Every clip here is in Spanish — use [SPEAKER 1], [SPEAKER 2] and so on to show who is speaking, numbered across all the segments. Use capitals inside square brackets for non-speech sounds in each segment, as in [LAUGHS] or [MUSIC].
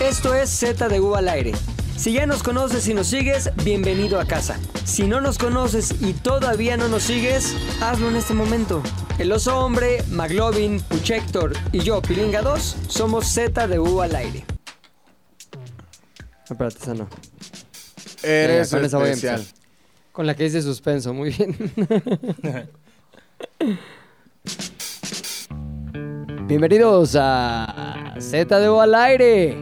[SPEAKER 1] Esto es Z de U al aire. Si ya nos conoces y nos sigues, bienvenido a casa. Si no nos conoces y todavía no nos sigues, hazlo en este momento. El oso hombre, Maglovin, Puchector y yo, Pilinga 2, somos Z de U al aire. Espérate, esa no.
[SPEAKER 2] Eres
[SPEAKER 1] Ya, con esa voy a
[SPEAKER 2] especial.
[SPEAKER 1] empezar. Con la que hice suspenso, muy bien. Bienvenidos a Z de U al aire.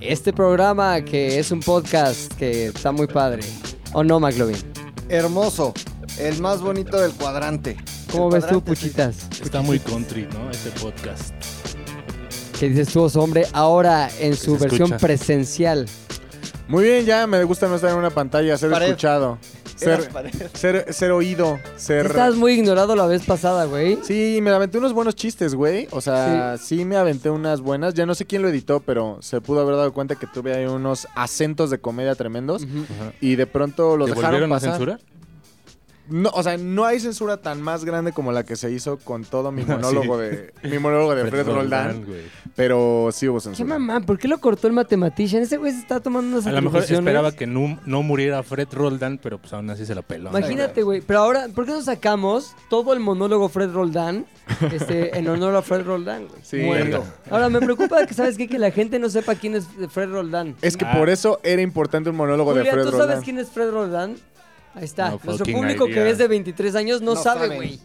[SPEAKER 1] Este programa que es un podcast que está muy padre. ¿O no, McLovin?
[SPEAKER 2] Hermoso. El más bonito del cuadrante.
[SPEAKER 1] ¿Cómo
[SPEAKER 2] El
[SPEAKER 1] ves tú,
[SPEAKER 2] cuadrante, sí.
[SPEAKER 1] puchitas?
[SPEAKER 3] Está muy country, ¿no? Este podcast.
[SPEAKER 1] Que dices tú, oso hombre, ahora en su
[SPEAKER 3] se
[SPEAKER 1] versión
[SPEAKER 3] escucha.
[SPEAKER 1] presencial.
[SPEAKER 4] Muy bien, ya me gusta no estar en una pantalla, ser
[SPEAKER 2] Pared.
[SPEAKER 4] escuchado,
[SPEAKER 2] Era
[SPEAKER 4] ser,
[SPEAKER 2] pared.
[SPEAKER 4] ser, ser oído, ser...
[SPEAKER 1] Estás muy ignorado la vez pasada, güey.
[SPEAKER 4] Sí, me aventé unos buenos chistes, güey. O sea, sí. me aventé unas buenas. Ya no sé quién lo editó, pero se pudo haber dado cuenta que tuve ahí unos acentos de comedia tremendos.
[SPEAKER 1] Ujú.
[SPEAKER 4] Y de pronto los
[SPEAKER 3] ¿Te
[SPEAKER 4] dejaron
[SPEAKER 3] volvieron a
[SPEAKER 4] pasar.
[SPEAKER 3] censurar?
[SPEAKER 4] No, o sea, no hay censura tan más grande como la que se hizo con todo
[SPEAKER 3] [LAUGHS]
[SPEAKER 4] mi
[SPEAKER 3] Ah, Sí.
[SPEAKER 4] monólogo de mi monólogo de Fred Roldán,
[SPEAKER 3] güey.
[SPEAKER 4] pero sí hubo
[SPEAKER 1] ¿Qué
[SPEAKER 4] censura.
[SPEAKER 1] mamá? ¿Por qué lo cortó el matematician? Ese güey se está tomando unas
[SPEAKER 3] A lo mejor
[SPEAKER 1] atribuciones.
[SPEAKER 3] esperaba que no, no muriera Fred Roldán, pero pues aún así se la peló. ¿no?
[SPEAKER 1] Imagínate, güey. Pero ahora, ¿por qué no sacamos todo el monólogo Fred Roldán este, en honor a Fred Roldán, güey?
[SPEAKER 4] Sí.
[SPEAKER 3] Muerto.
[SPEAKER 1] Ahora, me preocupa que, ¿sabes qué? Que la gente no sepa quién es Fred Roldán.
[SPEAKER 4] Es que
[SPEAKER 3] Ah.
[SPEAKER 4] por eso era importante un monólogo
[SPEAKER 1] Julia,
[SPEAKER 4] de Fred
[SPEAKER 1] ¿tú
[SPEAKER 4] Roldán.
[SPEAKER 1] sabes quién es Fred Roldán? Ahí está.
[SPEAKER 3] No
[SPEAKER 1] Nuestro
[SPEAKER 3] fucking
[SPEAKER 1] público que
[SPEAKER 3] idea.
[SPEAKER 1] es de 23 años no,
[SPEAKER 2] No
[SPEAKER 1] sabe,
[SPEAKER 2] saben.
[SPEAKER 1] güey.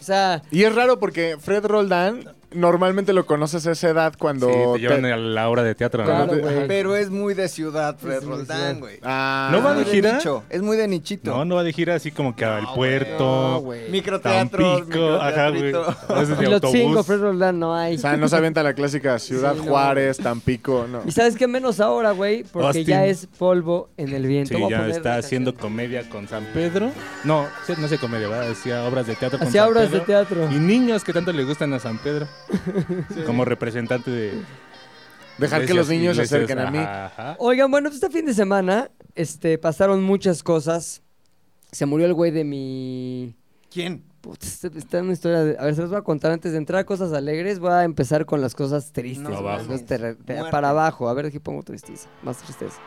[SPEAKER 1] O sea,
[SPEAKER 4] Y es raro porque Fred Roldán normalmente lo conoces a esa edad cuando.
[SPEAKER 3] Sí, te llevan
[SPEAKER 4] te-
[SPEAKER 3] a la hora de teatro, ¿no?
[SPEAKER 1] Claro, güey.
[SPEAKER 2] Pero es muy de ciudad, Fred
[SPEAKER 1] Es muy de ciudad.
[SPEAKER 2] Roldán, güey.
[SPEAKER 4] Ah.
[SPEAKER 3] ¿No va de
[SPEAKER 2] Muy
[SPEAKER 3] gira?
[SPEAKER 2] nicho, Es muy de nichito.
[SPEAKER 3] No, no va de gira así como que al
[SPEAKER 2] No,
[SPEAKER 3] puerto,
[SPEAKER 1] güey.
[SPEAKER 2] Microteatros,
[SPEAKER 3] Tampico, ajá, güey.
[SPEAKER 2] microteatrito.
[SPEAKER 3] A veces de
[SPEAKER 1] los cinco
[SPEAKER 3] autobús.
[SPEAKER 1] Fred Roldán no hay.
[SPEAKER 4] O sea, no se avienta la clásica Ciudad
[SPEAKER 1] Sí, no.
[SPEAKER 4] Juárez, Tampico, no.
[SPEAKER 1] [LAUGHS] ¿Y sabes qué? Menos ahora, güey, porque
[SPEAKER 3] Austin.
[SPEAKER 1] ya es polvo en el viento.
[SPEAKER 3] Sí,
[SPEAKER 1] Voy a
[SPEAKER 3] ya
[SPEAKER 1] poner
[SPEAKER 3] está
[SPEAKER 1] la
[SPEAKER 3] haciendo comedia con San Pedro. No, sí, no sé comedia, ¿verdad? Hacía obras de teatro con
[SPEAKER 1] Hacía
[SPEAKER 3] San
[SPEAKER 1] obras de
[SPEAKER 3] Pedro.
[SPEAKER 1] teatro.
[SPEAKER 3] Y niños que tanto le gustan a San Pedro. Como representante de...
[SPEAKER 4] Dejar que
[SPEAKER 3] iglesias-
[SPEAKER 4] los niños se
[SPEAKER 3] iglesias,
[SPEAKER 4] acerquen a mí.
[SPEAKER 3] ajá, ajá.
[SPEAKER 1] Oigan, bueno, pues este fin de semana este, pasaron muchas cosas. Se murió el güey de mi...
[SPEAKER 2] ¿Quién?
[SPEAKER 1] Puta, este- está en una historia... de- A ver, se los voy a contar antes de entrar a cosas alegres. Voy a empezar con las cosas tristes.
[SPEAKER 2] No,
[SPEAKER 1] güey,
[SPEAKER 3] abajo.
[SPEAKER 1] las ter- Este, te-
[SPEAKER 2] Muerte.
[SPEAKER 1] para abajo. A ver, aquí pongo tristeza. Más tristeza.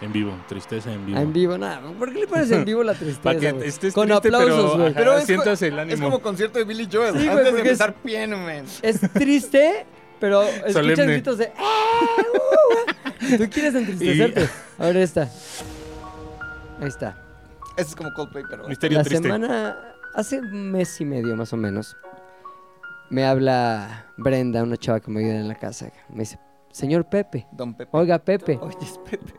[SPEAKER 3] En vivo, tristeza en vivo.
[SPEAKER 1] Ah, en vivo, nada. ¿Por qué le pones en vivo la tristeza,
[SPEAKER 3] Para que
[SPEAKER 1] güey?
[SPEAKER 3] estés
[SPEAKER 1] Con
[SPEAKER 3] triste,
[SPEAKER 1] aplausos,
[SPEAKER 3] pero,
[SPEAKER 1] güey.
[SPEAKER 3] ajá,
[SPEAKER 2] Pero es
[SPEAKER 3] sientas
[SPEAKER 2] co-
[SPEAKER 3] el ánimo.
[SPEAKER 2] Es como concierto de Billy Joel.
[SPEAKER 1] Sí, güey,
[SPEAKER 2] Antes de
[SPEAKER 1] porque es-
[SPEAKER 2] empezar, bien, man.
[SPEAKER 1] Es triste, pero escuchas
[SPEAKER 3] Solemne.
[SPEAKER 1] gritos de... "¡Ah, uh, uh!". Tú quieres entristecerte. A ver, esta. Ahí está.
[SPEAKER 2] Ese es como Coldplay, pero...
[SPEAKER 3] Misterio
[SPEAKER 1] la
[SPEAKER 3] triste.
[SPEAKER 1] semana, hace un mes y medio más o menos, me habla Brenda, una chava que me ayuda en la casa. Me dice, señor Pepe,
[SPEAKER 2] Don Pepe.
[SPEAKER 1] oiga Pepe.
[SPEAKER 2] Oye, espérate.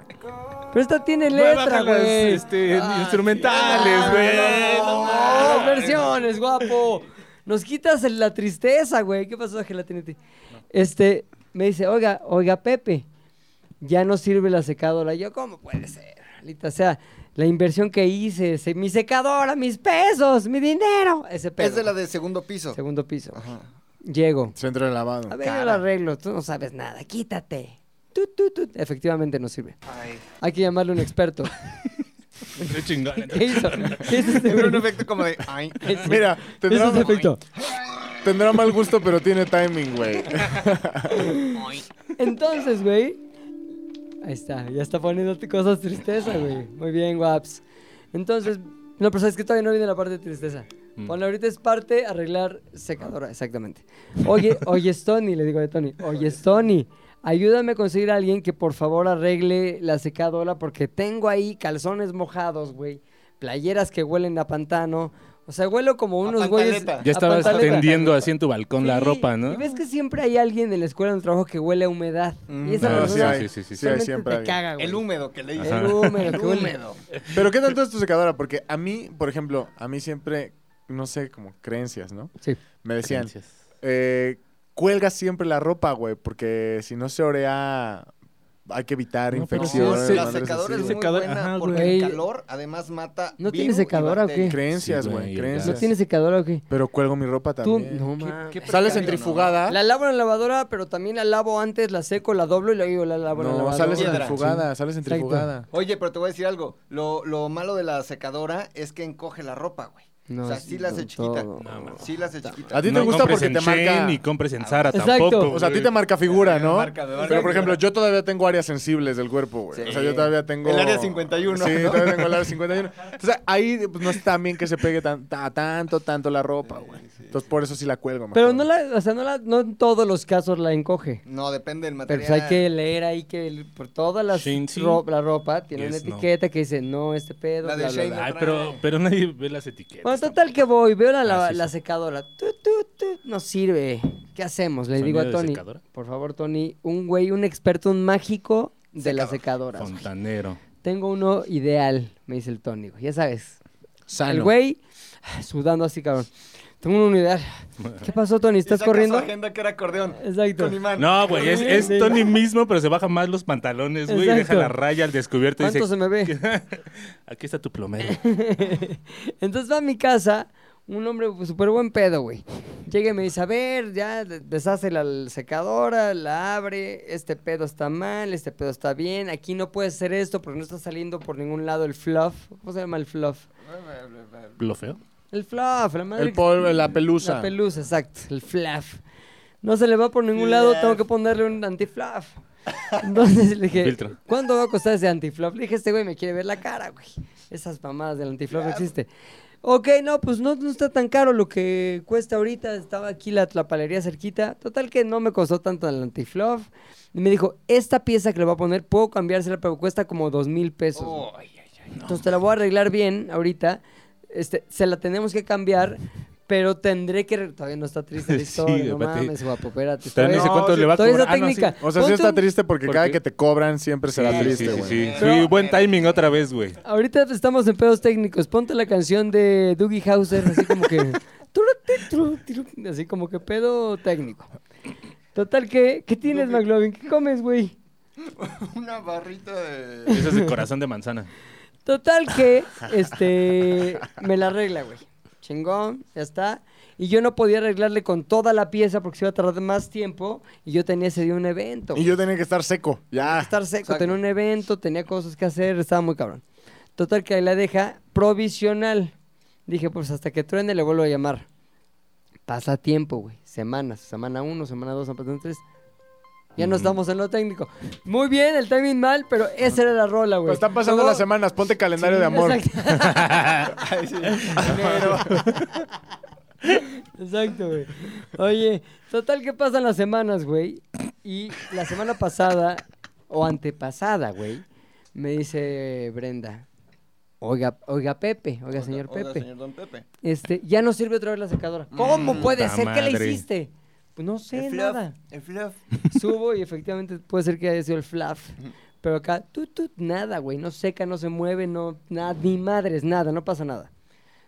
[SPEAKER 1] Pero esta tiene
[SPEAKER 3] Güey,
[SPEAKER 1] letra,
[SPEAKER 3] baja las,
[SPEAKER 1] güey.
[SPEAKER 3] este,
[SPEAKER 2] Ay,
[SPEAKER 3] instrumentales,
[SPEAKER 2] sí.
[SPEAKER 3] güey.
[SPEAKER 2] No,
[SPEAKER 1] Ah, Las
[SPEAKER 2] mames.
[SPEAKER 1] versiones, guapo. Nos quitas el- la tristeza, güey. ¿Qué pasó, Gelatinete? Este, me dice, oiga, oiga, Pepe, ya no sirve la secadora. Yo, ¿cómo puede ser? Lita, o sea, la inversión que hice, se- mi secadora, mis pesos, mi dinero. Ese pedo.
[SPEAKER 2] Es de la de segundo piso.
[SPEAKER 1] Segundo piso.
[SPEAKER 2] Ajá.
[SPEAKER 1] Llego.
[SPEAKER 4] Centro de lavado.
[SPEAKER 1] A ver, yo lo arreglo. Tú no sabes nada. Quítate. Tut, tut, tut. Efectivamente no sirve.
[SPEAKER 2] Ay.
[SPEAKER 1] Hay que llamarle a un
[SPEAKER 2] [LAUGHS]
[SPEAKER 1] experto.
[SPEAKER 3] Qué chingón.
[SPEAKER 1] ¿Qué hizo? ¿Qué hizo
[SPEAKER 2] [LAUGHS]
[SPEAKER 1] este
[SPEAKER 2] Era un
[SPEAKER 1] güey? [LAUGHS]
[SPEAKER 2] efecto como de... Ay.
[SPEAKER 4] Mira,
[SPEAKER 1] Ese
[SPEAKER 4] tendrá,
[SPEAKER 1] es el efecto.
[SPEAKER 4] tendrá mal gusto, pero tiene
[SPEAKER 1] [LAUGHS]
[SPEAKER 4] timing, güey.
[SPEAKER 1] Entonces, güey. Ahí está, ya está poniéndote cosas tristeza, güey. Muy bien, guaps. Entonces, no, pero sabes que todavía no viene la parte de tristeza.
[SPEAKER 3] Mm.
[SPEAKER 1] Bueno, ahorita es parte arreglar secadora, exactamente. Oye, oye, es Tony, le digo a Tony. Oye, es Tony, ayúdame a conseguir a alguien que por favor arregle la secadora porque tengo ahí calzones mojados, güey. Playeras que huelen a pantano. O sea, huelo como
[SPEAKER 2] A
[SPEAKER 1] unos güeyes.
[SPEAKER 2] pantaleta.
[SPEAKER 1] a
[SPEAKER 3] Ya estabas
[SPEAKER 1] pantaleta.
[SPEAKER 3] tendiendo así en tu balcón la
[SPEAKER 1] Sí,
[SPEAKER 3] ropa, ¿no?
[SPEAKER 1] Y ves que siempre hay alguien de la escuela en el trabajo que huele a humedad. Y esa
[SPEAKER 4] Ah,
[SPEAKER 1] persona
[SPEAKER 4] sí, hay,
[SPEAKER 3] sí, sí, sí, sí.
[SPEAKER 4] hay
[SPEAKER 1] realmente
[SPEAKER 4] siempre
[SPEAKER 1] te
[SPEAKER 4] alguien.
[SPEAKER 1] caga, Ah, güey.
[SPEAKER 2] El húmedo que le dicen.
[SPEAKER 1] El húmedo, que
[SPEAKER 2] El
[SPEAKER 1] huele.
[SPEAKER 2] húmedo.
[SPEAKER 4] Pero ¿qué tanto es tu secadora? Porque a mí, por ejemplo, a mí siempre, no sé, como creencias, ¿no?
[SPEAKER 1] Sí.
[SPEAKER 4] Me decían, eh, cuelga siempre la ropa, güey, porque si no se orea, hay que evitar
[SPEAKER 3] No, pero sí,
[SPEAKER 4] infecciones.
[SPEAKER 3] sí,
[SPEAKER 2] La
[SPEAKER 4] madres así,
[SPEAKER 2] secadora es muy
[SPEAKER 4] güey.
[SPEAKER 3] Secadora,
[SPEAKER 2] buena
[SPEAKER 3] ajá,
[SPEAKER 2] porque
[SPEAKER 1] güey.
[SPEAKER 2] el calor además mata
[SPEAKER 1] ¿No
[SPEAKER 2] virus
[SPEAKER 1] tiene
[SPEAKER 2] y
[SPEAKER 1] secadora o qué?
[SPEAKER 2] bacterias.
[SPEAKER 4] Creencias,
[SPEAKER 3] Sí,
[SPEAKER 4] güey,
[SPEAKER 3] güey, el
[SPEAKER 4] creencias.
[SPEAKER 1] ¿No tiene secadora o qué?
[SPEAKER 4] Pero cuelgo mi ropa
[SPEAKER 1] Tú,
[SPEAKER 4] Ah, también.
[SPEAKER 1] no mames.
[SPEAKER 2] qué
[SPEAKER 4] Sales
[SPEAKER 2] precario,
[SPEAKER 4] centrifugada.
[SPEAKER 1] La lavo en la lavadora, pero también la lavo antes, la seco, la doblo y luego la lavo en la
[SPEAKER 4] No,
[SPEAKER 1] lavadora.
[SPEAKER 4] sales
[SPEAKER 2] Piedra.
[SPEAKER 4] centrifugada, sales
[SPEAKER 1] Exacto.
[SPEAKER 4] centrifugada.
[SPEAKER 2] Oye, pero te voy a decir algo. Lo, lo malo de la secadora es que encoge la ropa, güey.
[SPEAKER 1] No,
[SPEAKER 2] o sea, sí la hace chiquita.
[SPEAKER 1] todo.
[SPEAKER 2] Sí la hace chiquita.
[SPEAKER 4] ¿A ti te
[SPEAKER 3] No
[SPEAKER 4] gusta
[SPEAKER 3] compres
[SPEAKER 4] porque
[SPEAKER 3] en
[SPEAKER 4] te marca- Ah,
[SPEAKER 3] Shein Ni compres en Zara
[SPEAKER 1] Exacto.
[SPEAKER 3] tampoco.
[SPEAKER 4] O sea, a ti
[SPEAKER 3] güey.
[SPEAKER 4] te marca figura, ¿no?
[SPEAKER 2] Me marca, me
[SPEAKER 4] Pero,
[SPEAKER 2] marca
[SPEAKER 4] por
[SPEAKER 2] figura.
[SPEAKER 4] ejemplo, yo todavía tengo áreas sensibles del cuerpo, güey.
[SPEAKER 2] Sí.
[SPEAKER 4] O sea, yo todavía tengo...
[SPEAKER 2] El área 51,
[SPEAKER 4] Sí,
[SPEAKER 2] ¿no?
[SPEAKER 4] todavía tengo el área 51. Entonces, ahí pues, no es tan bien que se pegue tan, ta- tanto, tanto la ropa, güey. Entonces, por eso sí la cuelgo.
[SPEAKER 1] Pero
[SPEAKER 4] mejor.
[SPEAKER 1] no la, o sea, no la, no en todos los casos la encoge.
[SPEAKER 2] No, depende del
[SPEAKER 1] Pero
[SPEAKER 2] material.
[SPEAKER 1] pues hay que leer ahí que el- por todas las
[SPEAKER 3] Shein sí.
[SPEAKER 1] ro- la ropa tiene una
[SPEAKER 3] Yes, no.
[SPEAKER 1] etiqueta que dice no este pedo.
[SPEAKER 2] La de
[SPEAKER 1] bla, bla,
[SPEAKER 2] Shein
[SPEAKER 1] bla.
[SPEAKER 2] no.
[SPEAKER 3] Ay, pero, pero nadie ve las etiquetas.
[SPEAKER 1] Bueno, total que voy, veo la, la,
[SPEAKER 3] Ah, sí,
[SPEAKER 1] la
[SPEAKER 3] sí.
[SPEAKER 1] secadora. Tu, tu, tu, no sirve. ¿Qué hacemos? Le
[SPEAKER 3] ¿Sonido
[SPEAKER 1] digo a
[SPEAKER 3] de
[SPEAKER 1] Tony.
[SPEAKER 3] secadora?
[SPEAKER 1] Por favor, Tony, un güey, un experto, un mágico de las
[SPEAKER 3] tampoco.
[SPEAKER 1] secadoras.
[SPEAKER 3] Fontanero.
[SPEAKER 1] Tengo uno ideal, me dice el Tony, güey. Ya sabes.
[SPEAKER 3] Ah,
[SPEAKER 4] Sano.
[SPEAKER 1] El güey sudando así, cabrón. Tengo uno
[SPEAKER 3] [LAUGHS]
[SPEAKER 1] ideal. ¿Qué pasó, Tony?
[SPEAKER 2] Y saca
[SPEAKER 1] ¿Estás
[SPEAKER 2] su
[SPEAKER 1] corriendo?
[SPEAKER 2] agenda que era
[SPEAKER 1] [LAUGHS]
[SPEAKER 2] acordeón.
[SPEAKER 1] Exacto.
[SPEAKER 2] Con imán.
[SPEAKER 3] No, güey, es, es
[SPEAKER 1] Sí.
[SPEAKER 3] Tony mismo, pero se baja más los pantalones, güey, y deja
[SPEAKER 1] Exacto.
[SPEAKER 3] la raya al descubierto y
[SPEAKER 1] ¿Cuánto
[SPEAKER 3] dice,
[SPEAKER 1] se me ve?
[SPEAKER 3] [LAUGHS] aquí está tu
[SPEAKER 1] [LAUGHS]
[SPEAKER 3] plomero.
[SPEAKER 1] Entonces va a mi casa un hombre pues, súper buen pedo, güey. Llega y me dice, a ver, ya de- deshace la l- secadora, la abre, este pedo está mal, este pedo está bien, aquí no puede ser esto porque no está saliendo por ningún lado el fluff. ¿Cómo se llama el fluff?
[SPEAKER 3] ¿Lo feo?
[SPEAKER 1] El fluff, la madre.
[SPEAKER 4] El
[SPEAKER 1] que-
[SPEAKER 4] polvo, la pelusa.
[SPEAKER 1] La pelusa, exacto, el fluff. No se le va por ningún lado,
[SPEAKER 2] Fluff.
[SPEAKER 1] tengo que ponerle un anti-fluff. Entonces le dije,
[SPEAKER 3] Filtro.
[SPEAKER 1] ¿cuánto va a costar ese anti-fluff? Le dije, este güey me quiere ver la cara, güey. Esas mamadas del anti-fluff existe. Ok, no, pues no, no está tan caro lo que cuesta ahorita. Estaba aquí la tlapalería cerquita. Total que no me costó tanto el anti-fluff. Y me dijo, esta pieza que le voy a poner, puedo cambiársela, pero cuesta como dos mil pesos. güey. Entonces te la voy a arreglar bien ahorita. Este, se la tenemos que cambiar, pero tendré que. re- Todavía no está triste la
[SPEAKER 3] Sí,
[SPEAKER 1] historia, no
[SPEAKER 3] espérate.
[SPEAKER 1] mames, guapo, espérate. todavía-
[SPEAKER 3] Todavía no sé cuánto
[SPEAKER 4] sí,
[SPEAKER 3] le va a
[SPEAKER 1] todavía
[SPEAKER 3] cobrar.
[SPEAKER 1] esa
[SPEAKER 3] Ah, no, sí.
[SPEAKER 1] técnica.
[SPEAKER 4] O sea, sí
[SPEAKER 1] Ponte
[SPEAKER 4] está
[SPEAKER 1] un-
[SPEAKER 4] triste porque
[SPEAKER 3] ¿Por
[SPEAKER 4] cada
[SPEAKER 3] qué?
[SPEAKER 4] que te cobran siempre será
[SPEAKER 2] Sí,
[SPEAKER 4] triste,
[SPEAKER 3] Sí, sí,
[SPEAKER 4] güey.
[SPEAKER 3] sí.
[SPEAKER 2] Pero-
[SPEAKER 3] Sí, buen timing otra vez, güey.
[SPEAKER 1] Ahorita estamos en pedos técnicos. Ponte la canción de Dougie Hauser, así como que. [LAUGHS] turu, ti, turu, tiru, Así como que pedo técnico. Total, ¿qué, ¿qué tienes, McLovin? ¿Qué comes, güey?
[SPEAKER 2] [LAUGHS] Una barrita de.
[SPEAKER 3] Eso es de corazón de manzana.
[SPEAKER 1] Total que, este, me la arregla, güey. Chingón, ya está. Y yo no podía arreglarle con toda la pieza porque se iba a tardar más tiempo y yo tenía ese día un evento.
[SPEAKER 4] Y yo tenía que estar seco. Ya.
[SPEAKER 1] estar seco,
[SPEAKER 2] Exacto.
[SPEAKER 1] tenía un evento, tenía cosas que hacer, estaba muy cabrón. Total que ahí la deja provisional. Dije, pues hasta que truene le vuelvo a llamar. Pasa tiempo, güey. Semanas, semana 1, semana 2, semana 3. Ya no
[SPEAKER 3] Ujú.
[SPEAKER 1] estamos en lo técnico. Muy bien, el timing mal, pero esa era la rola, güey.
[SPEAKER 4] Pero están pasando
[SPEAKER 1] Luego-
[SPEAKER 4] las semanas. Ponte calendario
[SPEAKER 1] Sí,
[SPEAKER 4] de amor.
[SPEAKER 1] Exacto,
[SPEAKER 2] Ay, sí. Enero.
[SPEAKER 1] Exacto, güey. Oye, total que pasan las semanas, güey. Y la semana pasada, o antepasada, güey, me dice Brenda, oiga, oiga Pepe, oiga, señor
[SPEAKER 2] Oiga,
[SPEAKER 1] Pepe,
[SPEAKER 2] señor Don Pepe.
[SPEAKER 1] este, ya no sirve otra vez la secadora. ¿Cómo puede
[SPEAKER 3] puta
[SPEAKER 1] ser? ¿Qué le
[SPEAKER 3] madre.
[SPEAKER 1] hiciste? Pues no sé,
[SPEAKER 2] El fluff,
[SPEAKER 1] nada.
[SPEAKER 2] El fluff.
[SPEAKER 1] Subo y efectivamente puede ser que haya sido el fluff. Pero acá, tú, tú, nada, güey. No seca, no se mueve, no, nada, ni madres, nada, no pasa nada.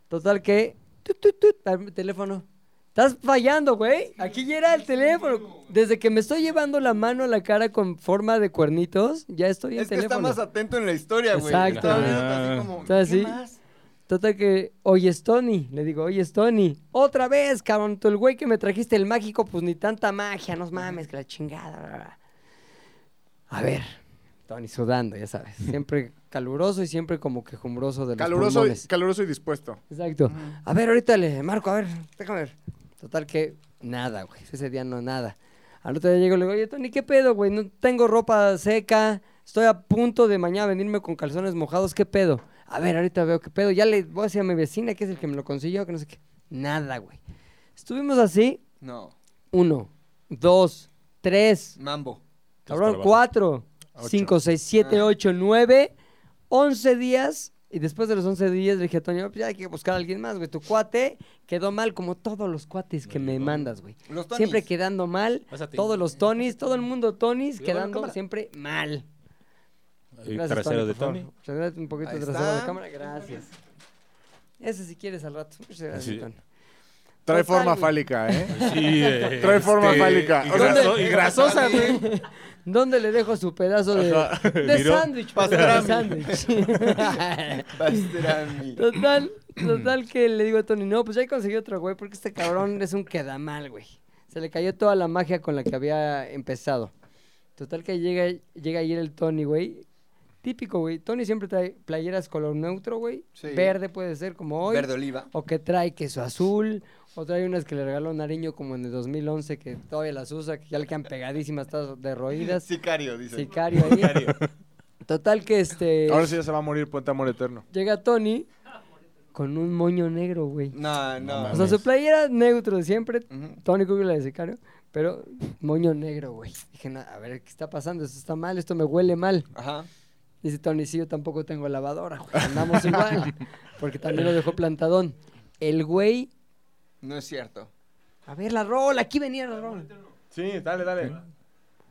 [SPEAKER 1] Total que, tut, tut, tut, dame el teléfono. Estás fallando, güey. Aquí ya era el teléfono. Desde que me estoy llevando la mano a la cara con forma de cuernitos, ya estoy en
[SPEAKER 2] Es que está
[SPEAKER 1] teléfono.
[SPEAKER 2] más atento en la historia, güey.
[SPEAKER 1] Exacto.
[SPEAKER 2] Estaba viendo así como,
[SPEAKER 1] Está
[SPEAKER 2] ¿qué
[SPEAKER 1] así.
[SPEAKER 2] más?
[SPEAKER 1] Total que, oye, es Tony. Le digo, oye, es Tony. Otra vez, cabrón. Tú el güey que me trajiste el mágico, pues ni tanta magia. No mames, que la chingada. bla, bla, bla". A ver, Tony sudando, ya sabes. Siempre caluroso y siempre como quejumbroso de los
[SPEAKER 4] Caluroso, y-
[SPEAKER 1] pulmones.
[SPEAKER 4] caluroso y dispuesto.
[SPEAKER 1] Exacto. A ver, ahorita le marco, a ver, déjame ver. Total que nada, güey. Ese día no nada. Al otro día llego y le digo, oye, Tony, ¿qué pedo, güey? No tengo ropa seca. Estoy a punto de mañana venirme con calzones mojados. ¿Qué pedo? A ver, ahorita veo qué pedo. Ya le voy hacia mi vecina, que es el que me lo consiguió, que no sé qué. Nada, güey. Estuvimos así.
[SPEAKER 2] No,
[SPEAKER 1] Uno, dos, tres,
[SPEAKER 2] mambo.
[SPEAKER 1] cabrón,
[SPEAKER 3] para abajo.
[SPEAKER 1] cuatro,
[SPEAKER 4] Ocho.
[SPEAKER 1] cinco, seis, siete,
[SPEAKER 3] Ah.
[SPEAKER 1] ocho, nueve, once días. Y después de los once días le dije a Toño, pues ya hay que buscar a alguien más, güey. Tu cuate quedó mal, como todos los cuates que me mandas, güey.
[SPEAKER 2] Los Tonys.
[SPEAKER 1] Siempre quedando mal.
[SPEAKER 3] Pásate.
[SPEAKER 1] Todos los Tonys, todo el mundo Tonys,
[SPEAKER 3] Cuidado con la
[SPEAKER 1] quedando
[SPEAKER 3] cámara.
[SPEAKER 1] siempre mal.
[SPEAKER 3] El trasero
[SPEAKER 1] Tony,
[SPEAKER 3] de
[SPEAKER 1] por favor.
[SPEAKER 3] Tony.
[SPEAKER 1] Muchas gracias, un poquito
[SPEAKER 2] Ahí
[SPEAKER 1] de trasero de
[SPEAKER 2] está.
[SPEAKER 1] cámara. Gracias. Ese si quieres al rato. Muchas gracias,
[SPEAKER 3] Así.
[SPEAKER 1] Toño.
[SPEAKER 4] Trae
[SPEAKER 1] Total,
[SPEAKER 4] forma
[SPEAKER 1] güey.
[SPEAKER 4] fálica, ¿eh?
[SPEAKER 1] [LAUGHS]
[SPEAKER 3] Sí, eh,
[SPEAKER 4] Trae forma fálica.
[SPEAKER 3] Y,
[SPEAKER 4] O sea,
[SPEAKER 3] graso- y grasosa, güey.
[SPEAKER 1] [LAUGHS] ¿Dónde le dejo su pedazo de,
[SPEAKER 3] Ajá.
[SPEAKER 1] de
[SPEAKER 3] Miró.
[SPEAKER 1] sándwich? pues, De
[SPEAKER 2] Pastrami.
[SPEAKER 1] sándwich. [LAUGHS]
[SPEAKER 2] [LAUGHS] Pastrami.
[SPEAKER 1] Total, total que le digo a Tony, no, pues ya conseguí otro güey, porque este cabrón es un quedamal, güey. Se le cayó toda la magia con la que había empezado. Total que llega, llega ayer el Tony, güey. Típico, güey. Tony siempre trae playeras color neutro, güey.
[SPEAKER 2] Sí.
[SPEAKER 1] Verde puede ser, como hoy.
[SPEAKER 2] Verde oliva.
[SPEAKER 1] O que trae queso azul. O trae unas que le regaló Nariño como en el 2011, que todavía las usa, que ya le quedan pegadísimas, todas derroídas.
[SPEAKER 2] Sicario, dice.
[SPEAKER 1] Sicario ahí. Total que este...
[SPEAKER 4] Ahora sí ya se va a morir Puente Amor Eterno.
[SPEAKER 1] Llega Tony con un moño negro, güey.
[SPEAKER 2] No, no.
[SPEAKER 1] O sea, su playera neutro de siempre,
[SPEAKER 4] Mm.
[SPEAKER 2] Ujú.
[SPEAKER 1] Tony Cook y la de Sicario, pero moño negro, güey. Dije, "No, a ver, ¿qué está pasando? Esto está mal, esto me huele mal.
[SPEAKER 2] Ajá.
[SPEAKER 1] Dice Tony, sí, yo tampoco tengo lavadora, güey. Andamos igual,
[SPEAKER 4] [LAUGHS]
[SPEAKER 1] porque también lo dejó plantadón. El güey,
[SPEAKER 2] No es cierto.
[SPEAKER 1] a ver, la rola, aquí venía la rola.
[SPEAKER 4] Sí, dale, dale.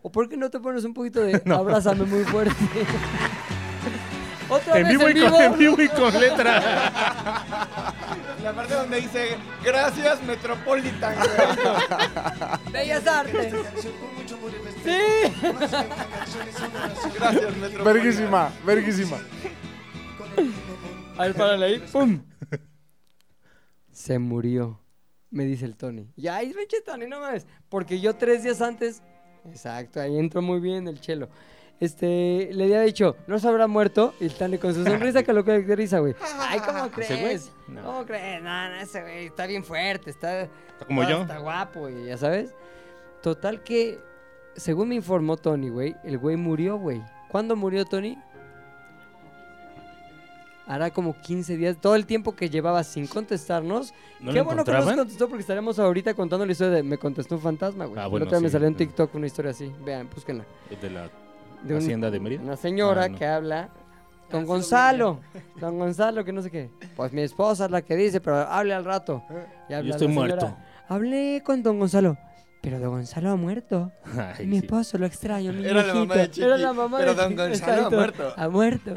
[SPEAKER 1] ¿O por qué no te pones un poquito
[SPEAKER 3] [LAUGHS]
[SPEAKER 1] de abrázame muy fuerte? Otra
[SPEAKER 3] En
[SPEAKER 1] vez
[SPEAKER 3] vivo,
[SPEAKER 1] en
[SPEAKER 3] y
[SPEAKER 1] vivo.
[SPEAKER 3] con, en vivo y
[SPEAKER 1] [LAUGHS]
[SPEAKER 3] con letra.
[SPEAKER 2] La parte donde dice, gracias Metropolitan. güey".
[SPEAKER 1] Bellas Artes. Sí.
[SPEAKER 2] gracias Metropolitan.
[SPEAKER 4] Verguísima, verguísima.
[SPEAKER 1] A ver, párale ahí. ¡Pum! Se murió, me dice el Tony. Ya, ahí pinche Tony, no mames. Porque yo tres días antes. Exacto, ahí entró muy bien el chelo. Este, le había dicho, no se habrá muerto. Y el Tony con su sonrisa que lo caracteriza, güey. Ay, ¿cómo
[SPEAKER 3] ¿Ese güey?
[SPEAKER 1] crees?
[SPEAKER 3] No.
[SPEAKER 1] ¿Cómo crees? No, no, ese güey está bien fuerte, está.
[SPEAKER 3] Como
[SPEAKER 1] Ah,
[SPEAKER 3] yo.
[SPEAKER 1] Está guapo, y ya sabes. Total que, según me informó Tony, güey, el güey murió, güey. ¿Cuándo murió Tony? Hará como 15 días, todo el tiempo que llevaba sin contestarnos.
[SPEAKER 3] ¿No
[SPEAKER 1] Qué
[SPEAKER 3] lo
[SPEAKER 1] bueno que no nos
[SPEAKER 3] encontraban?
[SPEAKER 1] contestó porque estaremos ahorita contando la historia de me contestó un fantasma, güey.
[SPEAKER 3] Ah,
[SPEAKER 1] El
[SPEAKER 3] bueno,
[SPEAKER 1] otro día me
[SPEAKER 3] sí.
[SPEAKER 1] salió en TikTok una historia así. Vean, búsquenla.
[SPEAKER 3] De
[SPEAKER 1] [LAUGHS]
[SPEAKER 3] la
[SPEAKER 1] De un-
[SPEAKER 3] hacienda de Mérida.
[SPEAKER 1] una señora
[SPEAKER 3] Ah, no.
[SPEAKER 1] que habla.
[SPEAKER 2] Ah,
[SPEAKER 1] Don Gonzalo, [LAUGHS] don Gonzalo, que no sé qué. Pues mi esposa es la que dice, pero hable al rato.
[SPEAKER 2] Ah,
[SPEAKER 1] Y habla
[SPEAKER 3] Yo estoy
[SPEAKER 1] la señora,
[SPEAKER 3] muerto.
[SPEAKER 1] Hablé con don Gonzalo, pero don Gonzalo ha muerto.
[SPEAKER 3] Ay,
[SPEAKER 1] mi
[SPEAKER 3] sí.
[SPEAKER 1] esposo lo extraño, mi
[SPEAKER 2] Era la
[SPEAKER 1] viejito.
[SPEAKER 2] mamá de Chiqui,
[SPEAKER 1] Era la mamá
[SPEAKER 2] pero
[SPEAKER 1] de
[SPEAKER 2] don
[SPEAKER 1] Chiqui,
[SPEAKER 2] Gonzalo ha
[SPEAKER 1] exacto,
[SPEAKER 2] muerto.
[SPEAKER 1] Ha
[SPEAKER 2] [LAUGHS]
[SPEAKER 1] muerto.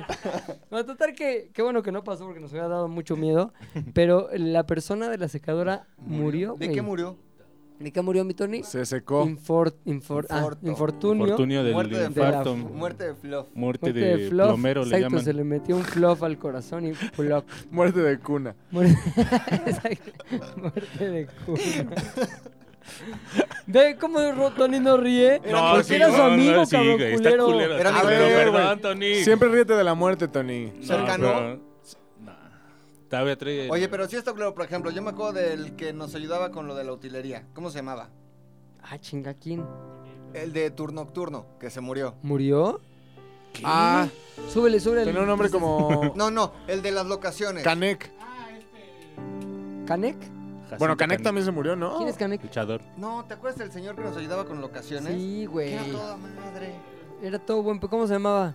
[SPEAKER 1] No, total que, qué bueno que no pasó porque nos hubiera dado mucho miedo. Pero la persona de la secadora murió,
[SPEAKER 2] ¿De
[SPEAKER 1] güey.
[SPEAKER 2] qué murió?
[SPEAKER 1] ¿De qué murió mi Tony?
[SPEAKER 4] Se secó.
[SPEAKER 1] Infor- infor- ah,
[SPEAKER 2] Inforto.
[SPEAKER 1] infortunio.
[SPEAKER 3] Infortunio del
[SPEAKER 2] Muerte de
[SPEAKER 3] infarto.
[SPEAKER 1] la-
[SPEAKER 2] Muerte de Fluff.
[SPEAKER 3] Muerte
[SPEAKER 1] Muerte
[SPEAKER 3] Este de
[SPEAKER 1] fluff,
[SPEAKER 3] plomero le
[SPEAKER 1] exacto,
[SPEAKER 3] llaman.
[SPEAKER 1] se le metió un fluff al corazón y plop.
[SPEAKER 4] Muerte de cuna.
[SPEAKER 1] Muerte, [LAUGHS] exacto, muerte de culo. Ve cómo Ro- Tony no ríe.
[SPEAKER 3] No,
[SPEAKER 1] porque
[SPEAKER 3] sí,
[SPEAKER 1] era su
[SPEAKER 3] no,
[SPEAKER 1] amigo,
[SPEAKER 3] no, sí,
[SPEAKER 1] cabrón,
[SPEAKER 3] güey, está
[SPEAKER 1] culero.
[SPEAKER 3] culero.
[SPEAKER 2] Era
[SPEAKER 3] está
[SPEAKER 2] mi
[SPEAKER 3] culero,
[SPEAKER 2] brother,
[SPEAKER 3] perdón, Tony.
[SPEAKER 4] Siempre ríete de la muerte, Tony.
[SPEAKER 3] No,
[SPEAKER 2] Cercano.
[SPEAKER 3] pero- No. Todavía trae.
[SPEAKER 2] Oye, pero si está claro, por ejemplo, yo me acuerdo del que nos ayudaba con lo de la utilería. ¿Cómo se llamaba?
[SPEAKER 1] Ah, chinga, ¿quién?
[SPEAKER 2] El de turno nocturno, que se murió.
[SPEAKER 1] ¿Murió?
[SPEAKER 4] Ah,
[SPEAKER 1] Súbele, súbele.
[SPEAKER 4] tenía un nombre como
[SPEAKER 2] [LAUGHS] No, no, el de las locaciones.
[SPEAKER 4] Canek.
[SPEAKER 1] ¿Canek?
[SPEAKER 3] Jacinto
[SPEAKER 4] Bueno, Canek también se murió, ¿no?
[SPEAKER 3] Oh.
[SPEAKER 1] ¿Quién es Canek?
[SPEAKER 3] Luchador.
[SPEAKER 2] No, ¿te acuerdas del señor que nos ayudaba con locaciones?
[SPEAKER 1] Sí,
[SPEAKER 2] Que
[SPEAKER 1] güey.
[SPEAKER 2] Era toda madre.
[SPEAKER 1] Era todo buen pedo. ¿Cómo se llamaba?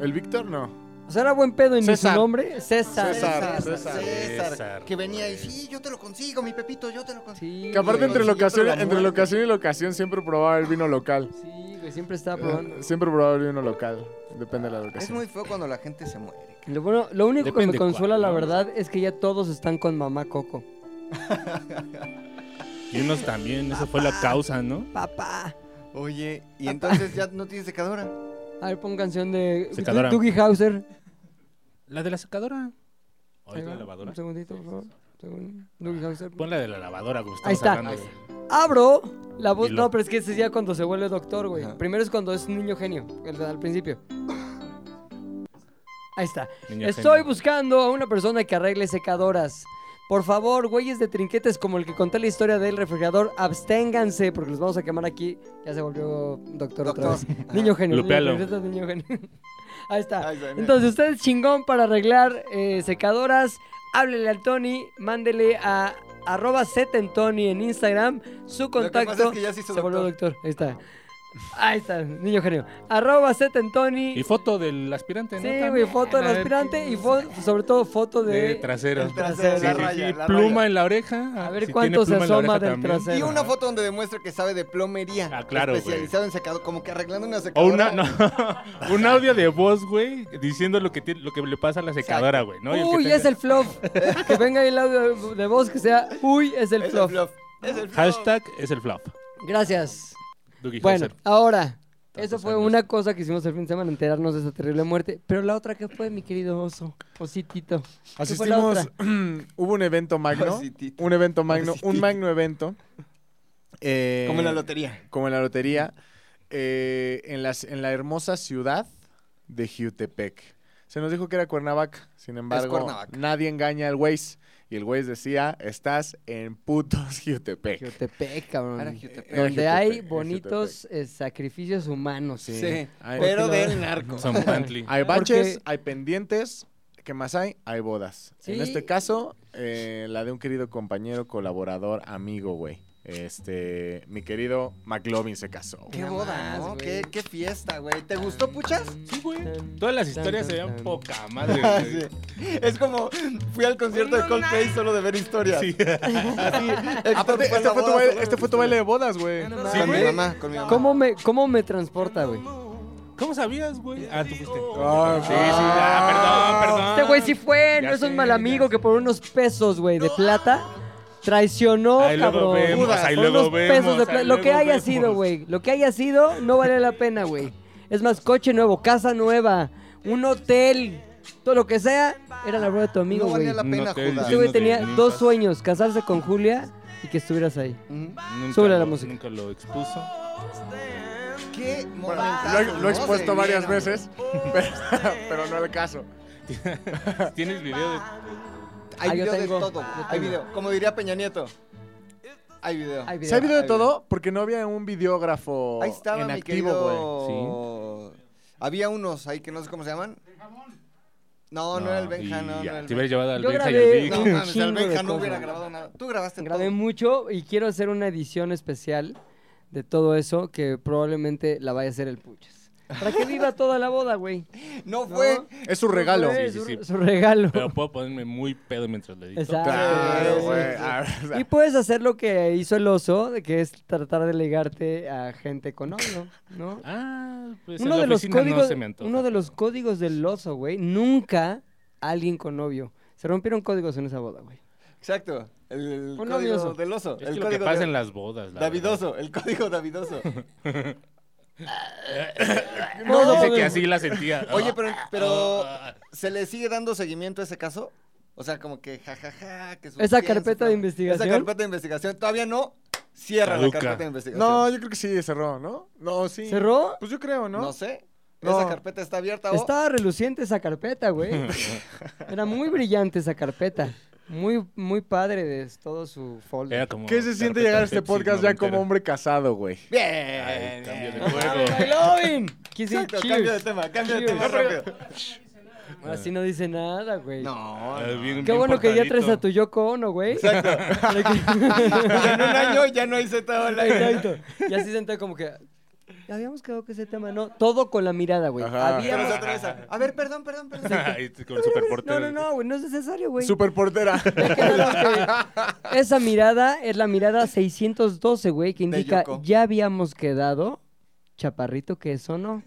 [SPEAKER 4] ¿El Víctor? No.
[SPEAKER 1] O sea, era buen pedo y ni su
[SPEAKER 4] César.
[SPEAKER 1] nombre. César.
[SPEAKER 4] César.
[SPEAKER 2] César,
[SPEAKER 3] César,
[SPEAKER 2] que venía y
[SPEAKER 3] güey.
[SPEAKER 2] sí, yo te lo consigo, mi Pepito, yo te lo consigo.
[SPEAKER 1] Sí.
[SPEAKER 4] Que aparte
[SPEAKER 1] güey.
[SPEAKER 4] entre
[SPEAKER 2] Sí, yo
[SPEAKER 4] locación,
[SPEAKER 2] creo la
[SPEAKER 4] entre
[SPEAKER 2] muerte.
[SPEAKER 4] locación y locación siempre probaba el vino local.
[SPEAKER 1] Sí, güey, siempre
[SPEAKER 3] Eh.
[SPEAKER 1] estaba probando.
[SPEAKER 4] Ah, Siempre probaba el vino local. Depende de la
[SPEAKER 2] Es
[SPEAKER 4] locación.
[SPEAKER 2] muy feo cuando la gente se muere.
[SPEAKER 1] Lo, bueno, lo único que me
[SPEAKER 3] Depende
[SPEAKER 1] consuela,
[SPEAKER 3] cuál,
[SPEAKER 1] la
[SPEAKER 3] ¿no?
[SPEAKER 1] verdad, es que ya todos están con mamá Coco.
[SPEAKER 3] Y unos también, esa fue la causa, ¿no?
[SPEAKER 1] Papá.
[SPEAKER 2] Oye, y entonces ya no tienes secadora.
[SPEAKER 1] A ver, pon canción de
[SPEAKER 3] Secadora.
[SPEAKER 1] Dougie Hauser.
[SPEAKER 3] La de la secadora. ¿O
[SPEAKER 1] Ahí
[SPEAKER 3] es la
[SPEAKER 1] va,
[SPEAKER 3] lavadora?
[SPEAKER 1] Un segundito, por favor. Segundo. Dougie Hauser.
[SPEAKER 3] Pon la de la lavadora, güey.
[SPEAKER 1] Ahí está.
[SPEAKER 3] estamos hablando de-
[SPEAKER 1] Abro la voz.
[SPEAKER 3] Y lo-
[SPEAKER 1] No, pero es que ese es ya cuando se vuelve doctor, güey.
[SPEAKER 2] Ajá.
[SPEAKER 1] Primero es cuando es un niño genio, el de- al principio. Ahí está.
[SPEAKER 3] Niño
[SPEAKER 1] Estoy
[SPEAKER 3] genio.
[SPEAKER 1] buscando a una persona que arregle secadoras. Por favor, güeyes de trinquetes como el que conté la historia del refrigerador, absténganse porque los vamos a quemar aquí. Ya se volvió doctor, otra vez.
[SPEAKER 2] Doctor.
[SPEAKER 1] [LAUGHS]
[SPEAKER 2] Ajá.
[SPEAKER 1] Niño genio. niño
[SPEAKER 3] Lupealo.
[SPEAKER 1] genio, niño genio. [LAUGHS] Ahí está.
[SPEAKER 2] Ay, güey,
[SPEAKER 1] Entonces, usted es chingón para arreglar eh, secadoras. Háblele al Tony, mándele a arroba setentony en Instagram su
[SPEAKER 2] Lo que
[SPEAKER 1] contacto.
[SPEAKER 2] pasa es que ya se hizo
[SPEAKER 1] se volvió
[SPEAKER 2] doctor.
[SPEAKER 1] doctor. Ahí está. Ahí está, niño genio. Arroba setentony.
[SPEAKER 3] Y foto del aspirante, ¿no?
[SPEAKER 1] Sí, güey,
[SPEAKER 3] También,
[SPEAKER 1] foto del
[SPEAKER 3] a ver,
[SPEAKER 1] aspirante y
[SPEAKER 3] qué-
[SPEAKER 1] fo- sobre todo foto de...
[SPEAKER 3] de trasero.
[SPEAKER 2] El trasero,
[SPEAKER 3] Sí,
[SPEAKER 2] la
[SPEAKER 3] sí,
[SPEAKER 2] raya,
[SPEAKER 3] sí,
[SPEAKER 2] la
[SPEAKER 3] pluma
[SPEAKER 2] raya.
[SPEAKER 3] en la oreja.
[SPEAKER 1] A
[SPEAKER 3] Ah,
[SPEAKER 1] ver
[SPEAKER 3] si
[SPEAKER 1] cuánto
[SPEAKER 3] tiene
[SPEAKER 1] se
[SPEAKER 3] pluma en la
[SPEAKER 1] asoma
[SPEAKER 3] oreja
[SPEAKER 1] del
[SPEAKER 3] también.
[SPEAKER 1] trasero.
[SPEAKER 2] Y una foto donde demuestra que sabe de plomería.
[SPEAKER 3] Ah, claro,
[SPEAKER 2] Especializado en secado, como que arreglando una
[SPEAKER 3] O
[SPEAKER 2] secadora.
[SPEAKER 3] una, no, [LAUGHS] un audio de voz, güey, diciendo lo que, tiene- lo que le pasa a la secadora, güey, ¿no? Y el que
[SPEAKER 1] Uy,
[SPEAKER 3] tenga-
[SPEAKER 1] es el
[SPEAKER 3] [LAUGHS]
[SPEAKER 1] fluff. que venga ahí el audio de voz que sea... Uy, es el
[SPEAKER 2] Es
[SPEAKER 1] fluff.
[SPEAKER 2] el fluff. Es el fluff.
[SPEAKER 3] Hashtag es el flop.
[SPEAKER 1] Gracias.
[SPEAKER 3] Dougie
[SPEAKER 1] Bueno,
[SPEAKER 3] Hauser.
[SPEAKER 1] ahora,
[SPEAKER 3] Tantos
[SPEAKER 1] eso fue
[SPEAKER 3] años.
[SPEAKER 1] una cosa que hicimos el fin de semana, enterarnos de esa terrible muerte. Pero la otra que fue, mi querido oso, ositito. ¿Qué fue la
[SPEAKER 4] Asistimos,
[SPEAKER 1] otra?
[SPEAKER 4] [CLEARS THROAT] hubo un evento magno,
[SPEAKER 2] Cositita.
[SPEAKER 4] un evento magno,
[SPEAKER 2] Cositita.
[SPEAKER 4] un magno evento. eh,
[SPEAKER 2] Como en la lotería.
[SPEAKER 4] Como en la lotería, eh, en, las- en la hermosa ciudad de Jutepec. Se nos dijo que era Cuernavaca, sin embargo,
[SPEAKER 2] Cuernavaca.
[SPEAKER 4] nadie engaña al Waze. Y el Waze decía, estás en putos [LAUGHS] Jutepec.
[SPEAKER 1] Jutepec,
[SPEAKER 2] Era
[SPEAKER 1] cabrón.
[SPEAKER 2] Jutepec.
[SPEAKER 4] Era
[SPEAKER 1] Donde
[SPEAKER 4] Jutepec,
[SPEAKER 1] hay
[SPEAKER 4] era
[SPEAKER 1] bonitos eh, sacrificios humanos. eh.
[SPEAKER 2] Sí,
[SPEAKER 4] Ay,
[SPEAKER 2] pero
[SPEAKER 1] porque lo-
[SPEAKER 2] del narco.
[SPEAKER 3] San Pantli.
[SPEAKER 4] Hay baches,
[SPEAKER 1] Porque-
[SPEAKER 4] hay pendientes. ¿Qué más hay? Hay bodas.
[SPEAKER 1] Sí.
[SPEAKER 4] En este caso, eh, la de un querido compañero, colaborador, amigo, güey. Este, mi querido McLovin se casó. güey.
[SPEAKER 2] Qué
[SPEAKER 1] Nada
[SPEAKER 2] boda,
[SPEAKER 1] más,
[SPEAKER 2] ¿no?
[SPEAKER 1] güey.
[SPEAKER 2] Qué, qué fiesta, güey. ¿Te gustó, puchas?
[SPEAKER 3] Sí, güey. Todas las historias se veían
[SPEAKER 1] poco.
[SPEAKER 3] poca
[SPEAKER 1] [LAUGHS]
[SPEAKER 3] madre. güey.
[SPEAKER 2] Es como fui al concierto de Coldplay solo de ver historias.
[SPEAKER 3] Sí.
[SPEAKER 2] Así.
[SPEAKER 4] Aparte, este, fue tu baile, este fue tu baile de bodas, güey.
[SPEAKER 1] no
[SPEAKER 2] Con
[SPEAKER 1] Sí,
[SPEAKER 2] mi
[SPEAKER 1] güey.
[SPEAKER 2] mamá, con mi mamá.
[SPEAKER 1] ¿Cómo me, ¿Cómo me transporta, güey?
[SPEAKER 3] ¿Cómo sabías, güey? Ah, tú fuiste.
[SPEAKER 4] Ah,
[SPEAKER 3] sí, sí. Ah, perdón, perdón.
[SPEAKER 1] Este güey sí fue,
[SPEAKER 3] Ah, Ya
[SPEAKER 1] no es
[SPEAKER 3] sé,
[SPEAKER 1] un mal
[SPEAKER 3] ya
[SPEAKER 1] amigo
[SPEAKER 3] sé.
[SPEAKER 1] que por unos pesos, güey, de plata traicionó,
[SPEAKER 3] Ahí luego
[SPEAKER 1] cabrón.
[SPEAKER 3] vemos,
[SPEAKER 1] Judas,
[SPEAKER 3] ahí
[SPEAKER 1] por
[SPEAKER 3] luego
[SPEAKER 1] unos pesos
[SPEAKER 3] vemos,
[SPEAKER 1] de plata.
[SPEAKER 3] ahí
[SPEAKER 1] Lo que
[SPEAKER 3] luego
[SPEAKER 1] haya
[SPEAKER 3] vemos.
[SPEAKER 1] sido, güey. Lo que haya sido no vale la pena, güey. Es más, coche nuevo, casa nueva, un hotel, todo lo que sea, era la boda de tu amigo,
[SPEAKER 2] No
[SPEAKER 1] güey.
[SPEAKER 2] valía la
[SPEAKER 3] No
[SPEAKER 2] pena,
[SPEAKER 3] te
[SPEAKER 2] Judas.
[SPEAKER 1] Este güey
[SPEAKER 3] Digno de
[SPEAKER 1] tenía
[SPEAKER 3] mil
[SPEAKER 1] dos
[SPEAKER 3] pas-
[SPEAKER 1] sueños, casarse con Julia y que estuvieras ahí.
[SPEAKER 2] Ujú.
[SPEAKER 3] Nunca
[SPEAKER 1] Súbele
[SPEAKER 3] lo-
[SPEAKER 1] la música.
[SPEAKER 3] Nunca lo expuso.
[SPEAKER 2] Qué
[SPEAKER 4] Lo,
[SPEAKER 2] momentazo,
[SPEAKER 4] he- lo
[SPEAKER 2] ¿no?
[SPEAKER 4] he expuesto
[SPEAKER 2] Se
[SPEAKER 4] varias
[SPEAKER 2] vieron.
[SPEAKER 4] veces, [LAUGHS] pero, pero no el caso.
[SPEAKER 3] [LAUGHS] Tienes video de.
[SPEAKER 2] Hay
[SPEAKER 1] Ah, yo
[SPEAKER 2] video de
[SPEAKER 1] tengo.
[SPEAKER 2] todo.
[SPEAKER 1] Yo
[SPEAKER 2] Hay
[SPEAKER 1] tengo.
[SPEAKER 2] video. Como diría Peña Nieto. Hay video.
[SPEAKER 1] Hay
[SPEAKER 4] ¿Se ha habido de
[SPEAKER 2] Ahí
[SPEAKER 4] todo? Porque no había un videógrafo
[SPEAKER 2] Ahí estaba
[SPEAKER 4] en
[SPEAKER 2] mi
[SPEAKER 4] activo,
[SPEAKER 2] querido. Había unos ahí que no sé cómo se llaman. No, no, era el Benja,
[SPEAKER 3] y
[SPEAKER 2] no, no
[SPEAKER 3] ya,
[SPEAKER 2] era el
[SPEAKER 3] Te hubieras llevado al
[SPEAKER 1] Yo
[SPEAKER 3] Benja y
[SPEAKER 1] grabé-
[SPEAKER 3] al Vic.
[SPEAKER 2] No,
[SPEAKER 1] Un
[SPEAKER 2] mames, el
[SPEAKER 1] chingo de
[SPEAKER 2] Benja no hubiera
[SPEAKER 1] cosas.
[SPEAKER 2] grabado nada. Tú grabaste
[SPEAKER 1] Grabé
[SPEAKER 2] todo.
[SPEAKER 1] mucho y quiero hacer una edición especial de todo eso que probablemente la vaya a hacer el Puchas. Para que viva toda la boda, güey.
[SPEAKER 2] No
[SPEAKER 1] ¿No?
[SPEAKER 2] fue.
[SPEAKER 4] güey. Es su regalo.
[SPEAKER 1] Fue
[SPEAKER 3] Sí,
[SPEAKER 1] su,
[SPEAKER 3] sí, sí.
[SPEAKER 1] su regalo.
[SPEAKER 3] [LAUGHS] Pero puedo ponerme muy pedo mientras le edito.
[SPEAKER 1] Exacto.
[SPEAKER 4] Claro,
[SPEAKER 1] Sí,
[SPEAKER 4] güey.
[SPEAKER 1] sí, sí.
[SPEAKER 4] Ah,
[SPEAKER 3] pues,
[SPEAKER 4] o sea,
[SPEAKER 1] Y puedes hacer lo que hizo el oso, de que es tratar de legarte a gente con odio, ¿no?
[SPEAKER 3] [LAUGHS] Ah, pues en
[SPEAKER 1] uno
[SPEAKER 3] la
[SPEAKER 1] de los
[SPEAKER 3] oficina no
[SPEAKER 1] códigos,
[SPEAKER 3] se me antoja.
[SPEAKER 1] uno de los códigos del oso, güey, nunca alguien con novio. Se rompieron códigos en esa boda, güey.
[SPEAKER 2] Exacto. El, el
[SPEAKER 1] Fue
[SPEAKER 2] código
[SPEAKER 1] novioso.
[SPEAKER 2] del oso.
[SPEAKER 3] Es
[SPEAKER 2] el
[SPEAKER 3] que lo que
[SPEAKER 2] código
[SPEAKER 3] pasa
[SPEAKER 2] de-
[SPEAKER 3] en las bodas. la
[SPEAKER 2] Davidoso. El código Davidoso.
[SPEAKER 3] [LAUGHS] verdad.
[SPEAKER 1] No, no,
[SPEAKER 3] Dice
[SPEAKER 1] no,
[SPEAKER 3] que
[SPEAKER 1] no.
[SPEAKER 3] así la sentía.
[SPEAKER 2] [LAUGHS] Oye, pero, pero
[SPEAKER 3] Ah,
[SPEAKER 2] ¿se le sigue dando seguimiento a ese caso? O sea, como que jajaja. que sus
[SPEAKER 1] Esa
[SPEAKER 2] pies,
[SPEAKER 1] carpeta
[SPEAKER 2] su-
[SPEAKER 1] de investigación.
[SPEAKER 2] Esa carpeta de investigación. Todavía no cierra
[SPEAKER 3] Caduca.
[SPEAKER 2] la carpeta de investigación.
[SPEAKER 4] No, yo creo que sí cerró, ¿no? No, sí.
[SPEAKER 1] pues, ¿Cerró?
[SPEAKER 4] Pues yo creo, ¿no?
[SPEAKER 2] no, sé.
[SPEAKER 4] No.
[SPEAKER 2] Esa carpeta está abierta o
[SPEAKER 1] Estaba reluciente esa carpeta,
[SPEAKER 3] [LAUGHS]
[SPEAKER 1] güey. Era muy brillante esa carpeta. Muy, muy padre de todo su folder.
[SPEAKER 3] [LAUGHS] era como
[SPEAKER 4] ¿Qué se siente
[SPEAKER 3] carpeta
[SPEAKER 4] llegar a este
[SPEAKER 3] Pepsi
[SPEAKER 4] podcast ya
[SPEAKER 3] noventera.
[SPEAKER 4] como hombre casado, güey?
[SPEAKER 2] Bien.
[SPEAKER 3] Ay, cambio
[SPEAKER 2] [LAUGHS]
[SPEAKER 3] de
[SPEAKER 2] bien.
[SPEAKER 3] juego.
[SPEAKER 1] ¡McLovin! Quise
[SPEAKER 2] Exacto, cambio de
[SPEAKER 1] cheers.
[SPEAKER 2] tema, cambio de
[SPEAKER 1] Cheers.
[SPEAKER 2] tema rápido.
[SPEAKER 1] Así no dice nada, güey.
[SPEAKER 2] No,
[SPEAKER 3] [LAUGHS] Ah, bien-
[SPEAKER 1] Qué
[SPEAKER 3] bien
[SPEAKER 1] bueno que ya traes
[SPEAKER 3] portadito.
[SPEAKER 1] a tu Yoko Ono, güey. [LAUGHS]
[SPEAKER 2] [LAUGHS] en un año [LAUGHS] ya no hice
[SPEAKER 1] [LAUGHS]
[SPEAKER 2] todo la
[SPEAKER 1] Exacto. Y así sentado como que... Habíamos quedado que ese tema, no. Todo con la mirada, güey.
[SPEAKER 4] Ajá.
[SPEAKER 2] Pero
[SPEAKER 1] Habíamos...
[SPEAKER 2] se atraviesa.
[SPEAKER 3] [LAUGHS]
[SPEAKER 2] A ver, perdón, perdón, perdón.
[SPEAKER 3] Ay, Con el superportero.
[SPEAKER 1] No, no, no, güey. No es necesario, güey.
[SPEAKER 4] Super portera.
[SPEAKER 1] [LAUGHS] Ya quedamos que Esa mirada es la mirada 612, güey, que
[SPEAKER 2] De
[SPEAKER 1] indica
[SPEAKER 2] Yoko.
[SPEAKER 1] ya habíamos quedado, chaparrito, que eso
[SPEAKER 2] [LAUGHS]
[SPEAKER 1] no.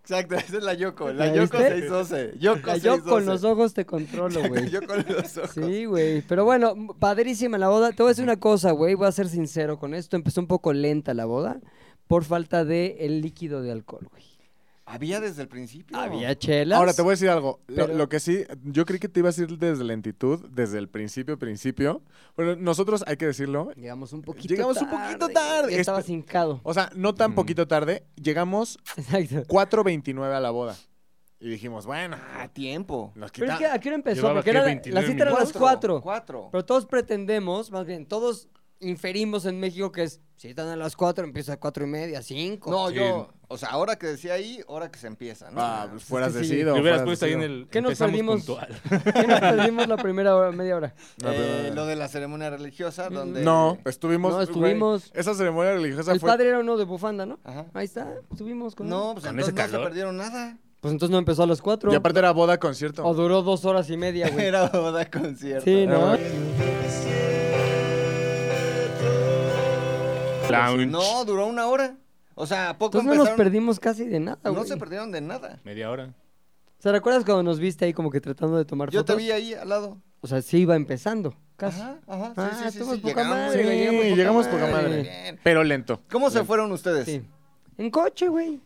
[SPEAKER 2] Exacto, esa es la Yoko, la
[SPEAKER 1] ¿La
[SPEAKER 2] Yoko
[SPEAKER 1] viste?
[SPEAKER 2] 612. Yoko
[SPEAKER 1] Ya yo
[SPEAKER 2] 612.
[SPEAKER 1] con
[SPEAKER 2] [LAUGHS]
[SPEAKER 1] los ojos te controlo,
[SPEAKER 2] Exacto,
[SPEAKER 1] güey.
[SPEAKER 2] Yo con los ojos.
[SPEAKER 1] Sí, güey. Pero bueno, m- padrísima la boda. Te voy a decir una cosa, güey. Voy a ser sincero con esto. Empezó un poco lenta la boda por falta de el líquido de alcohol, güey.
[SPEAKER 2] Había desde el principio.
[SPEAKER 1] Había chelas.
[SPEAKER 4] Ahora te voy a decir algo. Lo,
[SPEAKER 1] Pero-
[SPEAKER 4] lo que sí, yo creí que te ibas a ir desde lentitud, desde el principio, principio. Bueno, nosotros, hay que decirlo,
[SPEAKER 1] Llegamos un poquito
[SPEAKER 4] Llegamos un
[SPEAKER 1] tarde.
[SPEAKER 4] poquito tarde.
[SPEAKER 1] Ya estaba
[SPEAKER 4] Espe- [LAUGHS]
[SPEAKER 1] hincado.
[SPEAKER 4] o sea, no tan poquito tarde, llegamos
[SPEAKER 1] Exacto.
[SPEAKER 4] 4.29 a la boda. Y dijimos, bueno,
[SPEAKER 2] A Ah, tiempo.
[SPEAKER 4] nos
[SPEAKER 1] Pero es
[SPEAKER 4] quitamos.
[SPEAKER 1] que ¿a qué hora empezó?
[SPEAKER 3] Llevaba,
[SPEAKER 1] Porque
[SPEAKER 3] ¿qué?
[SPEAKER 1] era, la-
[SPEAKER 3] 29
[SPEAKER 1] la cita era a las
[SPEAKER 2] Cuatro,
[SPEAKER 1] 4.
[SPEAKER 2] Cuatro.
[SPEAKER 1] Pero todos pretendemos, más bien, todos inferimos en México que es, si están a las 4, empieza a 4 y media, 5. [LAUGHS]
[SPEAKER 2] No,
[SPEAKER 3] Sí.
[SPEAKER 2] yo. O sea, ahora que decía ahí, ahora que se empieza, ¿no? Eh,
[SPEAKER 4] Ah, pues fueras
[SPEAKER 1] Es que sí.
[SPEAKER 4] decido.
[SPEAKER 3] Te hubieras
[SPEAKER 4] fueras
[SPEAKER 3] puesto ahí en
[SPEAKER 4] decido.
[SPEAKER 3] el.
[SPEAKER 1] ¿Qué nos
[SPEAKER 3] empezamos
[SPEAKER 1] perdimos?
[SPEAKER 3] puntual.
[SPEAKER 1] ¿Qué nos perdimos la primera hora, media hora?
[SPEAKER 4] No,
[SPEAKER 2] Eh,
[SPEAKER 4] pero-
[SPEAKER 2] lo de la ceremonia religiosa,
[SPEAKER 1] Mm,
[SPEAKER 2] donde. pues,
[SPEAKER 4] No, estuvimos.
[SPEAKER 1] No,
[SPEAKER 4] güey,
[SPEAKER 1] estuvimos.
[SPEAKER 4] esa ceremonia religiosa
[SPEAKER 1] El
[SPEAKER 4] fue.
[SPEAKER 1] padre era uno de bufanda, ¿no?
[SPEAKER 2] Ajá.
[SPEAKER 1] Ahí está, subimos con
[SPEAKER 2] No,
[SPEAKER 1] él.
[SPEAKER 2] pues
[SPEAKER 3] Con ese
[SPEAKER 2] entonces no se
[SPEAKER 3] calor.
[SPEAKER 2] perdieron nada.
[SPEAKER 1] Pues entonces no empezó a las 4.
[SPEAKER 4] Y aparte era boda concierto.
[SPEAKER 1] O duró dos horas y media, güey.
[SPEAKER 2] [LAUGHS] Era boda concierto.
[SPEAKER 1] Sí, ¿no?
[SPEAKER 3] Lounge.
[SPEAKER 2] No, duró una hora. O sea, ¿a poco
[SPEAKER 1] Entonces no nos
[SPEAKER 2] empezaron?
[SPEAKER 1] perdimos casi de nada, güey.
[SPEAKER 2] no se perdieron de nada.
[SPEAKER 3] Media hora.
[SPEAKER 1] O sea, ¿recuerdas cuando nos viste ahí como que tratando de tomar
[SPEAKER 2] Yo te
[SPEAKER 1] fotos?
[SPEAKER 2] vi ahí al lado.
[SPEAKER 1] O sea, sí iba empezando, casi.
[SPEAKER 2] Ajá, ajá. Sí,
[SPEAKER 1] Ah,
[SPEAKER 2] sí, sí,
[SPEAKER 1] estamos
[SPEAKER 2] sí,
[SPEAKER 1] poca
[SPEAKER 2] llegamos.
[SPEAKER 1] madre,
[SPEAKER 4] Sí,
[SPEAKER 1] güey, llegamos poca
[SPEAKER 4] llegamos poca
[SPEAKER 1] madre.
[SPEAKER 4] madre.
[SPEAKER 2] Bien.
[SPEAKER 4] Pero lento.
[SPEAKER 2] ¿Cómo se fueron ustedes?
[SPEAKER 1] Sí. En coche, güey.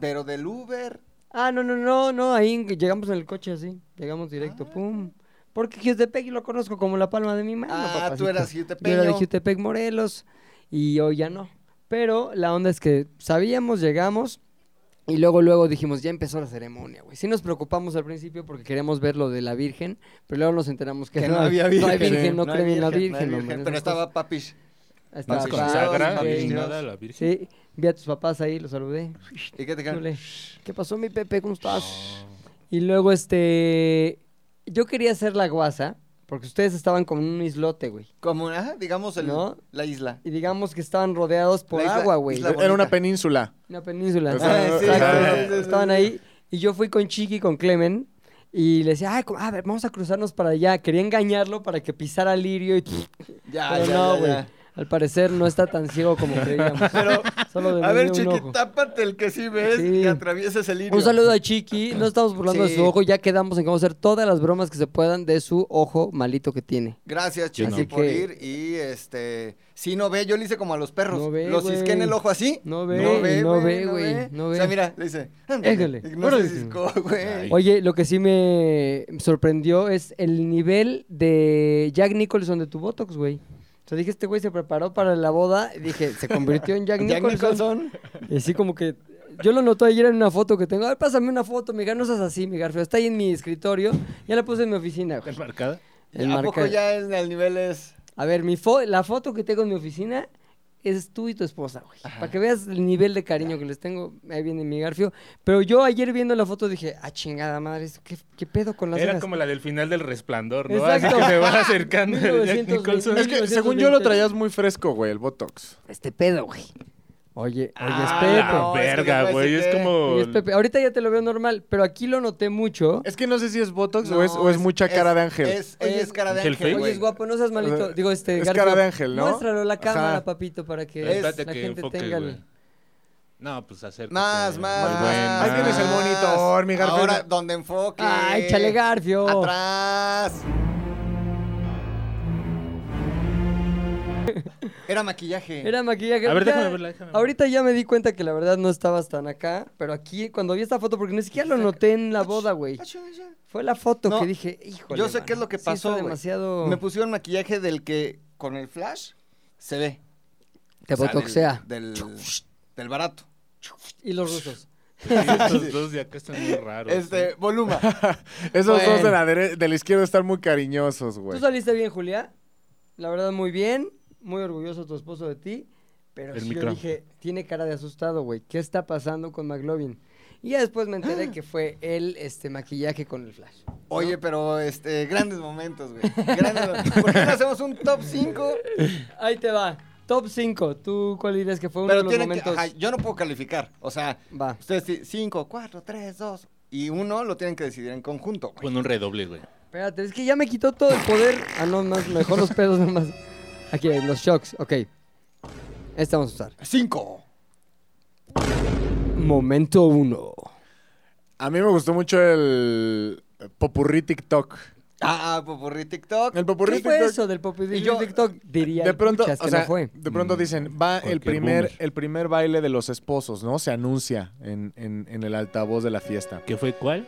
[SPEAKER 2] Pero del Uber.
[SPEAKER 1] Ah, no, no, no, no, ahí en- llegamos en el coche así, llegamos directo,
[SPEAKER 2] Ah.
[SPEAKER 1] pum. Porque Jutepec lo conozco como la palma de mi mano.
[SPEAKER 2] Ah,
[SPEAKER 1] papacito.
[SPEAKER 2] tú eras
[SPEAKER 1] Yo era de
[SPEAKER 2] jutepeño.
[SPEAKER 1] Jutepec Morelos y hoy ya no. Pero la onda es que sabíamos, llegamos, Y luego, luego dijimos, ya empezó la ceremonia, güey. Sí nos preocupamos al principio porque queríamos ver lo de la Virgen, pero luego nos enteramos que,
[SPEAKER 2] Que no había
[SPEAKER 1] No hay
[SPEAKER 2] virgen,
[SPEAKER 1] virgen, no,
[SPEAKER 2] hay
[SPEAKER 1] creen en la
[SPEAKER 2] virgen, no hay
[SPEAKER 1] Virgen. hombre,
[SPEAKER 2] virgen,
[SPEAKER 1] esas
[SPEAKER 2] Pero
[SPEAKER 1] cosas.
[SPEAKER 2] estaba papis.
[SPEAKER 1] Ahí estaba
[SPEAKER 3] Más
[SPEAKER 2] Papis,
[SPEAKER 3] consagra
[SPEAKER 2] papis,
[SPEAKER 3] ni
[SPEAKER 2] Dios.
[SPEAKER 3] nada a la Virgen.
[SPEAKER 1] Sí, vi a tus papás ahí, los saludé.
[SPEAKER 2] ¿Y qué te quedan?
[SPEAKER 1] Órale. ¿Qué pasó, mi Pepe? ¿Cómo estás?
[SPEAKER 2] Oh.
[SPEAKER 1] Y luego, este. Yo quería hacer la guasa, porque ustedes estaban como en un islote, güey.
[SPEAKER 2] Como, ajá, digamos, el,
[SPEAKER 1] ¿No?
[SPEAKER 2] la isla.
[SPEAKER 1] Y digamos que estaban rodeados por
[SPEAKER 2] La isla-
[SPEAKER 1] agua, güey.
[SPEAKER 2] isla
[SPEAKER 4] Era una
[SPEAKER 2] bonita.
[SPEAKER 4] península.
[SPEAKER 1] Una península.
[SPEAKER 4] O
[SPEAKER 2] sea,
[SPEAKER 1] Exacto.
[SPEAKER 2] sí,
[SPEAKER 1] Exacto.
[SPEAKER 2] sí, sí, sí.
[SPEAKER 1] Estaban ahí. Y yo fui con Chiqui, con Clemen. Y le decía, ay, co- a ver, vamos a cruzarnos para allá. Quería engañarlo para que pisara lirio. Y... Pero
[SPEAKER 2] Ya, Ah, ya,
[SPEAKER 1] no,
[SPEAKER 2] ya,
[SPEAKER 1] güey.
[SPEAKER 2] ya.
[SPEAKER 1] Al parecer no está tan ciego
[SPEAKER 2] [LAUGHS]
[SPEAKER 1] como creíamos.
[SPEAKER 2] Pero,
[SPEAKER 1] Solo de
[SPEAKER 2] a ver,
[SPEAKER 1] un
[SPEAKER 2] chiqui,
[SPEAKER 1] ojo.
[SPEAKER 2] tápate el que sí ves
[SPEAKER 1] Sí.
[SPEAKER 2] y atravieses el hilo.
[SPEAKER 1] Un saludo a Chiqui. No estamos burlando de
[SPEAKER 2] Sí.
[SPEAKER 1] su ojo. Ya quedamos en que vamos a hacer todas las bromas que se puedan de su ojo malito que tiene.
[SPEAKER 2] Gracias, Chiqui,
[SPEAKER 1] Así
[SPEAKER 2] por
[SPEAKER 1] que-
[SPEAKER 2] ir. Y este. Si no ve, yo le hice como a los perros.
[SPEAKER 1] No ve,
[SPEAKER 2] los cisqué en
[SPEAKER 1] güey.
[SPEAKER 2] el ojo así.
[SPEAKER 1] No ve, no ve, güey, no
[SPEAKER 2] O
[SPEAKER 1] ve.
[SPEAKER 2] sea, mira, le hice.
[SPEAKER 1] Éjale,
[SPEAKER 2] Ándale. No
[SPEAKER 1] órale.
[SPEAKER 2] se ciscó, güey.
[SPEAKER 3] Ay.
[SPEAKER 1] Oye, lo que sí me sorprendió es el nivel de Jack Nicholson de tu Botox, güey. O sea, dije, este güey se preparó para la boda. y Dije, se convirtió
[SPEAKER 2] [LAUGHS]
[SPEAKER 1] en Jack
[SPEAKER 2] Jack
[SPEAKER 1] Nicholson.
[SPEAKER 2] Nicholson.
[SPEAKER 1] Y así como que... Yo lo noté ayer en una foto que tengo. A ver, pásame una foto, Miguel. No seas así, mi Garfio. Está ahí en mi escritorio. Ya la puse en mi oficina, güey.
[SPEAKER 3] Enmarcada.
[SPEAKER 2] ¿A poco
[SPEAKER 1] Enmarcada.
[SPEAKER 2] ya es, el nivel es.
[SPEAKER 1] A ver, mi fo- la foto que tengo en mi oficina es tú y tu esposa, güey. Para que veas el nivel de cariño que les tengo. Ahí viene mi Garfio. Pero yo ayer viendo la foto dije, ah, chingada madre, ¿esto ¿qué, qué pedo con las
[SPEAKER 3] Era
[SPEAKER 1] cejas?"
[SPEAKER 3] como la del final del resplandor, ¿no?
[SPEAKER 1] Exacto.
[SPEAKER 3] Así que se va acercando el Jack
[SPEAKER 1] 1920.
[SPEAKER 3] Nicholson.
[SPEAKER 4] Es que según yo lo traías muy fresco, güey, el Botox.
[SPEAKER 1] Este pedo, güey. Oye, oye,
[SPEAKER 3] Ah,
[SPEAKER 1] es Pepe.
[SPEAKER 3] la
[SPEAKER 2] no, es que
[SPEAKER 3] verga,
[SPEAKER 2] no
[SPEAKER 3] güey.
[SPEAKER 2] puede
[SPEAKER 3] Es
[SPEAKER 2] ser.
[SPEAKER 3] como.
[SPEAKER 1] Oye, es Pepe. Ahorita ya te lo veo normal, pero aquí lo noté mucho.
[SPEAKER 4] Es que no sé si es Botox
[SPEAKER 2] No,
[SPEAKER 4] o, es, o es mucha cara de ángel.
[SPEAKER 2] Es, oye, es cara de
[SPEAKER 3] Ángel
[SPEAKER 2] ángel.
[SPEAKER 3] Face.
[SPEAKER 1] Oye,
[SPEAKER 2] güey.
[SPEAKER 1] es guapo, no seas malito. Digo, este.
[SPEAKER 4] Es
[SPEAKER 1] Garfio,
[SPEAKER 4] cara de ángel, ¿no?
[SPEAKER 1] Muéstralo a la
[SPEAKER 4] Ajá.
[SPEAKER 1] cámara, papito, para que
[SPEAKER 2] Es-
[SPEAKER 3] Espérate
[SPEAKER 1] la
[SPEAKER 3] que
[SPEAKER 1] gente
[SPEAKER 3] enfoque,
[SPEAKER 1] tenga. el-
[SPEAKER 3] güey. No, pues acércate.
[SPEAKER 2] Más,
[SPEAKER 3] Muy
[SPEAKER 2] más.
[SPEAKER 3] bueno.
[SPEAKER 4] Ahí tienes el monitor, mi Garfield.
[SPEAKER 2] Ahora, donde enfoque.
[SPEAKER 1] Ay, chale, Ah, Garfio. [LAUGHS]
[SPEAKER 2] Atrás. Era maquillaje.
[SPEAKER 1] Era maquillaje.
[SPEAKER 3] A ver,
[SPEAKER 1] Ya-
[SPEAKER 3] déjame verla, déjame verla.
[SPEAKER 1] Ahorita ya me di cuenta que la verdad no estabas tan acá, pero aquí, cuando vi esta foto, porque ni siquiera lo noté en la boda, güey. Fue la foto
[SPEAKER 2] No,
[SPEAKER 1] que dije, híjole.
[SPEAKER 2] Ah, Yo sé
[SPEAKER 1] mano,
[SPEAKER 2] qué es lo que
[SPEAKER 1] sí está
[SPEAKER 2] pasó. güey.
[SPEAKER 1] demasiado.
[SPEAKER 2] Me pusieron maquillaje del que con el flash se ve.
[SPEAKER 1] Te
[SPEAKER 2] O sea, del-
[SPEAKER 1] botoxea.
[SPEAKER 2] Del, del barato.
[SPEAKER 1] Y los rusos.
[SPEAKER 3] Estos dos de acá están muy raros.
[SPEAKER 2] Este,
[SPEAKER 4] [LAUGHS]
[SPEAKER 2] Voluma.
[SPEAKER 4] Esos dos
[SPEAKER 1] Bueno.
[SPEAKER 4] de la, dere- de la izquierda están muy cariñosos,
[SPEAKER 1] Tú
[SPEAKER 4] güey.
[SPEAKER 1] saliste bien, Julia. La verdad, muy bien. Muy orgulloso tu esposo de ti. Pero
[SPEAKER 3] El
[SPEAKER 1] sí yo
[SPEAKER 3] micro.
[SPEAKER 1] dije, tiene cara de asustado, güey. ¿Qué está pasando con McLovin? Y ya después me enteré que fue el este, maquillaje con el flash.
[SPEAKER 2] Oye, pero este, grandes momentos, güey. Grandes momentos. ¿Por qué no hacemos un top
[SPEAKER 1] [LAUGHS]
[SPEAKER 2] 5?
[SPEAKER 1] Ahí te va. Top 5. ¿Tú cuál dirías que fue uno
[SPEAKER 2] Pero
[SPEAKER 1] de los
[SPEAKER 2] tiene que.
[SPEAKER 1] momentos?
[SPEAKER 2] ajá, yo no puedo calificar. O sea,
[SPEAKER 1] Va.
[SPEAKER 2] ustedes 5, 4, 3, 2. Y uno lo tienen que decidir en conjunto,
[SPEAKER 4] Pues,
[SPEAKER 2] güey.
[SPEAKER 3] Con un redoble, güey.
[SPEAKER 1] Espérate, es que ya me quitó todo el poder. Ah, no, más, mejor los pedos nomás. Aquí, los shocks, ok. Esta vamos a usar.
[SPEAKER 2] 5.
[SPEAKER 1] Momento 1.
[SPEAKER 4] A mí me gustó mucho el popurrí TikTok.
[SPEAKER 2] Ah, popurrí TikTok.
[SPEAKER 4] El
[SPEAKER 1] ¿Qué
[SPEAKER 4] popurrí
[SPEAKER 1] fue
[SPEAKER 4] TikTok.
[SPEAKER 1] eso del pop
[SPEAKER 2] Y
[SPEAKER 1] del
[SPEAKER 2] yo-
[SPEAKER 1] TikTok? Diría
[SPEAKER 4] De pronto,
[SPEAKER 1] puchas,
[SPEAKER 4] o
[SPEAKER 1] que
[SPEAKER 4] sea,
[SPEAKER 1] no fue.
[SPEAKER 4] de pronto dicen, va el
[SPEAKER 3] Cualquier
[SPEAKER 4] primer,
[SPEAKER 3] boomer.
[SPEAKER 4] el primer baile de los esposos, ¿no? Se anuncia en, en- en el altavoz de la fiesta.
[SPEAKER 3] ¿Qué fue cuál?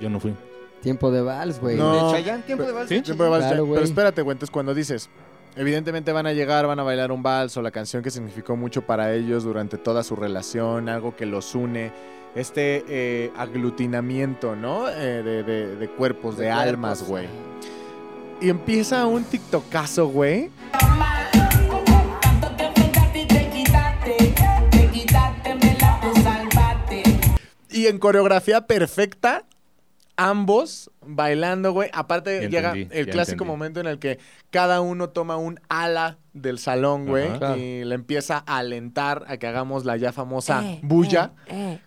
[SPEAKER 3] Yo no fui.
[SPEAKER 1] Tiempo de vals, güey.
[SPEAKER 4] No.
[SPEAKER 2] de Chayanne, tiempo de vals.
[SPEAKER 3] ¿Sí?
[SPEAKER 2] de
[SPEAKER 4] Siempre vas-
[SPEAKER 1] Claro, güey.
[SPEAKER 4] pero espérate, güey, entonces cuando dices, evidentemente van a llegar, van a bailar un vals o la canción que significó mucho para ellos durante toda su relación, algo que los une, este eh, aglutinamiento, ¿no? Eh, de, de- de cuerpos, de,
[SPEAKER 2] cuerpos.
[SPEAKER 4] almas, güey. Y empieza un TikTokazo, güey.
[SPEAKER 5] Tanto te enfrentaste y te quitaste, te quitaste, me la tú salvaste.
[SPEAKER 4] Y en coreografía perfecta, ambos bailando, güey. Aparte
[SPEAKER 3] Ya
[SPEAKER 4] llega
[SPEAKER 3] entendí,
[SPEAKER 4] el
[SPEAKER 3] ya
[SPEAKER 4] clásico
[SPEAKER 3] entendí.
[SPEAKER 4] momento en el que cada uno toma un ala del salón, güey.
[SPEAKER 3] Ajá.
[SPEAKER 1] Claro.
[SPEAKER 4] Y le empieza a alentar a que hagamos la ya famosa bulla,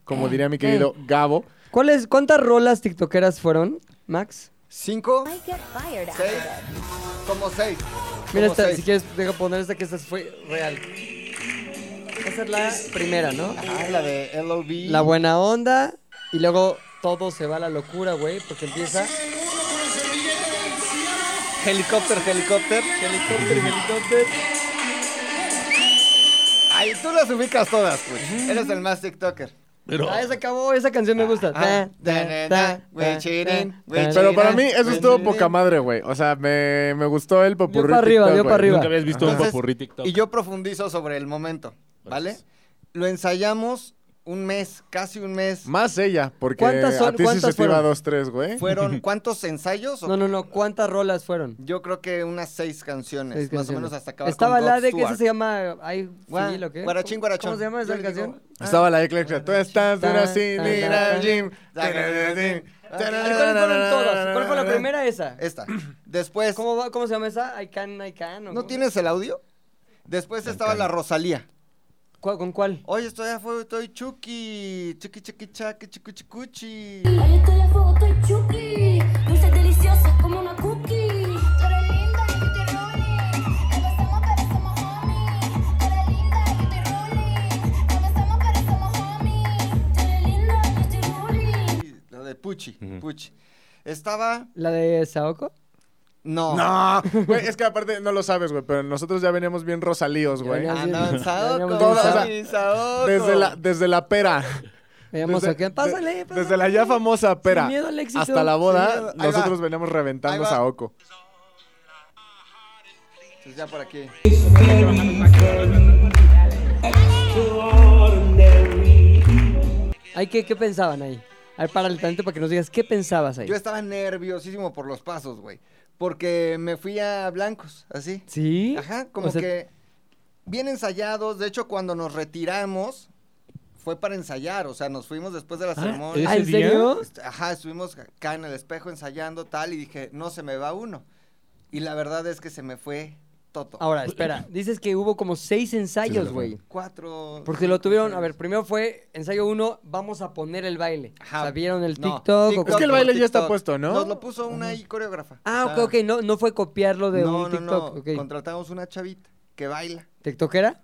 [SPEAKER 4] como diría mi querido Gabo.
[SPEAKER 1] ¿Cuáles, ¿Cuántas rolas tiktokeras fueron, Max?
[SPEAKER 2] Cinco,
[SPEAKER 6] I get fired after
[SPEAKER 2] seis,
[SPEAKER 6] this.
[SPEAKER 2] como seis.
[SPEAKER 1] Mira
[SPEAKER 2] como
[SPEAKER 1] esta,
[SPEAKER 2] seis.
[SPEAKER 1] si quieres, deja poner esta que esta fue real. Esa es la primera, ¿no?
[SPEAKER 2] Ah, la de LOB.
[SPEAKER 1] La buena onda y luego todo se va a la locura, güey, porque empieza...
[SPEAKER 2] Helicóptero, helicóptero.
[SPEAKER 1] Helicóptero, helicóptero.
[SPEAKER 2] Ay, tú las ubicas todas, güey. Eres el más TikToker.
[SPEAKER 3] Pero.
[SPEAKER 1] Ah, se acabó, esa canción me gusta.
[SPEAKER 2] Ah,
[SPEAKER 1] Ta, ta, ta,
[SPEAKER 2] güey,
[SPEAKER 1] ta,
[SPEAKER 2] chirin,
[SPEAKER 1] ta,
[SPEAKER 2] güey,
[SPEAKER 1] ta.
[SPEAKER 4] Pero
[SPEAKER 2] Sí,
[SPEAKER 4] para
[SPEAKER 2] na,
[SPEAKER 4] mí eso
[SPEAKER 2] pues,
[SPEAKER 4] estuvo
[SPEAKER 2] sí.
[SPEAKER 4] poca madre, güey. O sea, me, me gustó el popurrí
[SPEAKER 1] pa' arriba,
[SPEAKER 4] TikTok,
[SPEAKER 1] dio pa'
[SPEAKER 4] güey.
[SPEAKER 1] arriba.
[SPEAKER 3] Nunca habías visto un
[SPEAKER 2] Entonces,
[SPEAKER 3] popurrí TikTok.
[SPEAKER 2] Y yo profundizo sobre el momento, ¿vale?
[SPEAKER 3] Gracias.
[SPEAKER 2] Lo ensayamos un mes, casi un mes.
[SPEAKER 4] Más ella, porque
[SPEAKER 1] ¿Cuántas son-
[SPEAKER 4] a ti sí
[SPEAKER 1] cuántas
[SPEAKER 4] se te iba
[SPEAKER 1] fueron?
[SPEAKER 4] dos, tres, güey.
[SPEAKER 2] ¿Fueron
[SPEAKER 1] [LAUGHS]
[SPEAKER 2] cuántos ensayos? o-
[SPEAKER 1] No, no, no. ¿Cuántas rolas fueron?
[SPEAKER 2] Yo creo que unas seis canciones,
[SPEAKER 1] Seis
[SPEAKER 2] más o
[SPEAKER 1] canciones.
[SPEAKER 2] menos hasta acabar
[SPEAKER 1] Estaba
[SPEAKER 2] con Rod
[SPEAKER 1] la de que
[SPEAKER 2] Stewart.
[SPEAKER 1] esa se llama. Ay,
[SPEAKER 2] Gua-
[SPEAKER 1] sí, ¿lo qué?
[SPEAKER 2] Guarachín,
[SPEAKER 1] ¿Cómo-
[SPEAKER 2] guarachón.
[SPEAKER 1] ¿Cómo se llama
[SPEAKER 2] Yo
[SPEAKER 1] esa
[SPEAKER 2] le digo,
[SPEAKER 1] canción?
[SPEAKER 2] ah,
[SPEAKER 4] Estaba la de Clark, Clark, tú estás dura
[SPEAKER 1] Tan,
[SPEAKER 4] sin
[SPEAKER 1] tan,
[SPEAKER 4] ir
[SPEAKER 1] tan,
[SPEAKER 4] al
[SPEAKER 1] tan.
[SPEAKER 4] gym.
[SPEAKER 2] ¿Cuál
[SPEAKER 1] Ay, ¿Cuáles fueron todas? ¿Cuál fue la primera esa?
[SPEAKER 2] Esta. Después,
[SPEAKER 1] ¿Cómo, va- ¿Cómo se llama esa? I can, I can. ¿o
[SPEAKER 2] ¿no
[SPEAKER 1] cómo?
[SPEAKER 2] tienes el audio? Después estaba la Rosalía.
[SPEAKER 1] ¿Cuál- ¿Con cuál?
[SPEAKER 2] Oye, estoy a fuego, estoy chuki. Chuki, chuki, chaki, chuki, chucuchi.
[SPEAKER 6] Hoy estoy a fuego, estoy chuki. Dulce deliciosa como una cookie. Tú eres linda, yo te rolling. Empezamos, pero somos homies. Tú eres linda, yo te rolling. Empezamos, pero somos homies. Tú eres linda, yo te rolling.
[SPEAKER 2] La de Puchi, Puchi. Estaba.
[SPEAKER 1] ¿La de Saoko?
[SPEAKER 2] No.
[SPEAKER 4] No, güey, es que aparte no lo sabes, güey, pero nosotros ya veníamos bien rosalíos, güey.
[SPEAKER 1] Ya
[SPEAKER 2] Andaban Saoko.
[SPEAKER 1] Todas,
[SPEAKER 4] o sea,
[SPEAKER 2] sí, Saoko.
[SPEAKER 4] Desde la, desde la pera.
[SPEAKER 1] Veamos
[SPEAKER 4] Desde-
[SPEAKER 1] acá. Pásale,
[SPEAKER 4] de-
[SPEAKER 1] pásale.
[SPEAKER 4] Desde la ya famosa pera.
[SPEAKER 1] miedo al éxito.
[SPEAKER 4] Hasta la
[SPEAKER 2] Sin miedo.
[SPEAKER 4] boda,
[SPEAKER 2] Ahí
[SPEAKER 4] nosotros
[SPEAKER 2] va.
[SPEAKER 4] veníamos
[SPEAKER 2] Ahí
[SPEAKER 4] reventando
[SPEAKER 2] va.
[SPEAKER 4] a Oco.
[SPEAKER 2] Entonces Pues ya por aquí.
[SPEAKER 1] Ay, ¿qué, ¿Qué pensaban ahí? A ver, párale tantito para que nos digas, ¿qué pensabas ahí?
[SPEAKER 2] Yo estaba nerviosísimo por los pasos, güey. Porque me fui a blancos, así.
[SPEAKER 1] ¿Sí?
[SPEAKER 2] Ajá, como
[SPEAKER 1] O sea,
[SPEAKER 2] que bien ensayados. De hecho, cuando nos retiramos, fue para ensayar. O sea, nos fuimos después de la ceremonia.
[SPEAKER 1] ¿Ah,
[SPEAKER 3] ¿Ese
[SPEAKER 1] ¿en
[SPEAKER 3] día?
[SPEAKER 1] serio?
[SPEAKER 2] Est- Ajá, estuvimos acá en el espejo ensayando tal y dije, no se me va uno. Y la verdad es que se me fue Toto.
[SPEAKER 1] Ahora,
[SPEAKER 2] eh,
[SPEAKER 1] espera. Dices que hubo como seis ensayos, güey.
[SPEAKER 2] Cuatro.
[SPEAKER 1] Porque
[SPEAKER 2] cinco,
[SPEAKER 1] lo tuvieron,
[SPEAKER 2] seis.
[SPEAKER 1] a ver, primero fue ensayo uno, vamos a poner el baile.
[SPEAKER 2] Ajá.
[SPEAKER 1] O sea, ¿vieron el
[SPEAKER 2] No,
[SPEAKER 1] TikTok? o
[SPEAKER 4] Es que el
[SPEAKER 1] cómo?
[SPEAKER 4] baile ya está
[SPEAKER 2] TikTok.
[SPEAKER 4] puesto, ¿no?
[SPEAKER 2] Nos lo puso una ahí coreógrafa.
[SPEAKER 1] Ah,
[SPEAKER 2] O
[SPEAKER 1] ok,
[SPEAKER 2] sea,
[SPEAKER 1] ok, no, no fue copiarlo de un
[SPEAKER 2] no, no, no.
[SPEAKER 1] TikTok. ok.
[SPEAKER 2] Contratamos una chavita que baila.
[SPEAKER 1] ¿TikTokera?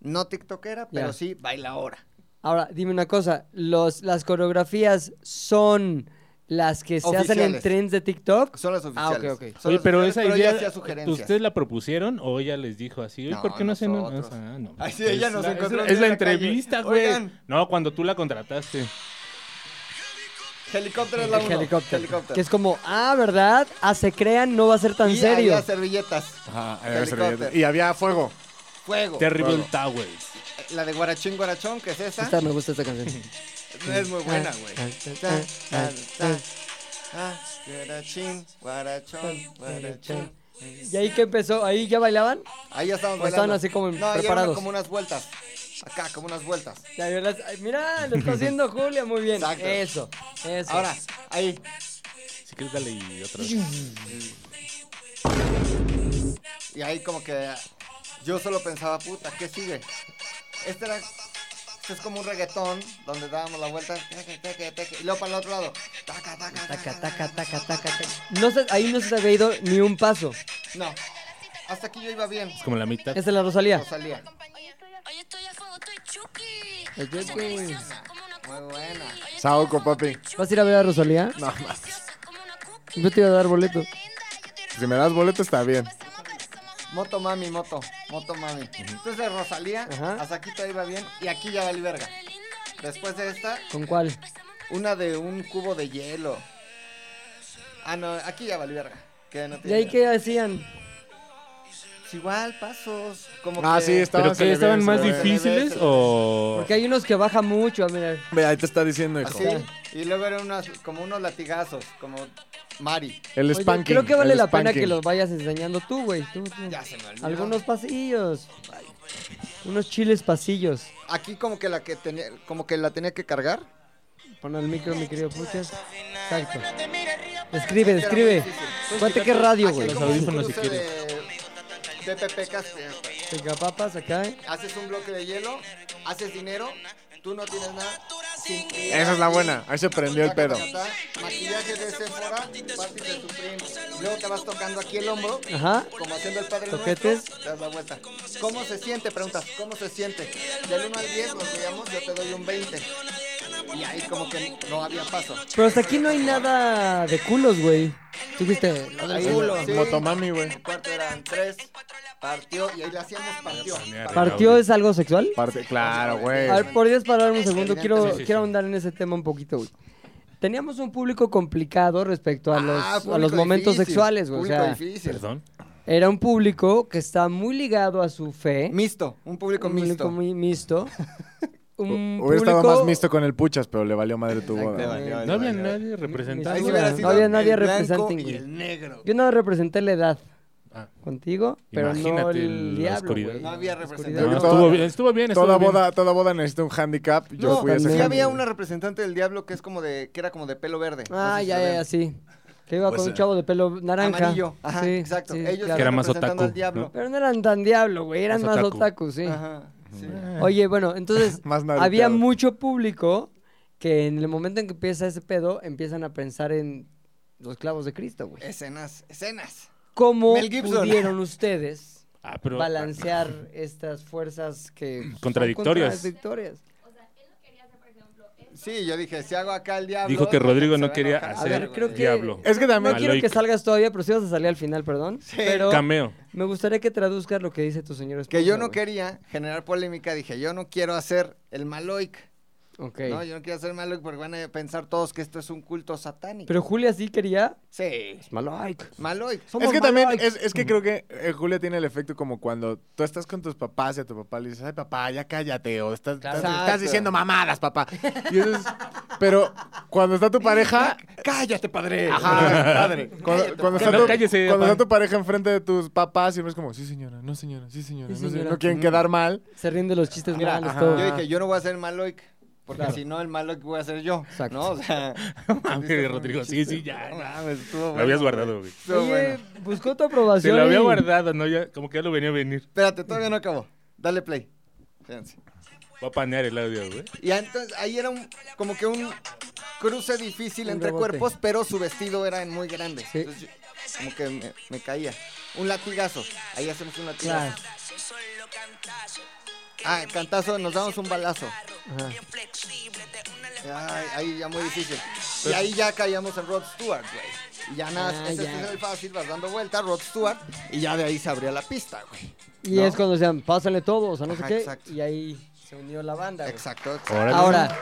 [SPEAKER 2] No tiktokera, pero
[SPEAKER 1] Ya.
[SPEAKER 2] sí baila ahora.
[SPEAKER 1] Ahora, dime una cosa, los, las coreografías son las que se hacen en
[SPEAKER 2] Oficiales.
[SPEAKER 1] trends de TikTok.
[SPEAKER 2] Son las
[SPEAKER 1] Ah, ok,
[SPEAKER 2] oficiales.
[SPEAKER 1] ok.
[SPEAKER 2] Son
[SPEAKER 3] Oye,
[SPEAKER 2] las
[SPEAKER 3] pero
[SPEAKER 2] oficiales,
[SPEAKER 3] esa
[SPEAKER 2] pero
[SPEAKER 3] idea, eh,
[SPEAKER 2] ella hacía sugerencias.
[SPEAKER 3] ¿ustedes la propusieron o ella les dijo así? Oye,
[SPEAKER 2] No,
[SPEAKER 3] ¿por qué no hacen
[SPEAKER 2] nosotros.
[SPEAKER 3] Ah, no.
[SPEAKER 2] Ay, sí, ella
[SPEAKER 3] Es
[SPEAKER 2] nos
[SPEAKER 3] la-
[SPEAKER 2] encontró un
[SPEAKER 3] Es, es la
[SPEAKER 2] día en la calle.
[SPEAKER 3] entrevista, güey.
[SPEAKER 2] Oigan.
[SPEAKER 3] No, cuando tú la contrataste.
[SPEAKER 2] Helicóptero es la
[SPEAKER 1] El
[SPEAKER 2] uno.
[SPEAKER 1] [LAUGHS] helicóptero. Que es como, ah, ¿verdad? Ah, se crean, no va a ser tan
[SPEAKER 2] y
[SPEAKER 1] serio.
[SPEAKER 2] había servilletas.
[SPEAKER 4] Ajá, ahí
[SPEAKER 2] Helicóptero.
[SPEAKER 4] va a ser- y había fuego.
[SPEAKER 2] Fuego.
[SPEAKER 3] Terrible Towers.
[SPEAKER 2] La de Guarachín Guarachón, que es esa.
[SPEAKER 1] Esta, me gusta esta canción.
[SPEAKER 2] [LAUGHS] Es muy buena, güey.
[SPEAKER 1] Ah,
[SPEAKER 2] Ta,
[SPEAKER 1] ah,
[SPEAKER 2] ta,
[SPEAKER 1] ah,
[SPEAKER 2] ta.
[SPEAKER 1] ah.
[SPEAKER 2] Ah, Guarachín, Guarachón, Guarachón.
[SPEAKER 1] ¿Y ahí que empezó? ¿Ahí ya bailaban?
[SPEAKER 2] Ahí ya estamos
[SPEAKER 1] O
[SPEAKER 2] bailando.
[SPEAKER 1] estaban así como
[SPEAKER 2] no, ya
[SPEAKER 1] preparados.
[SPEAKER 2] eran como unas vueltas. Acá, como unas vueltas.
[SPEAKER 1] Ya, yo las- ay, Mira, lo está haciendo Julia, muy bien.
[SPEAKER 2] Exacto.
[SPEAKER 1] Eso, eso.
[SPEAKER 2] Ahora, ahí.
[SPEAKER 3] Si quieres, dale y otra vez.
[SPEAKER 1] [LAUGHS]
[SPEAKER 2] Y ahí como que yo solo pensaba, puta, ¿qué sigue? Este era... Este es como un reggaetón donde dábamos la vuelta. teque, teque, teque, Y luego para el otro lado. Taca, taca,
[SPEAKER 1] Taca, taca, taca, taca, taca. No se- ahí no se te había ido ni un paso.
[SPEAKER 2] No. Hasta aquí yo iba bien.
[SPEAKER 3] Es como la mitad.
[SPEAKER 1] Esa es la Rosalía.
[SPEAKER 2] No salía.
[SPEAKER 6] Hoy estoy a fuego, estoy chuki.
[SPEAKER 1] El
[SPEAKER 6] Dulce
[SPEAKER 1] Chucky.
[SPEAKER 6] deliciosa como una
[SPEAKER 2] Muy buena.
[SPEAKER 6] cookie.
[SPEAKER 4] Saoko, papi.
[SPEAKER 1] ¿Vas a ir a ver a Rosalía?
[SPEAKER 4] No, ma.
[SPEAKER 6] Deliciosa como una cookie.
[SPEAKER 1] Yo te iba a dar boleto.
[SPEAKER 4] si me das boleto está bien.
[SPEAKER 2] Moto mami, moto. Moto mami. Entonces Rosalía,
[SPEAKER 1] Ajá.
[SPEAKER 2] hasta aquí todo iba bien. Y aquí ya vale verga. Después de esta,
[SPEAKER 1] ¿Con cuál?
[SPEAKER 2] una de un cubo de hielo. Ah, no, aquí ya vale verga. Que no
[SPEAKER 1] ¿Y
[SPEAKER 2] tiene-
[SPEAKER 1] ahí qué hacían?
[SPEAKER 2] Pues igual, pasos. Como
[SPEAKER 4] Ah,
[SPEAKER 2] que-
[SPEAKER 4] sí, estaban,
[SPEAKER 3] ¿Pero
[SPEAKER 4] se le
[SPEAKER 3] qué? ¿Estaban
[SPEAKER 4] ve,
[SPEAKER 3] más
[SPEAKER 4] se le ve.
[SPEAKER 3] difíciles
[SPEAKER 2] se le ve.
[SPEAKER 3] o...?
[SPEAKER 1] Porque hay unos que baja mucho, a ver.
[SPEAKER 4] Ve, ahí te está diciendo,
[SPEAKER 1] ¿Ah,
[SPEAKER 4] hijo.
[SPEAKER 2] Así, y luego eran unas, como unos latigazos, como Mari.
[SPEAKER 4] El
[SPEAKER 1] Oye,
[SPEAKER 4] spanking.
[SPEAKER 1] creo que vale
[SPEAKER 4] el
[SPEAKER 1] la pena que
[SPEAKER 4] spanking.
[SPEAKER 1] los vayas enseñando tú, güey. Tú, tú.
[SPEAKER 2] Ya se me olvidó.
[SPEAKER 1] Algunos pasillos. Ay, Unos chiles pasillos.
[SPEAKER 2] Aquí como que la que tenía, como que la tenía que cargar.
[SPEAKER 1] Pon al micro, mi querido Puchas. Exacto. Describe, describe. Cuente qué radio,
[SPEAKER 2] Aquí hay
[SPEAKER 1] güey.
[SPEAKER 2] como un
[SPEAKER 3] audífonos, si
[SPEAKER 2] cruce De, de Pepe Castillo.
[SPEAKER 1] Picapapas acá, ¿eh?
[SPEAKER 2] Haces un bloque de hielo, haces dinero, tú no tienes nada. sin cliente.
[SPEAKER 4] Esa es la buena. Ahí se prendió el
[SPEAKER 2] Taca,
[SPEAKER 4] pedo.
[SPEAKER 2] taca, taca, Maquillaje de Sephora, partes de Supreme. Luego te vas tocando aquí el hombro.
[SPEAKER 1] Ajá.
[SPEAKER 2] Como haciendo el padre
[SPEAKER 1] Toquetes.
[SPEAKER 2] nuestro, das la vuelta. ¿Cómo se siente? Preguntas, ¿cómo se siente? Del 1 al 10 nos digamos, yo te doy un 20. Y ahí como que no había paso.
[SPEAKER 1] Pero hasta aquí no hay nada de culos, güey. Tú viste lo del
[SPEAKER 2] Ahí,
[SPEAKER 1] culo.
[SPEAKER 2] sí.
[SPEAKER 4] Motomami, güey.
[SPEAKER 2] El cuarto eran 3, partió, y ahí le
[SPEAKER 4] Ah,
[SPEAKER 2] hacíamos partió.
[SPEAKER 4] pues,
[SPEAKER 1] ¿Partió es algo sexual?
[SPEAKER 4] Parte, claro, güey.
[SPEAKER 1] A ver, podrías parar un segundo.
[SPEAKER 2] Evidente.
[SPEAKER 1] Quiero,
[SPEAKER 2] Eh. Sí, sí,
[SPEAKER 1] quiero ahondar en ese tema un poquito, güey. Teníamos un público complicado respecto a los,
[SPEAKER 2] Ah,
[SPEAKER 1] a los
[SPEAKER 2] público
[SPEAKER 1] momentos
[SPEAKER 2] difícil,
[SPEAKER 1] sexuales, güey. O
[SPEAKER 2] Público
[SPEAKER 1] sea,
[SPEAKER 2] difícil.
[SPEAKER 3] Perdón.
[SPEAKER 1] era un público que está muy ligado a su fe.
[SPEAKER 2] Mixto, un público
[SPEAKER 1] un público
[SPEAKER 2] [LAUGHS] mixto.
[SPEAKER 1] muy mixto. un
[SPEAKER 4] Hubiera estado
[SPEAKER 1] público-
[SPEAKER 4] más mixto con el Puchas, pero le valió madre tu
[SPEAKER 2] Exacto,
[SPEAKER 4] boda.
[SPEAKER 2] vale, vale,
[SPEAKER 3] No había
[SPEAKER 2] vale, vale.
[SPEAKER 3] nadie representado.
[SPEAKER 1] Mis-
[SPEAKER 2] Ahí
[SPEAKER 3] güey.
[SPEAKER 2] hubiera
[SPEAKER 1] No
[SPEAKER 2] sido
[SPEAKER 1] había nadie
[SPEAKER 2] el blanco
[SPEAKER 1] representante,
[SPEAKER 2] y
[SPEAKER 1] güey.
[SPEAKER 2] el negro.
[SPEAKER 1] Yo no representé la edad
[SPEAKER 3] Ah.
[SPEAKER 1] contigo, pero no
[SPEAKER 3] Imagínate
[SPEAKER 1] el
[SPEAKER 3] la
[SPEAKER 1] diablo,
[SPEAKER 3] oscuridad.
[SPEAKER 1] güey.
[SPEAKER 2] No había
[SPEAKER 1] La
[SPEAKER 2] representante.
[SPEAKER 1] oscuridad.
[SPEAKER 3] No,
[SPEAKER 4] Yo
[SPEAKER 3] estuvo
[SPEAKER 4] toda-
[SPEAKER 3] bien, estuvo bien.
[SPEAKER 4] Toda
[SPEAKER 3] estuvo bien.
[SPEAKER 4] boda, toda boda necesita un handicap. Yo
[SPEAKER 2] No,
[SPEAKER 4] fui a ese
[SPEAKER 2] sí
[SPEAKER 1] también.
[SPEAKER 4] handicap.
[SPEAKER 2] había una representante del diablo que es como de, que era como de pelo verde. No
[SPEAKER 1] Ah,
[SPEAKER 2] sé si
[SPEAKER 1] ya,
[SPEAKER 2] se
[SPEAKER 1] ya,
[SPEAKER 2] ve.
[SPEAKER 1] ya, sí. Que iba
[SPEAKER 4] Pues,
[SPEAKER 1] con un
[SPEAKER 4] eh,
[SPEAKER 1] chavo de pelo naranja.
[SPEAKER 2] Amarillo. Ajá,
[SPEAKER 1] Sí,
[SPEAKER 2] exacto.
[SPEAKER 1] sí,
[SPEAKER 2] Ellos
[SPEAKER 1] claro.
[SPEAKER 3] Que era
[SPEAKER 2] estaban
[SPEAKER 3] más
[SPEAKER 2] representando
[SPEAKER 3] otaku,
[SPEAKER 2] al diablo.
[SPEAKER 1] Pero no eran tan diablo, güey, eran
[SPEAKER 3] Más
[SPEAKER 1] más
[SPEAKER 3] otaku.
[SPEAKER 1] otaku, sí.
[SPEAKER 2] Ajá, sí.
[SPEAKER 4] Ah.
[SPEAKER 1] Oye, bueno, entonces
[SPEAKER 4] [LAUGHS] Más naruteado.
[SPEAKER 1] había mucho público que en el momento en que empieza ese pedo empiezan a pensar en los clavos de Cristo, güey.
[SPEAKER 2] Escenas, escenas.
[SPEAKER 1] ¿Cómo
[SPEAKER 2] Mel Gibson. [LAUGHS]
[SPEAKER 1] pudieron ustedes
[SPEAKER 3] Ah, pero-
[SPEAKER 1] balancear estas fuerzas que son
[SPEAKER 3] Contradictorias.
[SPEAKER 1] contradictorias?
[SPEAKER 2] Sí, yo dije, si hago acá el diablo.
[SPEAKER 3] Dijo que Rodrigo
[SPEAKER 2] se
[SPEAKER 3] no
[SPEAKER 2] va a
[SPEAKER 3] quería
[SPEAKER 2] enojar.
[SPEAKER 1] A
[SPEAKER 3] hacer
[SPEAKER 1] ver, creo que-
[SPEAKER 3] Diablo.
[SPEAKER 4] Es que
[SPEAKER 1] No
[SPEAKER 4] también.
[SPEAKER 1] quiero que
[SPEAKER 3] Maloica.
[SPEAKER 1] salgas todavía, pero sí vas a salir al final, perdón. Pero
[SPEAKER 3] Cameo.
[SPEAKER 1] me gustaría que traduzcas lo que dice tu señor esposo.
[SPEAKER 2] Que yo no
[SPEAKER 1] güey.
[SPEAKER 2] quería generar polémica, dije, yo no quiero hacer el maloic.
[SPEAKER 1] Ok.
[SPEAKER 2] No, yo no quiero hacer maloic porque van a pensar todos que esto es un culto satánico.
[SPEAKER 1] Pero Julia sí quería.
[SPEAKER 2] sí,
[SPEAKER 1] Es malo, ay, c-
[SPEAKER 2] maloic.
[SPEAKER 1] somos
[SPEAKER 4] Es que también,
[SPEAKER 1] malo, ay,
[SPEAKER 4] es, es que creo que eh, Julia tiene el efecto como cuando tú estás con tus papás y a tu papá le dices, ay papá, ya cállate, o estás, estás-
[SPEAKER 2] Exacto.
[SPEAKER 4] estás diciendo mamadas, papá. Y eso es- pero cuando está tu [LAUGHS] pareja,
[SPEAKER 2] Cállate, padre.
[SPEAKER 4] Ajá.
[SPEAKER 2] padre.
[SPEAKER 4] [LAUGHS] cuando, cuando
[SPEAKER 3] Que
[SPEAKER 4] está,
[SPEAKER 3] no
[SPEAKER 4] tu,
[SPEAKER 3] cállese,
[SPEAKER 4] cuando
[SPEAKER 3] papá.
[SPEAKER 4] está tu pareja enfrente de tus papás, siempre es como, sí señora, no señora, sí señora,
[SPEAKER 1] Sí,
[SPEAKER 4] no, señora.
[SPEAKER 1] señora.
[SPEAKER 4] no quieren quedar mal.
[SPEAKER 1] Se rinde los chistes
[SPEAKER 2] Mira,
[SPEAKER 1] malos,
[SPEAKER 4] ajá.
[SPEAKER 1] todo.
[SPEAKER 2] Yo dije, yo no voy a hacer maloic. Porque
[SPEAKER 1] Claro.
[SPEAKER 2] si no, el maloic voy a ser yo.
[SPEAKER 1] Exacto.
[SPEAKER 2] [LAUGHS] ¿no? O sea,
[SPEAKER 3] Mames,
[SPEAKER 2] ¿viste?
[SPEAKER 3] Rodrigo, sí, sí,
[SPEAKER 2] [LAUGHS]
[SPEAKER 3] ya.
[SPEAKER 2] No
[SPEAKER 3] ya.
[SPEAKER 2] mames, estuvo
[SPEAKER 3] Lo
[SPEAKER 2] bueno,
[SPEAKER 3] habías
[SPEAKER 2] güey.
[SPEAKER 3] guardado, güey.
[SPEAKER 2] Estuvo
[SPEAKER 1] Oye,
[SPEAKER 2] bueno.
[SPEAKER 1] buscó tu aprobación.
[SPEAKER 3] Se lo había
[SPEAKER 1] y-
[SPEAKER 3] guardado, ¿no? Ya, como que ya lo venía a venir.
[SPEAKER 2] Espérate, todavía no acabó. Dale play. Fíjense.
[SPEAKER 3] Va a panear el audio, güey.
[SPEAKER 2] Y ah, entonces ahí era un, como que un cruce difícil
[SPEAKER 1] Un
[SPEAKER 2] entre
[SPEAKER 1] rebote.
[SPEAKER 2] cuerpos, pero su vestido era muy grande.
[SPEAKER 1] Sí.
[SPEAKER 2] Entonces, yo- como que me, me caía. Un latigazo. Ahí hacemos un
[SPEAKER 1] Claro.
[SPEAKER 2] latigazo. Ah, cantazo, nos damos un balazo.
[SPEAKER 1] Ajá.
[SPEAKER 2] Ay, ahí ya muy difícil. Y ahí ya caíamos en Rod Stewart, güey. Y ya nada,
[SPEAKER 1] Ah,
[SPEAKER 2] ese
[SPEAKER 1] ya.
[SPEAKER 2] es el fácil, vas dando vueltas, Rod Stewart, y ya de ahí se abría la pista, güey.
[SPEAKER 1] Y
[SPEAKER 2] ¿No?
[SPEAKER 1] es cuando decían, pásenle todo, o sea, no
[SPEAKER 2] Ajá,
[SPEAKER 1] sé qué.
[SPEAKER 2] exacto.
[SPEAKER 1] Y ahí se unió la banda. güey.
[SPEAKER 2] Exacto, exacto.
[SPEAKER 3] Órale.
[SPEAKER 1] Ahora,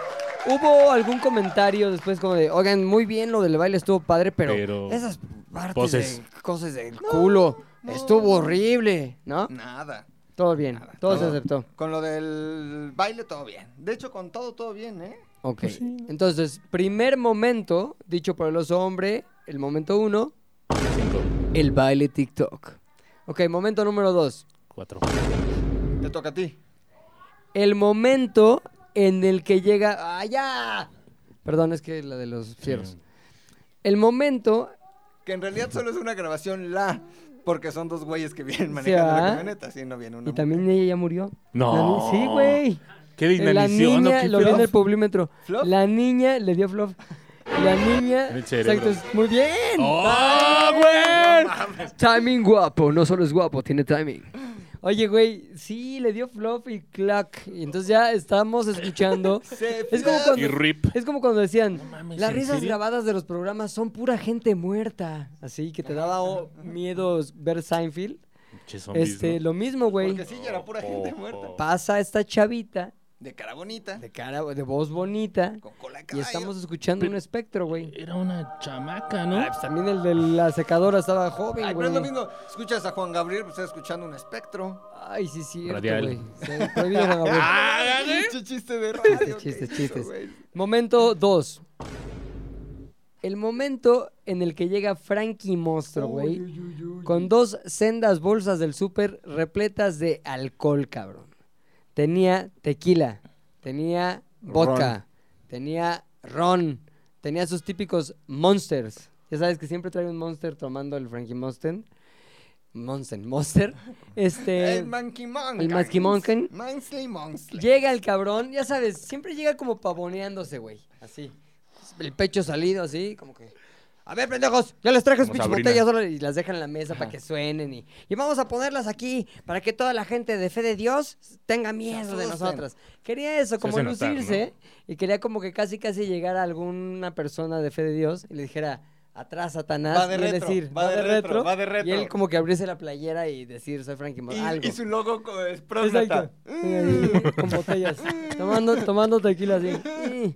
[SPEAKER 1] ¿hubo algún comentario después como de, oigan, muy bien lo del baile estuvo padre, pero,
[SPEAKER 3] Pero-
[SPEAKER 1] esas partes
[SPEAKER 3] Poses.
[SPEAKER 1] de cosas del culo estuvo horrible, ¿no?
[SPEAKER 2] Nada.
[SPEAKER 1] Todo bien, todo, se
[SPEAKER 2] todo.
[SPEAKER 1] aceptó.
[SPEAKER 2] Con lo del baile todo bien. De hecho, con todo todo bien, ¿eh?
[SPEAKER 1] Ok. Entonces, primer momento, dicho por el oso hombre, el momento uno, el baile TikTok. Ok, momento número dos.
[SPEAKER 3] Cuatro.
[SPEAKER 2] Te toca a ti.
[SPEAKER 1] El momento en el que llega. ¡Allá! Perdón, es que la de los fierros. El momento.
[SPEAKER 2] Que en realidad solo es una grabación la, porque son dos güeyes que vienen
[SPEAKER 1] Sí,
[SPEAKER 2] manejando
[SPEAKER 1] ¿verdad?
[SPEAKER 2] la camioneta, así no viene una.
[SPEAKER 1] Y también ella ya murió.
[SPEAKER 3] No.
[SPEAKER 1] La ni- sí, güey.
[SPEAKER 3] Qué
[SPEAKER 1] La
[SPEAKER 3] dinamición, ¿no?
[SPEAKER 1] niña,
[SPEAKER 3] Qué
[SPEAKER 1] lo vi en
[SPEAKER 3] pedo.
[SPEAKER 1] el publímetro.
[SPEAKER 2] ¿Fluff?
[SPEAKER 1] La niña le dio flop. La niña.
[SPEAKER 3] [LAUGHS] En el cerebro.
[SPEAKER 1] es- muy bien.
[SPEAKER 3] ¡Oh, güey!
[SPEAKER 1] Timing guapo, no solo es guapo, tiene timing. Oye, güey, sí, le dio flop y clack. Y entonces ya estamos escuchando.
[SPEAKER 2] Se
[SPEAKER 1] es, como
[SPEAKER 2] flop.
[SPEAKER 1] cuando,
[SPEAKER 3] Y rip.
[SPEAKER 1] es como cuando decían,
[SPEAKER 3] mames,
[SPEAKER 1] las
[SPEAKER 3] ¿en
[SPEAKER 1] risas
[SPEAKER 3] serio?
[SPEAKER 1] grabadas de los programas son pura gente muerta. Así que te daba oh, miedo ver Seinfeld.
[SPEAKER 3] Che, zombies,
[SPEAKER 1] Este,
[SPEAKER 3] ¿no?
[SPEAKER 1] lo mismo, güey. Oh,
[SPEAKER 2] Porque sí, ya era pura gente muerta.
[SPEAKER 1] Pasa esta chavita
[SPEAKER 2] De cara bonita,
[SPEAKER 1] de cara, de voz bonita.
[SPEAKER 2] con cola de
[SPEAKER 1] Y
[SPEAKER 2] caballo.
[SPEAKER 1] estamos escuchando un espectro, güey.
[SPEAKER 3] Era una chamaca,
[SPEAKER 1] Ah,
[SPEAKER 3] ¿no?
[SPEAKER 1] pues también el de la secadora estaba joven,
[SPEAKER 2] Ay,
[SPEAKER 1] güey.
[SPEAKER 2] pero es lo mismo. Escuchas a Juan Gabriel, pues está escuchando un espectro. Ah,
[SPEAKER 1] Ay, sí, sí.
[SPEAKER 3] Radial.
[SPEAKER 1] güey. Sí, prohibido Juan
[SPEAKER 2] [LAUGHS]
[SPEAKER 1] Gabriel.
[SPEAKER 2] Pinche chiste de radio.
[SPEAKER 1] Chistes,
[SPEAKER 2] ¿qué
[SPEAKER 1] chistes,
[SPEAKER 2] hizo,
[SPEAKER 1] chistes.
[SPEAKER 2] güey?
[SPEAKER 1] Momento 2. El momento en el que llega Frankie Monstruo, güey. Con dos sendas bolsas del súper repletas de alcohol, cabrón. Tenía tequila, tenía vodka, tenía ron, tenía sus típicos monsters. Ya sabes que siempre trae un monster tomando el Frankie Monster. Monster, monster. Este.
[SPEAKER 2] El Monkey Monk.
[SPEAKER 1] el Monkey Monk.
[SPEAKER 2] Mansley Monsley.
[SPEAKER 1] Llega el cabrón, ya sabes, siempre llega como pavoneándose, güey. Así. El pecho salido, así, como que. A ver, pendejos, ya les traje sus
[SPEAKER 3] Como
[SPEAKER 1] pinches
[SPEAKER 3] Sabrina.
[SPEAKER 1] botellas ahora", y las dejan en la mesa para que suenen. Y, y vamos a ponerlas aquí para que toda la gente de fe de Dios tenga miedo de
[SPEAKER 2] asusten.
[SPEAKER 1] nosotras. Quería eso, como
[SPEAKER 3] hace notar,
[SPEAKER 1] lucirse. Y quería como que casi, casi llegar a alguna persona de fe de Dios y le dijera. Atrás, Satanás,
[SPEAKER 2] Va
[SPEAKER 1] y
[SPEAKER 2] de
[SPEAKER 1] él
[SPEAKER 2] retro,
[SPEAKER 1] decir,
[SPEAKER 2] va de retro, va de
[SPEAKER 1] Y él
[SPEAKER 2] retro.
[SPEAKER 1] como que abrirse la playera y decir, soy Frankie Mo-
[SPEAKER 2] Y,
[SPEAKER 1] algo.
[SPEAKER 2] y su logo co- es próstata. [LAUGHS]
[SPEAKER 1] Exacto. Con botellas. Tomando, tomando tequila así. Mm.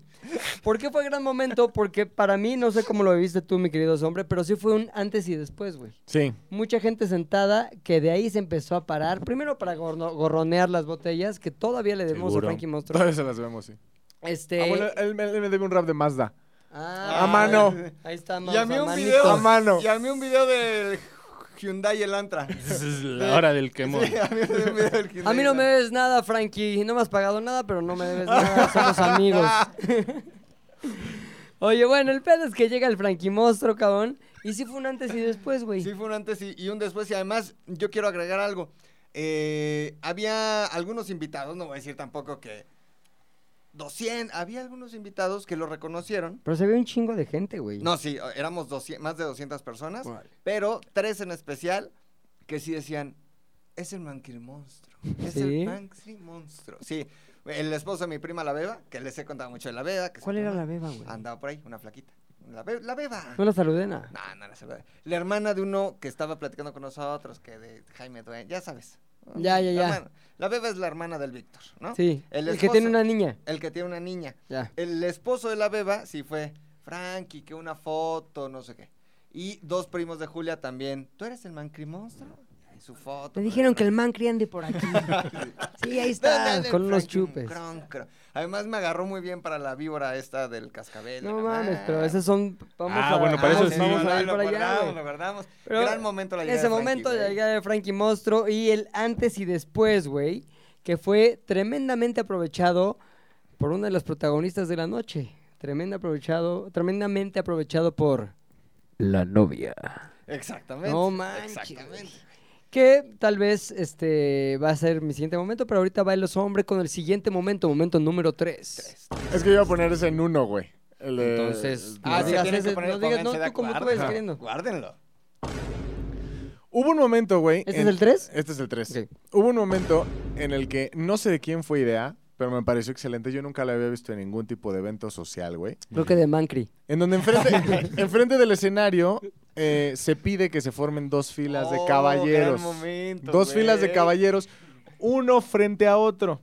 [SPEAKER 1] ¿Por qué fue gran momento? Porque para mí, no sé cómo lo viviste tú, mi querido hombre, pero sí fue un antes y después, güey.
[SPEAKER 4] Sí.
[SPEAKER 1] Mucha gente sentada que de ahí se empezó a parar. Primero para gorno- gorronear las botellas, que todavía le debemos
[SPEAKER 4] seguro.
[SPEAKER 1] a Frankie Monstruo.
[SPEAKER 4] [LAUGHS] Todavía se las vemos, sí.
[SPEAKER 1] Este.
[SPEAKER 4] Ah, bueno, él, él me debe un rap de Mazda.
[SPEAKER 1] ah,
[SPEAKER 4] a mano.
[SPEAKER 1] Ahí está,
[SPEAKER 2] Y a mí un
[SPEAKER 1] manito.
[SPEAKER 2] video.
[SPEAKER 4] A mano.
[SPEAKER 2] Y a mí un video del Hyundai Elantra. [LAUGHS]
[SPEAKER 3] pues, Esa es la hora del quemón.
[SPEAKER 2] Sí, a mí un video del Hyundai
[SPEAKER 1] A mí no me
[SPEAKER 2] Elantra.
[SPEAKER 1] debes nada, Frankie. No me has pagado nada, pero no me debes nada. Somos [LAUGHS] amigos. Oye, bueno, el pedo es que llega el Frankie Monstruo, cabrón. Y sí fue un antes y después, güey.
[SPEAKER 2] Sí, fue un antes y, y un después. Y además, yo quiero agregar algo. Eh, había algunos invitados, no voy a decir tampoco que 200, había algunos invitados que lo reconocieron.
[SPEAKER 1] Pero se ve un chingo de gente, güey.
[SPEAKER 2] No, sí, eh, éramos 200 más de 200 personas, pero tres en especial que sí decían, es el Manquil Monstruo, es
[SPEAKER 1] ¿Sí?
[SPEAKER 2] el Manquil Monstruo. Sí, el esposo de mi prima, la Beba, que les he contado mucho de la Beba. Que su
[SPEAKER 1] ¿Cuál era
[SPEAKER 2] prima
[SPEAKER 1] la beba, güey?
[SPEAKER 2] Andaba por ahí, una flaquita. La, Be- la Beba.
[SPEAKER 1] No la saludé, nada.
[SPEAKER 2] No, no, no se puede. La hermana de uno que estaba platicando con nosotros, que de Jaime Dueñas, ya sabes.
[SPEAKER 1] Ya, ya,
[SPEAKER 2] La
[SPEAKER 1] ya.
[SPEAKER 2] hermana- La beba es la hermana del Víctor, ¿no?
[SPEAKER 1] Sí. El,
[SPEAKER 2] El,
[SPEAKER 1] que tiene
[SPEAKER 2] esposo-
[SPEAKER 1] una niña.
[SPEAKER 2] El que tiene una niña.
[SPEAKER 1] Ya.
[SPEAKER 2] El esposo de la beba, sí fue Frankie, que una foto, no sé qué. Y dos primos de Julia también. ¿Tú eres el Mancri Monstruo? Ay, Su foto.
[SPEAKER 1] Me dijeron
[SPEAKER 2] [LAUGHS]
[SPEAKER 1] que el man criande por [LAUGHS] aquí. Sí, ahí está.
[SPEAKER 2] Dale,
[SPEAKER 1] con unos
[SPEAKER 2] Frankie, un
[SPEAKER 1] chupes.
[SPEAKER 2] cron, cron. Además me agarró muy bien para la víbora esta del cascabel.
[SPEAKER 1] No
[SPEAKER 2] Ah.
[SPEAKER 1] mames, pero esos son. Vamos
[SPEAKER 3] Ah,
[SPEAKER 1] a,
[SPEAKER 3] bueno, para eso
[SPEAKER 1] vamos-
[SPEAKER 3] sí.
[SPEAKER 1] Vamos a
[SPEAKER 2] Ahí
[SPEAKER 1] ir
[SPEAKER 2] lo
[SPEAKER 1] para allá.
[SPEAKER 2] guardamos,
[SPEAKER 1] güey.
[SPEAKER 2] lo guardamos.
[SPEAKER 1] Pero
[SPEAKER 2] Gran momento la llegada
[SPEAKER 1] Ese
[SPEAKER 2] de Frankie,
[SPEAKER 1] momento de la
[SPEAKER 2] güey.
[SPEAKER 1] llegada de Frankie Monstruo y el antes y después, güey, que fue tremendamente aprovechado por una de las protagonistas de la noche. Tremenda aprovechado, tremendamente aprovechado por la novia.
[SPEAKER 2] Exactamente.
[SPEAKER 1] No manches,
[SPEAKER 2] Exactamente.
[SPEAKER 1] Que tal vez este va a ser mi siguiente momento, pero ahorita va el oso hombre con el siguiente momento, momento número 3.
[SPEAKER 4] Es que yo iba a poner ese en uno, güey. El de-
[SPEAKER 1] Entonces,
[SPEAKER 4] no.
[SPEAKER 1] Ah,
[SPEAKER 2] Ah,
[SPEAKER 1] sí,
[SPEAKER 2] sí,
[SPEAKER 1] haces-
[SPEAKER 2] tienen que poner
[SPEAKER 1] no
[SPEAKER 2] el
[SPEAKER 1] digas,
[SPEAKER 2] pónganse
[SPEAKER 1] no,
[SPEAKER 2] de
[SPEAKER 1] tú como tú
[SPEAKER 2] acuerdo.
[SPEAKER 1] vayas
[SPEAKER 2] Ajá.
[SPEAKER 1] queriendo.
[SPEAKER 2] Guárdenlo.
[SPEAKER 4] Hubo un momento, güey.
[SPEAKER 1] ¿Este es el tres?
[SPEAKER 4] Este es el 3.
[SPEAKER 1] Ok.
[SPEAKER 4] Hubo un momento en el que no sé de quién fue idea, pero me pareció excelente. Yo nunca la había visto en ningún tipo de evento social, güey.
[SPEAKER 1] Creo que de Mancri.
[SPEAKER 4] En
[SPEAKER 1] [LAUGHS]
[SPEAKER 4] donde enfrente, enfrente del escenario eh, se pide que se formen dos filas de
[SPEAKER 2] Oh,
[SPEAKER 4] caballeros.
[SPEAKER 2] gran momento,
[SPEAKER 4] dos
[SPEAKER 2] güey.
[SPEAKER 4] filas de caballeros, uno frente a otro.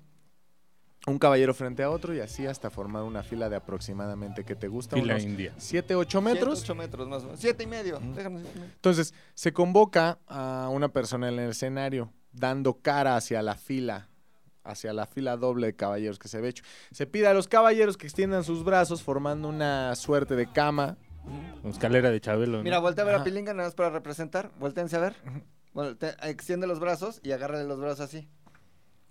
[SPEAKER 4] Un caballero frente a otro y así hasta formar una fila de aproximadamente que te gusta
[SPEAKER 3] Fila
[SPEAKER 4] unos
[SPEAKER 3] india.
[SPEAKER 4] 7, 8 metros.
[SPEAKER 2] 8 metros más o menos. Siete y medio. Déjame siete y medio.
[SPEAKER 4] Entonces, se convoca a una persona en el escenario, dando cara hacia la fila, hacia la fila doble de caballeros que se ve hecho. Se pide a los caballeros que extiendan sus brazos, formando una suerte de cama.
[SPEAKER 3] Con Escalera de Chabelo. ¿no?
[SPEAKER 2] Mira, voltea a ver
[SPEAKER 4] Ajá.
[SPEAKER 2] a Pilinga nada más para representar. Voltense a ver. Volte- extiende los brazos y agárrale los brazos así.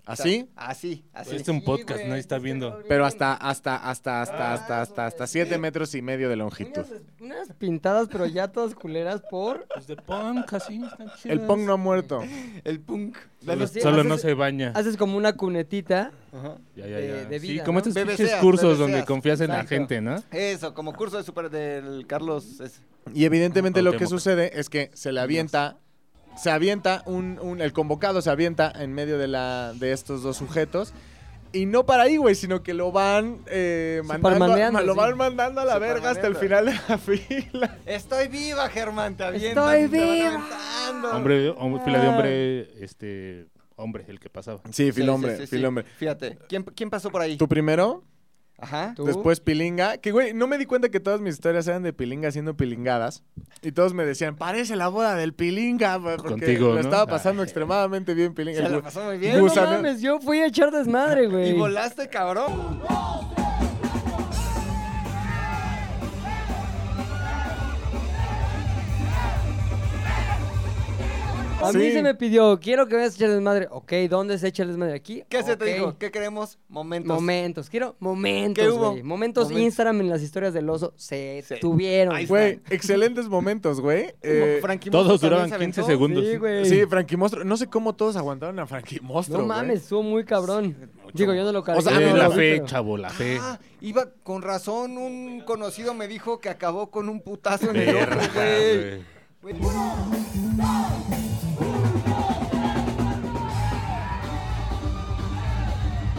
[SPEAKER 2] O sea,
[SPEAKER 4] Así.
[SPEAKER 2] Así, así.
[SPEAKER 3] Este es un podcast, ¿no? Ahí
[SPEAKER 2] pues,
[SPEAKER 3] Está viendo.
[SPEAKER 4] Pero hasta, hasta, hasta, hasta,
[SPEAKER 1] Ah,
[SPEAKER 4] hasta, hasta, hasta
[SPEAKER 1] sí.
[SPEAKER 4] 7 metros y medio de longitud.
[SPEAKER 1] Unas, unas pintadas, pero ya todas culeras
[SPEAKER 4] [LAUGHS]
[SPEAKER 1] por.
[SPEAKER 3] Pues de punk, así. están chidas.
[SPEAKER 4] El punk no ha muerto.
[SPEAKER 2] El punk.
[SPEAKER 3] Solo,
[SPEAKER 1] Sí,
[SPEAKER 3] solo
[SPEAKER 1] haces-
[SPEAKER 3] no se baña.
[SPEAKER 1] Haces como una cunetita.
[SPEAKER 2] Ajá.
[SPEAKER 3] Ya, ya,
[SPEAKER 1] de-
[SPEAKER 3] ya.
[SPEAKER 1] de
[SPEAKER 3] sí,
[SPEAKER 1] vida,
[SPEAKER 3] como
[SPEAKER 1] ¿no?
[SPEAKER 3] estos pinches
[SPEAKER 2] BBCas,
[SPEAKER 3] cursos
[SPEAKER 2] BBCas.
[SPEAKER 3] donde confías en la
[SPEAKER 2] Exacto.
[SPEAKER 3] gente, ¿no?
[SPEAKER 2] Eso, como curso de super del Carlos. ese.
[SPEAKER 4] Y evidentemente lo que
[SPEAKER 3] Cuauhtémoc.
[SPEAKER 4] sucede es que se le avienta, se avienta un, un- el convocado se avienta en medio de la de estos dos sujetos. Y no para ahí, güey, sino que lo van eh, mandando,
[SPEAKER 1] Supermaneando,
[SPEAKER 4] lo
[SPEAKER 1] sí.
[SPEAKER 4] van mandando a la verga hasta el final de la [LAUGHS] fila.
[SPEAKER 2] Estoy viva, Germán, te avientan.
[SPEAKER 1] Estoy
[SPEAKER 2] te van
[SPEAKER 1] viva.
[SPEAKER 2] aventando.
[SPEAKER 3] Hombre, hom- fila de hombre, este, hombre, el que pasaba.
[SPEAKER 4] Sí,
[SPEAKER 2] Sí, sí,
[SPEAKER 4] filombre,
[SPEAKER 2] sí, sí.
[SPEAKER 4] filombre.
[SPEAKER 2] Fíjate, ¿quién, quién pasó por ahí?
[SPEAKER 4] Tú primero,
[SPEAKER 2] Ajá.
[SPEAKER 1] Tú.
[SPEAKER 4] después pilinga. Que, güey, no me di cuenta que todas mis historias eran de pilinga haciendo pilingadas. Y todos me decían, parece la boda del pilinga. güey", Porque
[SPEAKER 3] Contigo,
[SPEAKER 4] lo
[SPEAKER 3] ¿no?
[SPEAKER 4] estaba pasando extremadamente bien pilinga.
[SPEAKER 2] Se
[SPEAKER 4] El
[SPEAKER 2] la
[SPEAKER 4] gu-
[SPEAKER 2] pasó muy
[SPEAKER 1] Yo
[SPEAKER 2] bien.
[SPEAKER 1] no
[SPEAKER 4] Gusano.
[SPEAKER 1] mames, yo fui a echar desmadre,
[SPEAKER 2] Y
[SPEAKER 1] güey.
[SPEAKER 2] volaste, cabrón.
[SPEAKER 1] A mí
[SPEAKER 4] Sí.
[SPEAKER 1] se me pidió, quiero que vayas a echar desmadre. Ok, ¿dónde se echa el desmadre? Aquí.
[SPEAKER 2] ¿Qué se te
[SPEAKER 1] Ok.
[SPEAKER 2] dijo? ¿Qué queremos? Momentos.
[SPEAKER 1] Momentos, quiero momentos,
[SPEAKER 2] ¿Qué hubo?
[SPEAKER 1] güey. Momentos,
[SPEAKER 2] Momentos.
[SPEAKER 1] Instagram en las historias del oso se
[SPEAKER 2] Sí.
[SPEAKER 1] tuvieron.
[SPEAKER 2] Ahí
[SPEAKER 4] Güey, excelentes momentos, güey. Eh,
[SPEAKER 2] Frankie Montes
[SPEAKER 3] Todos
[SPEAKER 2] también
[SPEAKER 3] duraban
[SPEAKER 2] se
[SPEAKER 3] 15
[SPEAKER 2] aventó.
[SPEAKER 3] segundos. Eh,
[SPEAKER 1] Sí, güey.
[SPEAKER 4] Sí, Frankie Monstruo. No sé cómo todos aguantaron a Frankie Monstruo.
[SPEAKER 1] no
[SPEAKER 4] güey.
[SPEAKER 1] mames, estuvo muy cabrón. Digo, yo no lo cargué.
[SPEAKER 4] O sea,
[SPEAKER 1] Ah, no
[SPEAKER 3] Eh,
[SPEAKER 4] no,
[SPEAKER 1] lo
[SPEAKER 3] la
[SPEAKER 4] no,
[SPEAKER 1] vi,
[SPEAKER 3] fe,
[SPEAKER 1] pero-
[SPEAKER 3] chavo, la fe.
[SPEAKER 2] Ah, iba con razón. Un conocido me dijo que acabó con un putazo en el ojo,
[SPEAKER 3] Verga,
[SPEAKER 2] güey.
[SPEAKER 3] güey.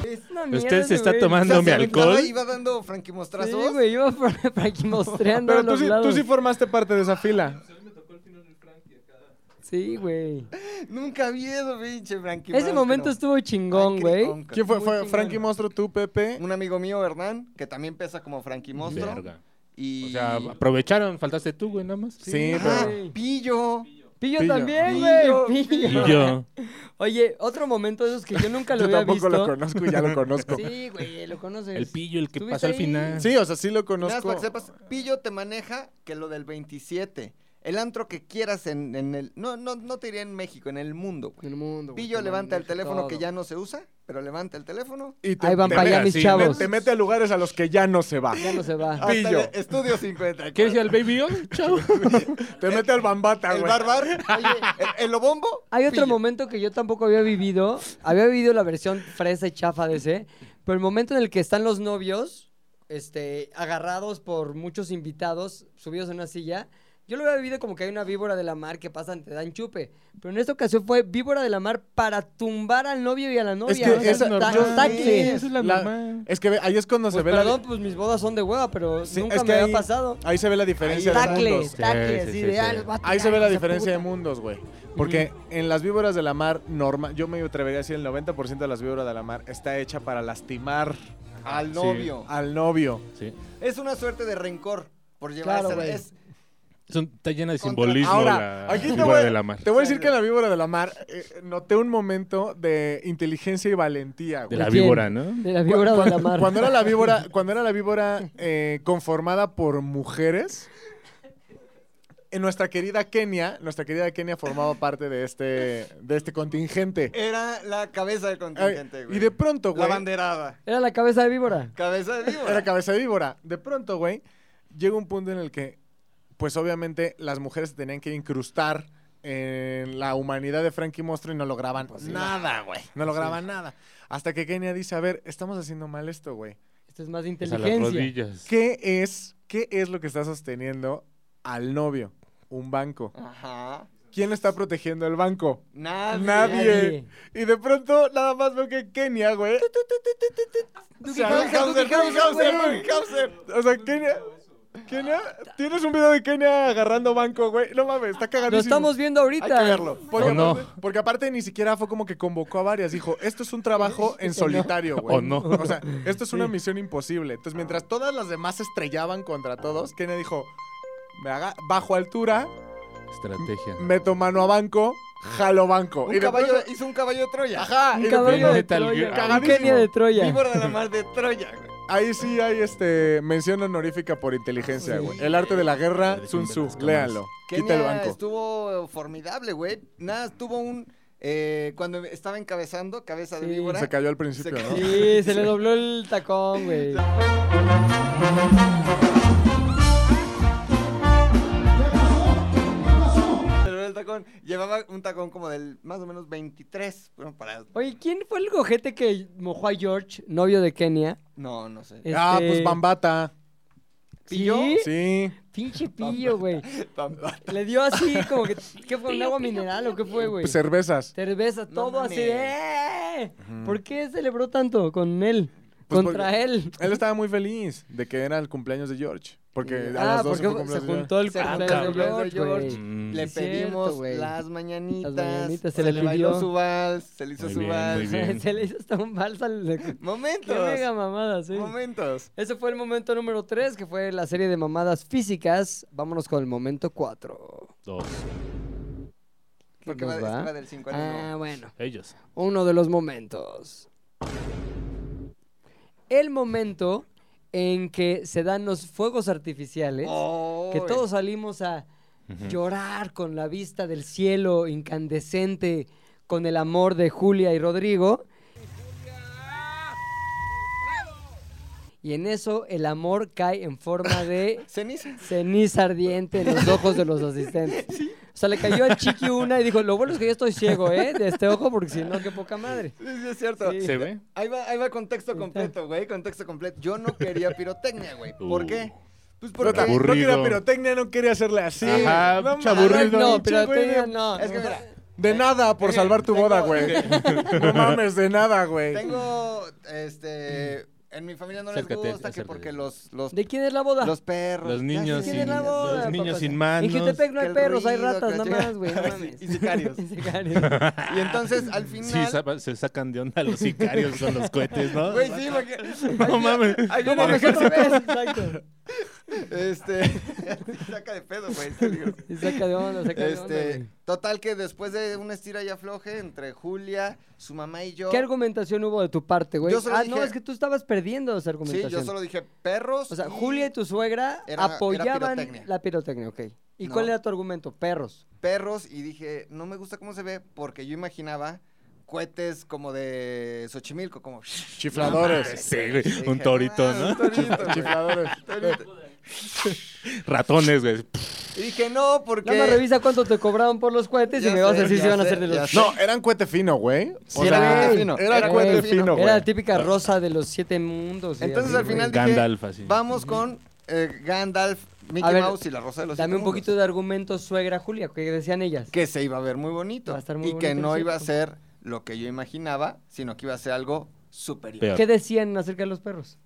[SPEAKER 1] Es una mierda
[SPEAKER 3] Usted
[SPEAKER 1] ese
[SPEAKER 3] se está
[SPEAKER 1] güey.
[SPEAKER 2] O sea,
[SPEAKER 3] tomando mi
[SPEAKER 2] se aventaba
[SPEAKER 3] alcohol.
[SPEAKER 2] y Iba dando Frankie
[SPEAKER 1] Sí,
[SPEAKER 2] mostrazos.
[SPEAKER 1] güey, iba [LAUGHS] fra- franquimostreando a
[SPEAKER 4] Pero tú
[SPEAKER 1] los
[SPEAKER 4] sí, tú
[SPEAKER 1] lados.
[SPEAKER 4] sí formaste parte de esa fila.
[SPEAKER 1] Sí, güey.
[SPEAKER 2] Nunca vi eso, pinche Frankie.
[SPEAKER 1] Ese
[SPEAKER 2] Brown,
[SPEAKER 1] momento
[SPEAKER 2] pero-
[SPEAKER 1] estuvo chingón,
[SPEAKER 2] Ay,
[SPEAKER 1] güey.
[SPEAKER 2] chingón,
[SPEAKER 4] ¿Quién fue?
[SPEAKER 2] muy
[SPEAKER 4] ¿Fue
[SPEAKER 2] chingón.
[SPEAKER 4] Frankie Monstruo, tú, Pepe?
[SPEAKER 2] Un amigo mío, Hernán, que también pesa como Frankie Monstruo.
[SPEAKER 3] Verga.
[SPEAKER 2] Y...
[SPEAKER 3] O sea, aprovecharon, faltaste tú, güey, nada más.
[SPEAKER 4] Sí,
[SPEAKER 2] Ah,
[SPEAKER 4] pero...
[SPEAKER 2] Pillo.
[SPEAKER 1] Pillo,
[SPEAKER 4] Pillo.
[SPEAKER 1] también,
[SPEAKER 2] Pillo,
[SPEAKER 1] güey. Pillo.
[SPEAKER 3] Y yo.
[SPEAKER 1] Oye, otro momento de esos que yo nunca lo
[SPEAKER 4] Yo
[SPEAKER 1] había
[SPEAKER 4] tampoco
[SPEAKER 1] visto.
[SPEAKER 4] lo conozco y
[SPEAKER 1] [LAUGHS]
[SPEAKER 4] ya lo conozco. Sí.
[SPEAKER 1] Sí, güey, lo conoces.
[SPEAKER 3] El pillo, el que
[SPEAKER 1] ¿Estuviste
[SPEAKER 3] pasó al
[SPEAKER 1] ahí?
[SPEAKER 3] final.
[SPEAKER 4] o sea, sí lo
[SPEAKER 2] Nada más
[SPEAKER 4] conozco.
[SPEAKER 2] para que sepas, Pillo te maneja que lo del 27. El antro que quieras en, en el... No, no, no te diría en México, en el mundo, güey.
[SPEAKER 1] Del mundo, güey,
[SPEAKER 2] Pillo
[SPEAKER 1] que
[SPEAKER 2] levanta el
[SPEAKER 1] maneja
[SPEAKER 2] teléfono
[SPEAKER 1] todo.
[SPEAKER 2] que ya no se usa, pero levanta el teléfono.
[SPEAKER 4] Y
[SPEAKER 1] Ahí van para allá
[SPEAKER 4] mete-
[SPEAKER 1] mis
[SPEAKER 3] sí,
[SPEAKER 1] chavos.
[SPEAKER 4] Te mete a lugares a los que ya no se va.
[SPEAKER 1] Ya no se va.
[SPEAKER 2] Hasta
[SPEAKER 4] Pillo.
[SPEAKER 2] el Estudio 50.
[SPEAKER 3] ¿Qué decía el baby? Oil? Chao.
[SPEAKER 4] Te mete al bambata,
[SPEAKER 2] El
[SPEAKER 4] güey.
[SPEAKER 2] barbar, [LAUGHS] oye, el, el lobombo.
[SPEAKER 1] Hay otro
[SPEAKER 2] pillo.
[SPEAKER 1] momento que yo tampoco había vivido. Había vivido la versión fresa y chafa de ese. Pero el momento en el que están los novios, este, agarrados por muchos invitados, subidos en una silla. Yo lo había vivido como que hay una víbora de la mar que pasan, te dan chupe. Pero en esta ocasión fue víbora de la mar para tumbar al novio y a la novia.
[SPEAKER 4] que
[SPEAKER 1] O sea,
[SPEAKER 4] esa-
[SPEAKER 1] ta-
[SPEAKER 4] yo-
[SPEAKER 1] tacle.
[SPEAKER 3] Sí, esa es la,
[SPEAKER 4] La-
[SPEAKER 3] mamá.
[SPEAKER 4] Es que ve- ahí es cuando se
[SPEAKER 1] Pues
[SPEAKER 4] ve
[SPEAKER 1] perdón,
[SPEAKER 4] la...
[SPEAKER 1] pues mis bodas son de hueva, pero
[SPEAKER 4] Sí,
[SPEAKER 1] nunca
[SPEAKER 4] es
[SPEAKER 1] me
[SPEAKER 4] que
[SPEAKER 1] había
[SPEAKER 4] ahí-
[SPEAKER 1] pasado.
[SPEAKER 4] Ahí se ve la diferencia de
[SPEAKER 1] Tacle,
[SPEAKER 4] mundos.
[SPEAKER 1] tacle,
[SPEAKER 3] Sí,
[SPEAKER 1] así
[SPEAKER 3] sí,
[SPEAKER 1] de
[SPEAKER 3] sí,
[SPEAKER 1] ah,
[SPEAKER 3] sí.
[SPEAKER 1] los voy a
[SPEAKER 4] Ahí se
[SPEAKER 1] tirar,
[SPEAKER 4] ve la
[SPEAKER 1] hija
[SPEAKER 4] diferencia de
[SPEAKER 1] puta.
[SPEAKER 4] mundos, güey. Porque en las víboras de la mar, norma, yo me atrevería a decir el 90% de las víboras de la mar está hecha para lastimar
[SPEAKER 2] Al
[SPEAKER 3] Sí.
[SPEAKER 2] novio. Ah,
[SPEAKER 4] al novio.
[SPEAKER 3] Sí.
[SPEAKER 2] Es una suerte de rencor por llevar
[SPEAKER 1] Claro,
[SPEAKER 2] esa-
[SPEAKER 1] güey.
[SPEAKER 2] es-
[SPEAKER 3] Son- está llena de
[SPEAKER 2] Contra-
[SPEAKER 3] simbolismo
[SPEAKER 4] Ahora,
[SPEAKER 3] la
[SPEAKER 4] aquí te
[SPEAKER 3] figura
[SPEAKER 4] voy,
[SPEAKER 3] de la mar.
[SPEAKER 4] te voy a decir que en la víbora de la mar eh, noté un momento de inteligencia y valentía,
[SPEAKER 3] De
[SPEAKER 4] güey.
[SPEAKER 3] la
[SPEAKER 1] quién?
[SPEAKER 3] víbora, ¿no?
[SPEAKER 1] De la víbora de la
[SPEAKER 4] Cuando-
[SPEAKER 1] mar.
[SPEAKER 4] Cuando era
[SPEAKER 1] [LAUGHS]
[SPEAKER 4] la víbora, cuando era la víbora eh, conformada por mujeres, en nuestra querida Kenia, nuestra querida Kenia formaba parte de este, de este contingente.
[SPEAKER 2] Era la cabeza del
[SPEAKER 4] Ay,
[SPEAKER 2] contingente, güey.
[SPEAKER 4] y de pronto,
[SPEAKER 2] La
[SPEAKER 4] güey,
[SPEAKER 2] banderada.
[SPEAKER 1] Era la cabeza de víbora.
[SPEAKER 2] Cabeza de víbora.
[SPEAKER 4] era cabeza de víbora. De pronto, güey, llega un punto en el que, pues obviamente, las mujeres se tenían que incrustar en la humanidad de Frankie Monstruo y no lograban
[SPEAKER 2] Pues
[SPEAKER 4] nada, güey. No lograban nada. Hasta que Kenia dice, a ver, estamos haciendo mal esto, güey.
[SPEAKER 1] Esto es más de
[SPEAKER 3] Es a las
[SPEAKER 1] inteligencia.
[SPEAKER 3] rodillas.
[SPEAKER 4] ¿Qué es, qué es lo que está sosteniendo al novio? Un banco.
[SPEAKER 2] Ajá.
[SPEAKER 4] ¿Quién está protegiendo el banco?
[SPEAKER 2] Nadie.
[SPEAKER 4] Nadie. Y de pronto nada más veo que Kenia, güey.
[SPEAKER 1] Duke
[SPEAKER 4] Se
[SPEAKER 1] Hauser,
[SPEAKER 4] aleja-
[SPEAKER 1] Duke
[SPEAKER 4] Duke
[SPEAKER 1] Hauser,
[SPEAKER 4] Hauser,
[SPEAKER 1] güey.
[SPEAKER 4] Duke Hauser. O sea, Kenia. Kenia, tienes un video de Kenia agarrando banco, güey. No mames, está
[SPEAKER 1] Lo
[SPEAKER 4] cagadísimo.
[SPEAKER 1] estamos viendo ahorita.
[SPEAKER 4] Hay que verlo. Porque,
[SPEAKER 3] ¿O no?
[SPEAKER 4] aparte, porque aparte ni siquiera fue como que convocó a varias. Dijo, esto es un [LAUGHS] trabajo en solitario, güey.
[SPEAKER 3] ¿O no?
[SPEAKER 4] O sea, esto es una misión imposible. Entonces, mientras todas las demás se estrellaban contra todos, Kenia dijo, me haga bajo altura,
[SPEAKER 3] Estrategia.
[SPEAKER 4] meto mano a banco, jalo banco.
[SPEAKER 2] Un
[SPEAKER 4] y de
[SPEAKER 2] caballo,
[SPEAKER 4] pronto-
[SPEAKER 2] hizo un caballo de Troya.
[SPEAKER 4] Ajá, y
[SPEAKER 1] Un
[SPEAKER 4] de
[SPEAKER 1] caballo
[SPEAKER 4] pronto-
[SPEAKER 1] de
[SPEAKER 3] Metal Gear.
[SPEAKER 1] Troya. Un
[SPEAKER 4] Cagadísimo.
[SPEAKER 1] genio de Troya.
[SPEAKER 2] Víbora de la mar de Troya, güey.
[SPEAKER 4] ahí sí hay este mención honorífica por inteligencia,
[SPEAKER 2] Sí.
[SPEAKER 4] güey. El arte de la guerra, Sun Tzu, léanlo. Quita el
[SPEAKER 2] Kenia
[SPEAKER 4] banco.
[SPEAKER 2] estuvo formidable, güey. Nada, estuvo un... eh, cuando estaba encabezando, cabeza de
[SPEAKER 1] Sí.
[SPEAKER 2] víbora.
[SPEAKER 4] Se cayó al principio,
[SPEAKER 2] Se
[SPEAKER 4] ¿no?
[SPEAKER 2] cayó.
[SPEAKER 1] Sí, se le dobló el tacón, güey.
[SPEAKER 2] Pero el tacón, llevaba un tacón como del más o menos 23. Bueno, para...
[SPEAKER 1] Oye, ¿quién fue el gojete que mojó a George, novio de Kenia?
[SPEAKER 2] No, no sé.
[SPEAKER 1] Este-
[SPEAKER 4] Ah, pues Bambata.
[SPEAKER 1] ¿Sí?
[SPEAKER 4] Sí.
[SPEAKER 1] Pinche pillo, güey.
[SPEAKER 2] [LAUGHS] Pamba.
[SPEAKER 1] Le dio así como que... ¿Qué fue? ¿Un agua mineral o qué fue, güey?
[SPEAKER 4] Pues, cervezas.
[SPEAKER 1] Cerveza,
[SPEAKER 2] No
[SPEAKER 1] todo así de...
[SPEAKER 2] mames.
[SPEAKER 1] "Eh". ¿Por qué celebró tanto con él?
[SPEAKER 4] Pues
[SPEAKER 1] Contra
[SPEAKER 4] porque-
[SPEAKER 1] él.
[SPEAKER 4] Él estaba muy feliz de que era el cumpleaños de George. Porque a
[SPEAKER 1] ah,
[SPEAKER 4] las 12
[SPEAKER 1] porque se
[SPEAKER 4] fue cumpleaños de George.
[SPEAKER 1] juntó el
[SPEAKER 2] Se
[SPEAKER 1] cumpleaños
[SPEAKER 2] juntó
[SPEAKER 1] de
[SPEAKER 2] el
[SPEAKER 1] George,
[SPEAKER 2] cumpleaños de
[SPEAKER 1] güey.
[SPEAKER 3] Mm.
[SPEAKER 2] Le
[SPEAKER 1] Es
[SPEAKER 2] pedimos
[SPEAKER 1] cierto, güey.
[SPEAKER 2] las mañanitas.
[SPEAKER 1] Las mañanitas, se
[SPEAKER 2] le,
[SPEAKER 1] le
[SPEAKER 2] bailó
[SPEAKER 1] pidió.
[SPEAKER 2] su vals, se le hizo
[SPEAKER 3] Muy
[SPEAKER 2] su
[SPEAKER 3] bien, muy
[SPEAKER 2] vals.
[SPEAKER 1] [LAUGHS]
[SPEAKER 3] bien.
[SPEAKER 4] Mm.
[SPEAKER 1] se le hizo hasta un vals al... Qué
[SPEAKER 2] Momentos.
[SPEAKER 1] mega eh. mamada, sí.
[SPEAKER 2] Momentos.
[SPEAKER 1] Ese fue el momento número 3, que fue la serie de mamadas físicas. Vámonos con el momento 4.
[SPEAKER 3] Dos.
[SPEAKER 2] Porque va,
[SPEAKER 1] nos
[SPEAKER 2] es
[SPEAKER 1] va?
[SPEAKER 2] que va del 5 al
[SPEAKER 1] Ah,
[SPEAKER 2] uno.
[SPEAKER 1] bueno.
[SPEAKER 3] Ellos.
[SPEAKER 1] Uno de los momentos. El momento en que se dan los fuegos artificiales, que
[SPEAKER 2] Oy.
[SPEAKER 1] todos salimos a llorar con la vista del cielo incandescente, con el amor de Julia y Rodrigo. Y en eso el amor cae en forma
[SPEAKER 2] [LAUGHS]
[SPEAKER 1] de
[SPEAKER 2] Ceniza.
[SPEAKER 1] ceniza ardiente en los ojos de los asistentes. O sea, le cayó al chiqui una y dijo, lo bueno es que yo estoy ciego, ¿eh? De este ojo, porque si no, qué poca madre.
[SPEAKER 2] Sí, sí, es cierto.
[SPEAKER 1] Sí.
[SPEAKER 3] ¿Se ve?
[SPEAKER 2] Ahí va, ahí va contexto completo, güey. Contexto completo. Yo no
[SPEAKER 1] [LAUGHS]
[SPEAKER 2] quería pirotecnia, güey. ¿Por
[SPEAKER 3] Uh.
[SPEAKER 2] qué? Pues
[SPEAKER 4] No,
[SPEAKER 2] porque.
[SPEAKER 4] no
[SPEAKER 3] Aburrido.
[SPEAKER 4] quería pirotecnia, no quería hacerle así.
[SPEAKER 3] Ajá,
[SPEAKER 4] no,
[SPEAKER 3] pinche
[SPEAKER 4] mames,
[SPEAKER 3] aburrido.
[SPEAKER 1] No,
[SPEAKER 4] pinche
[SPEAKER 1] pero
[SPEAKER 4] güey
[SPEAKER 1] te-
[SPEAKER 4] de-
[SPEAKER 1] no.
[SPEAKER 2] ¿eh? Es que
[SPEAKER 1] no.
[SPEAKER 2] mira,
[SPEAKER 4] De nada por
[SPEAKER 2] Eh,
[SPEAKER 4] salvar tu
[SPEAKER 2] tengo- este-
[SPEAKER 4] [LAUGHS] boda, güey. No mames, de nada, güey.
[SPEAKER 2] tengo este En mi familia no
[SPEAKER 3] Acércate,
[SPEAKER 2] les gusta que
[SPEAKER 3] acércate.
[SPEAKER 2] porque los, los,
[SPEAKER 1] ¿De quién es la [LAUGHS] boda?
[SPEAKER 2] los perros.
[SPEAKER 3] Los
[SPEAKER 2] ya
[SPEAKER 3] niños
[SPEAKER 1] sí,
[SPEAKER 2] sé,
[SPEAKER 3] sin,
[SPEAKER 1] tiene la boda,
[SPEAKER 3] los niños
[SPEAKER 1] papá.
[SPEAKER 3] sin manos.
[SPEAKER 1] En Jutepec no
[SPEAKER 2] que
[SPEAKER 1] hay
[SPEAKER 2] el
[SPEAKER 1] perros, hay
[SPEAKER 2] ruido, que
[SPEAKER 1] ratas, nada
[SPEAKER 2] la chingada.
[SPEAKER 1] más, güey. No mames.
[SPEAKER 2] [LAUGHS] Y sicarios.
[SPEAKER 1] [LAUGHS] Y sicarios.
[SPEAKER 2] Y entonces, al final...
[SPEAKER 3] Sí, sa- se sacan de onda los sicarios con los cohetes, ¿no?
[SPEAKER 2] Güey, sí, porque...
[SPEAKER 3] No mames.
[SPEAKER 2] Ahí
[SPEAKER 1] No
[SPEAKER 2] viene-
[SPEAKER 1] mames, otra [LAUGHS] vez. Exacto.
[SPEAKER 2] Este... sí saca de pedo, güey. en serio.
[SPEAKER 1] Y saca de onda, saca de onda.
[SPEAKER 2] Este,
[SPEAKER 1] güey.
[SPEAKER 2] total que después de una estira y afloje entre Julia, su mamá y yo.
[SPEAKER 1] ¿Qué argumentación hubo de tu parte, güey?
[SPEAKER 2] Yo solo
[SPEAKER 1] Ah,
[SPEAKER 2] dije-
[SPEAKER 1] no, es que tú estabas perdiendo esa
[SPEAKER 2] Sí,
[SPEAKER 1] argumentación.
[SPEAKER 2] yo solo dije perros.
[SPEAKER 1] O sea,
[SPEAKER 2] y-
[SPEAKER 1] Julia y tu suegra
[SPEAKER 2] Era- era
[SPEAKER 1] apoyaban
[SPEAKER 2] pirotecnia.
[SPEAKER 1] la pirotecnia, ok. ¿Y
[SPEAKER 2] No.
[SPEAKER 1] cuál era tu argumento? Perros.
[SPEAKER 2] perros y dije, no me gusta cómo se ve porque yo imaginaba cohetes como de Xochimilco, como
[SPEAKER 3] [LAUGHS]
[SPEAKER 4] Chifladores.
[SPEAKER 3] Sí, güey,
[SPEAKER 2] Dije,
[SPEAKER 3] un torito,
[SPEAKER 2] "Ah, un
[SPEAKER 3] ¿no?
[SPEAKER 2] torito, güey".
[SPEAKER 4] Chifladores.
[SPEAKER 2] Torito.
[SPEAKER 3] Ratones, güey.
[SPEAKER 2] Y dije, no, porque...
[SPEAKER 1] Nada más revisa cuánto te cobraron por los cohetes y
[SPEAKER 2] Ya
[SPEAKER 1] me vas a
[SPEAKER 2] sé,
[SPEAKER 1] decir
[SPEAKER 2] ya
[SPEAKER 1] si van a
[SPEAKER 2] sé,
[SPEAKER 1] ser de
[SPEAKER 2] ya
[SPEAKER 1] los...
[SPEAKER 2] sé.
[SPEAKER 4] No, eran cuete fino, güey.
[SPEAKER 2] Sí, era
[SPEAKER 1] sea,
[SPEAKER 2] cohete fino.
[SPEAKER 4] era
[SPEAKER 1] cuete
[SPEAKER 2] cohete
[SPEAKER 4] fino, güey.
[SPEAKER 1] Era la típica rosa de los siete mundos. y
[SPEAKER 2] Entonces,
[SPEAKER 1] así,
[SPEAKER 2] al
[SPEAKER 1] güey.
[SPEAKER 2] final dije,
[SPEAKER 3] Gandalf, así.
[SPEAKER 2] vamos con eh, Gandalf, Mickey
[SPEAKER 1] A ver,
[SPEAKER 2] Mouse y la Rosa de los
[SPEAKER 1] Dame
[SPEAKER 2] Siete
[SPEAKER 1] un poquito
[SPEAKER 2] Mundos.
[SPEAKER 1] de argumento suegra Julia, que decían ellas.
[SPEAKER 2] Que se iba a ver muy bonito.
[SPEAKER 1] Va a estar muy
[SPEAKER 2] y que
[SPEAKER 1] bonito,
[SPEAKER 2] no
[SPEAKER 1] es
[SPEAKER 2] iba a
[SPEAKER 1] cierto.
[SPEAKER 2] ser lo que yo imaginaba, sino que iba a ser algo superior.
[SPEAKER 3] Peor.
[SPEAKER 1] ¿Qué decían acerca de los perros?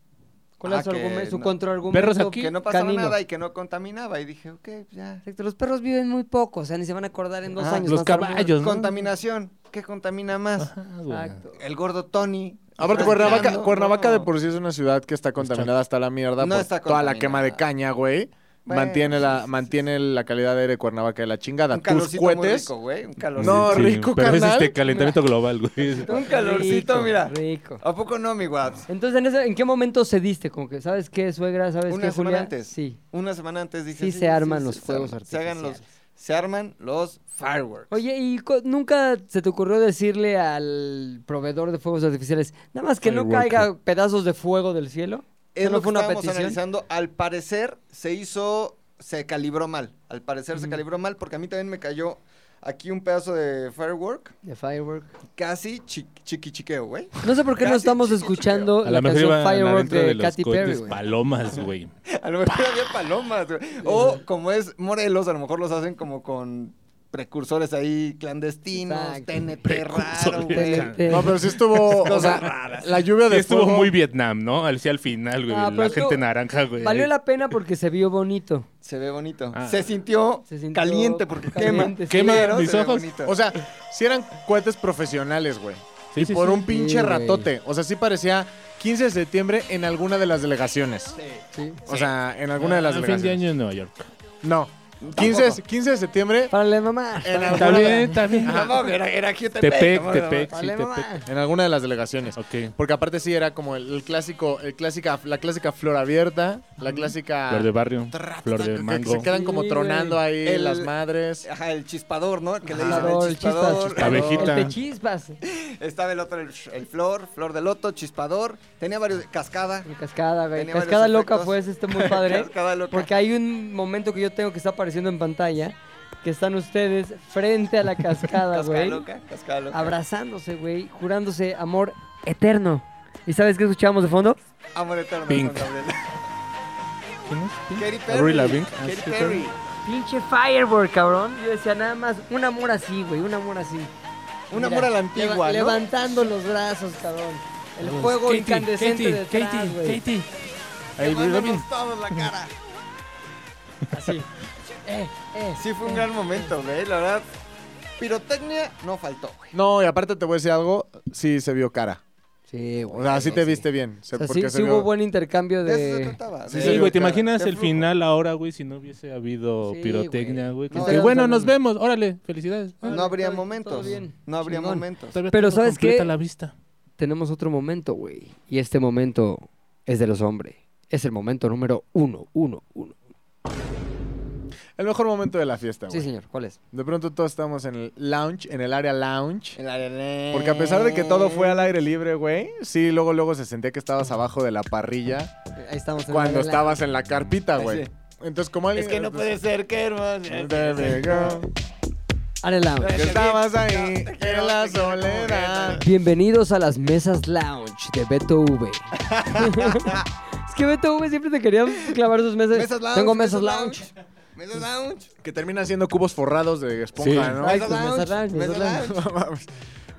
[SPEAKER 1] ¿Cuál
[SPEAKER 2] Ah,
[SPEAKER 1] era su,
[SPEAKER 2] que
[SPEAKER 1] argumento, su
[SPEAKER 2] no.
[SPEAKER 1] contraargumento?
[SPEAKER 3] Perros aquí.
[SPEAKER 2] Que no pasaba
[SPEAKER 1] canino?
[SPEAKER 2] nada y que no contaminaba. Y dije, ok, ya.
[SPEAKER 1] Exacto, los perros viven muy poco, o sea, ni se van a acordar en dos
[SPEAKER 2] Ah,
[SPEAKER 1] años. van
[SPEAKER 3] los
[SPEAKER 1] a estar muy-
[SPEAKER 3] caballos, ¿no?
[SPEAKER 2] Contaminación. ¿Qué contamina más?
[SPEAKER 3] Ah, güey.
[SPEAKER 1] Exacto.
[SPEAKER 2] El gordo Tony.
[SPEAKER 4] Aparte,
[SPEAKER 2] Ah,
[SPEAKER 4] Cuernavaca,
[SPEAKER 2] no,
[SPEAKER 4] Cuernavaca de
[SPEAKER 2] no.
[SPEAKER 4] por sí es una ciudad que está contaminada hasta la mierda
[SPEAKER 2] No
[SPEAKER 4] por
[SPEAKER 2] está
[SPEAKER 4] toda la
[SPEAKER 2] contaminada.
[SPEAKER 4] quema de caña, güey.
[SPEAKER 2] Bueno,
[SPEAKER 4] mantiene la,
[SPEAKER 2] sí, sí,
[SPEAKER 4] mantiene la calidad de aire de Cuernavaca de la chingada.
[SPEAKER 2] Un
[SPEAKER 4] Tus
[SPEAKER 2] calorcito muy
[SPEAKER 4] cohetes.
[SPEAKER 2] rico, güey. Un
[SPEAKER 4] No,
[SPEAKER 2] calorcito.
[SPEAKER 3] Sí,
[SPEAKER 4] rico,
[SPEAKER 3] Pero es
[SPEAKER 4] carnal.
[SPEAKER 3] este calentamiento global,
[SPEAKER 1] [LAUGHS]
[SPEAKER 3] güey.
[SPEAKER 2] Un calorcito,
[SPEAKER 1] Rico,
[SPEAKER 2] mira.
[SPEAKER 1] Rico.
[SPEAKER 2] ¿A poco no, mi Guaps?
[SPEAKER 1] Entonces, ¿en, ese- en qué momento cediste? Como que, ¿sabes qué, suegra? ¿Sabes
[SPEAKER 2] Una
[SPEAKER 1] qué,
[SPEAKER 2] semana
[SPEAKER 1] Julia?
[SPEAKER 2] antes.
[SPEAKER 1] Sí.
[SPEAKER 2] Una semana antes dije.
[SPEAKER 1] Sí, se arman los
[SPEAKER 2] se
[SPEAKER 1] fuegos
[SPEAKER 2] arman. Se, hagan los,
[SPEAKER 1] artificiales.
[SPEAKER 2] se arman los fireworks.
[SPEAKER 1] Oye, ¿y co- nunca se te ocurrió decirle al proveedor de fuegos artificiales, nada más que no
[SPEAKER 3] Fireworker.
[SPEAKER 1] caiga pedazos de fuego del cielo? ¿No
[SPEAKER 2] es lo que
[SPEAKER 1] fue una
[SPEAKER 2] estábamos
[SPEAKER 1] petición?
[SPEAKER 2] analizando. Al parecer se hizo. Se calibró mal. Al parecer se
[SPEAKER 1] Ujú.
[SPEAKER 2] calibró mal porque a mí también me cayó aquí un pedazo de firework.
[SPEAKER 1] De firework.
[SPEAKER 2] Casi chi- chiquichiqueo, güey. [LAUGHS]
[SPEAKER 1] No sé por qué no
[SPEAKER 2] Casi
[SPEAKER 1] estamos
[SPEAKER 2] chiquichiqueo.
[SPEAKER 1] escuchando
[SPEAKER 3] A
[SPEAKER 1] la
[SPEAKER 3] lo mejor
[SPEAKER 1] canción
[SPEAKER 3] iban
[SPEAKER 1] Firework
[SPEAKER 3] adentro
[SPEAKER 1] de,
[SPEAKER 3] de los
[SPEAKER 1] Katy Perry,
[SPEAKER 3] cohetes
[SPEAKER 1] güey.
[SPEAKER 3] palomas, güey.
[SPEAKER 2] A
[SPEAKER 1] [LAUGHS]
[SPEAKER 2] lo mejor había palomas, güey. O como es Morelos, a lo mejor los hacen como con precursores ahí clandestinos,
[SPEAKER 1] Exacto.
[SPEAKER 2] TNT raro,
[SPEAKER 3] Precursores.
[SPEAKER 2] güey.
[SPEAKER 3] [LAUGHS]
[SPEAKER 1] Te-
[SPEAKER 4] No, pero sí
[SPEAKER 2] [LAUGHS]
[SPEAKER 4] estuvo. o sea, la lluvia
[SPEAKER 3] Sí
[SPEAKER 4] de
[SPEAKER 3] estuvo
[SPEAKER 4] fuego-
[SPEAKER 3] muy Vietnam, ¿no? Al sí, al final, güey.
[SPEAKER 1] Ah, pero
[SPEAKER 3] la
[SPEAKER 1] estuvo-
[SPEAKER 3] gente naranja, güey.
[SPEAKER 1] Valió la pena porque se vio bonito.
[SPEAKER 2] Se ve bonito.
[SPEAKER 3] Ah.
[SPEAKER 2] Se, sintió
[SPEAKER 1] Se sintió
[SPEAKER 2] caliente porque
[SPEAKER 1] caliente,
[SPEAKER 2] quema.
[SPEAKER 1] sí.
[SPEAKER 3] Quema
[SPEAKER 2] pero
[SPEAKER 3] mis
[SPEAKER 2] se ve
[SPEAKER 3] ojos.
[SPEAKER 2] bonito.
[SPEAKER 4] O sea, si eran cohetes profesionales, güey.
[SPEAKER 3] Sí, sí,
[SPEAKER 4] Por
[SPEAKER 3] sí.
[SPEAKER 4] un pinche
[SPEAKER 1] Sí, güey.
[SPEAKER 4] ratote. O sea, sí parecía 15 de septiembre en alguna de las delegaciones.
[SPEAKER 1] Sí.
[SPEAKER 4] O sea, en alguna de las
[SPEAKER 3] Ah, fin de
[SPEAKER 4] delegaciones.
[SPEAKER 3] año en Nueva York.
[SPEAKER 4] No. 15, 15 de septiembre
[SPEAKER 1] Para la mamá.
[SPEAKER 4] en
[SPEAKER 1] Para-
[SPEAKER 4] alguna, de,
[SPEAKER 3] también.
[SPEAKER 2] [LAUGHS] No, mames, era, era Jutepec, no
[SPEAKER 3] Tepec,
[SPEAKER 2] mames.
[SPEAKER 3] Tepec, sí,
[SPEAKER 1] Vale, mamá.
[SPEAKER 2] Ah,
[SPEAKER 3] Tepec.
[SPEAKER 4] en alguna de las delegaciones.
[SPEAKER 3] Ok.
[SPEAKER 4] Porque aparte sí era como el, el clásico, el clásica, la clásica flor abierta, la clásica
[SPEAKER 3] Flor de barrio, flor
[SPEAKER 4] que-
[SPEAKER 3] de
[SPEAKER 4] que
[SPEAKER 3] mango,
[SPEAKER 4] se quedan como
[SPEAKER 1] Sí, Ah,
[SPEAKER 4] tronando
[SPEAKER 1] güey.
[SPEAKER 4] ahí
[SPEAKER 2] El-
[SPEAKER 4] las madres.
[SPEAKER 2] Ajá, el chispador, ¿no? Que le dicen
[SPEAKER 1] Chispador,
[SPEAKER 2] el
[SPEAKER 1] el
[SPEAKER 2] chispador.
[SPEAKER 1] chispas,
[SPEAKER 3] Abejita.
[SPEAKER 1] El pechispas.
[SPEAKER 2] [LAUGHS] Estaba el otro, el, el flor, flor de loto, chispador. Tenía varios, cascada.
[SPEAKER 1] El cascada, güey.
[SPEAKER 2] Tenía
[SPEAKER 1] Cascada
[SPEAKER 2] varios
[SPEAKER 1] loca
[SPEAKER 2] efectos.
[SPEAKER 1] fue ese, está muy padre.
[SPEAKER 2] [LAUGHS] Cascada loca.
[SPEAKER 1] Porque hay un momento que yo tengo que está apareciendo en pantalla, que están ustedes frente a la cascada,
[SPEAKER 2] Cascada
[SPEAKER 1] güey.
[SPEAKER 2] loca, cascada loca.
[SPEAKER 1] Abrazándose, güey, jurándose amor eterno. ¿Y sabes qué escuchábamos de fondo?
[SPEAKER 2] Amor eterno.
[SPEAKER 3] Pink.
[SPEAKER 2] Juan Gabriel.
[SPEAKER 3] ¿Quién es?
[SPEAKER 2] Katy Perry.
[SPEAKER 3] Avril Lavigne. Ah,
[SPEAKER 2] Katy
[SPEAKER 3] sí,
[SPEAKER 2] Perry.
[SPEAKER 1] Pinche firework, cabrón. Yo decía nada más, un amor así, güey, un amor así.
[SPEAKER 2] Un
[SPEAKER 1] Mira,
[SPEAKER 2] amor a la
[SPEAKER 1] leva-
[SPEAKER 2] antigua, ¿no?
[SPEAKER 1] Levantando los brazos, cabrón. El fuego incandescente detrás, güey.
[SPEAKER 2] Quemándonos todos la cara.
[SPEAKER 1] Así. Eh, eh,
[SPEAKER 2] Sí, fue un
[SPEAKER 1] eh.
[SPEAKER 2] gran momento, güey, la verdad. Pirotecnia no faltó, güey.
[SPEAKER 4] No, y aparte te voy a decir algo, sí se vio cara.
[SPEAKER 1] Sí, güey.
[SPEAKER 4] O sea, sí te viste bien. se-
[SPEAKER 1] O sea, sí,
[SPEAKER 4] porque se
[SPEAKER 1] sí
[SPEAKER 4] vio-
[SPEAKER 1] hubo buen intercambio
[SPEAKER 2] De eso se
[SPEAKER 1] de...
[SPEAKER 2] trataba.
[SPEAKER 4] Sí,
[SPEAKER 2] de-
[SPEAKER 3] Sí, güey, ¿te
[SPEAKER 2] cara,
[SPEAKER 3] imaginas
[SPEAKER 2] de
[SPEAKER 3] el
[SPEAKER 2] flujo.
[SPEAKER 3] final ahora, güey, si no hubiese habido
[SPEAKER 1] Sí,
[SPEAKER 3] pirotecnia, güey?
[SPEAKER 1] No,
[SPEAKER 3] Que-
[SPEAKER 2] ya
[SPEAKER 3] bueno,
[SPEAKER 1] no-
[SPEAKER 3] nos vemos, órale, felicidades.
[SPEAKER 2] No habría
[SPEAKER 1] Todo- todo
[SPEAKER 2] momentos.
[SPEAKER 1] bien.
[SPEAKER 2] No habría
[SPEAKER 1] Chingón.
[SPEAKER 2] momentos.
[SPEAKER 3] Todavía
[SPEAKER 1] Pero
[SPEAKER 3] tengo
[SPEAKER 1] ¿sabes qué?
[SPEAKER 3] completa la vista.
[SPEAKER 1] Tenemos otro momento, güey. Y este momento es de los hombres. Es el momento número uno, uno, uno.
[SPEAKER 4] El mejor momento de la fiesta, güey.
[SPEAKER 1] Sí, señor. ¿Cuál es?
[SPEAKER 4] De pronto todos estamos en el lounge, en el área
[SPEAKER 1] Eh.
[SPEAKER 4] lounge.
[SPEAKER 2] El arena.
[SPEAKER 4] Porque a pesar de que todo fue al aire libre, güey, sí, luego luego se sentía que estabas abajo de la parrilla
[SPEAKER 1] Ahí estamos. en
[SPEAKER 4] cuando
[SPEAKER 1] la- Pues
[SPEAKER 4] estabas en la carpita,
[SPEAKER 2] Ay,
[SPEAKER 4] güey.
[SPEAKER 2] sí.
[SPEAKER 4] Entonces, como alguien...
[SPEAKER 2] Es que no puede ser, que hermano.
[SPEAKER 4] There we go.
[SPEAKER 1] Área Lounge.
[SPEAKER 4] Que estabas ahí, en la soledad.
[SPEAKER 1] Bienvenidos a las mesas lounge de Beto
[SPEAKER 4] [LAUGHS]
[SPEAKER 1] V. es que Beto V siempre te querían clavar sus mesas.
[SPEAKER 2] Mesas lounge.
[SPEAKER 1] Tengo mesas lounge.
[SPEAKER 2] Mesas lounge.
[SPEAKER 4] Que termina siendo cubos forrados de esponja,
[SPEAKER 3] Sí.
[SPEAKER 4] ¿no?
[SPEAKER 1] Ay,
[SPEAKER 4] [LAUGHS]
[SPEAKER 2] Mesas
[SPEAKER 1] tus mesas
[SPEAKER 2] lounge.
[SPEAKER 1] lounge, mesas
[SPEAKER 2] Mesas lounge.
[SPEAKER 4] No mames.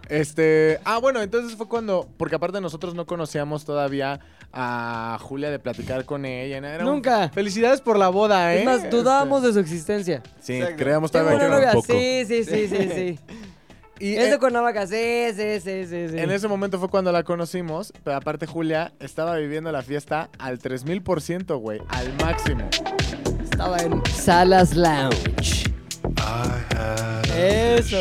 [SPEAKER 4] Este, ah, bueno, entonces fue cuando, porque aparte nosotros no conocíamos todavía a Julia de platicar con ella. ¿no? Era un-
[SPEAKER 1] Nunca.
[SPEAKER 4] Felicidades por la boda, ¿eh? Este,
[SPEAKER 1] Es más, dudábamos de su existencia.
[SPEAKER 4] Sí,
[SPEAKER 2] Exacto.
[SPEAKER 4] creíamos
[SPEAKER 1] Tengo
[SPEAKER 4] todavía que
[SPEAKER 1] una
[SPEAKER 4] era un
[SPEAKER 1] novia.
[SPEAKER 4] poco.
[SPEAKER 1] Sí, sí, sí, sí, sí.
[SPEAKER 4] [LAUGHS] Y eh,
[SPEAKER 1] Es de
[SPEAKER 4] en-
[SPEAKER 1] Cuernavaca. Sí, sí, sí, sí, sí.
[SPEAKER 4] en ese momento fue cuando la conocimos, pero aparte Julia estaba viviendo la fiesta al 3000%, güey, al máximo.
[SPEAKER 1] Estaba en Salas Lounge. Eso.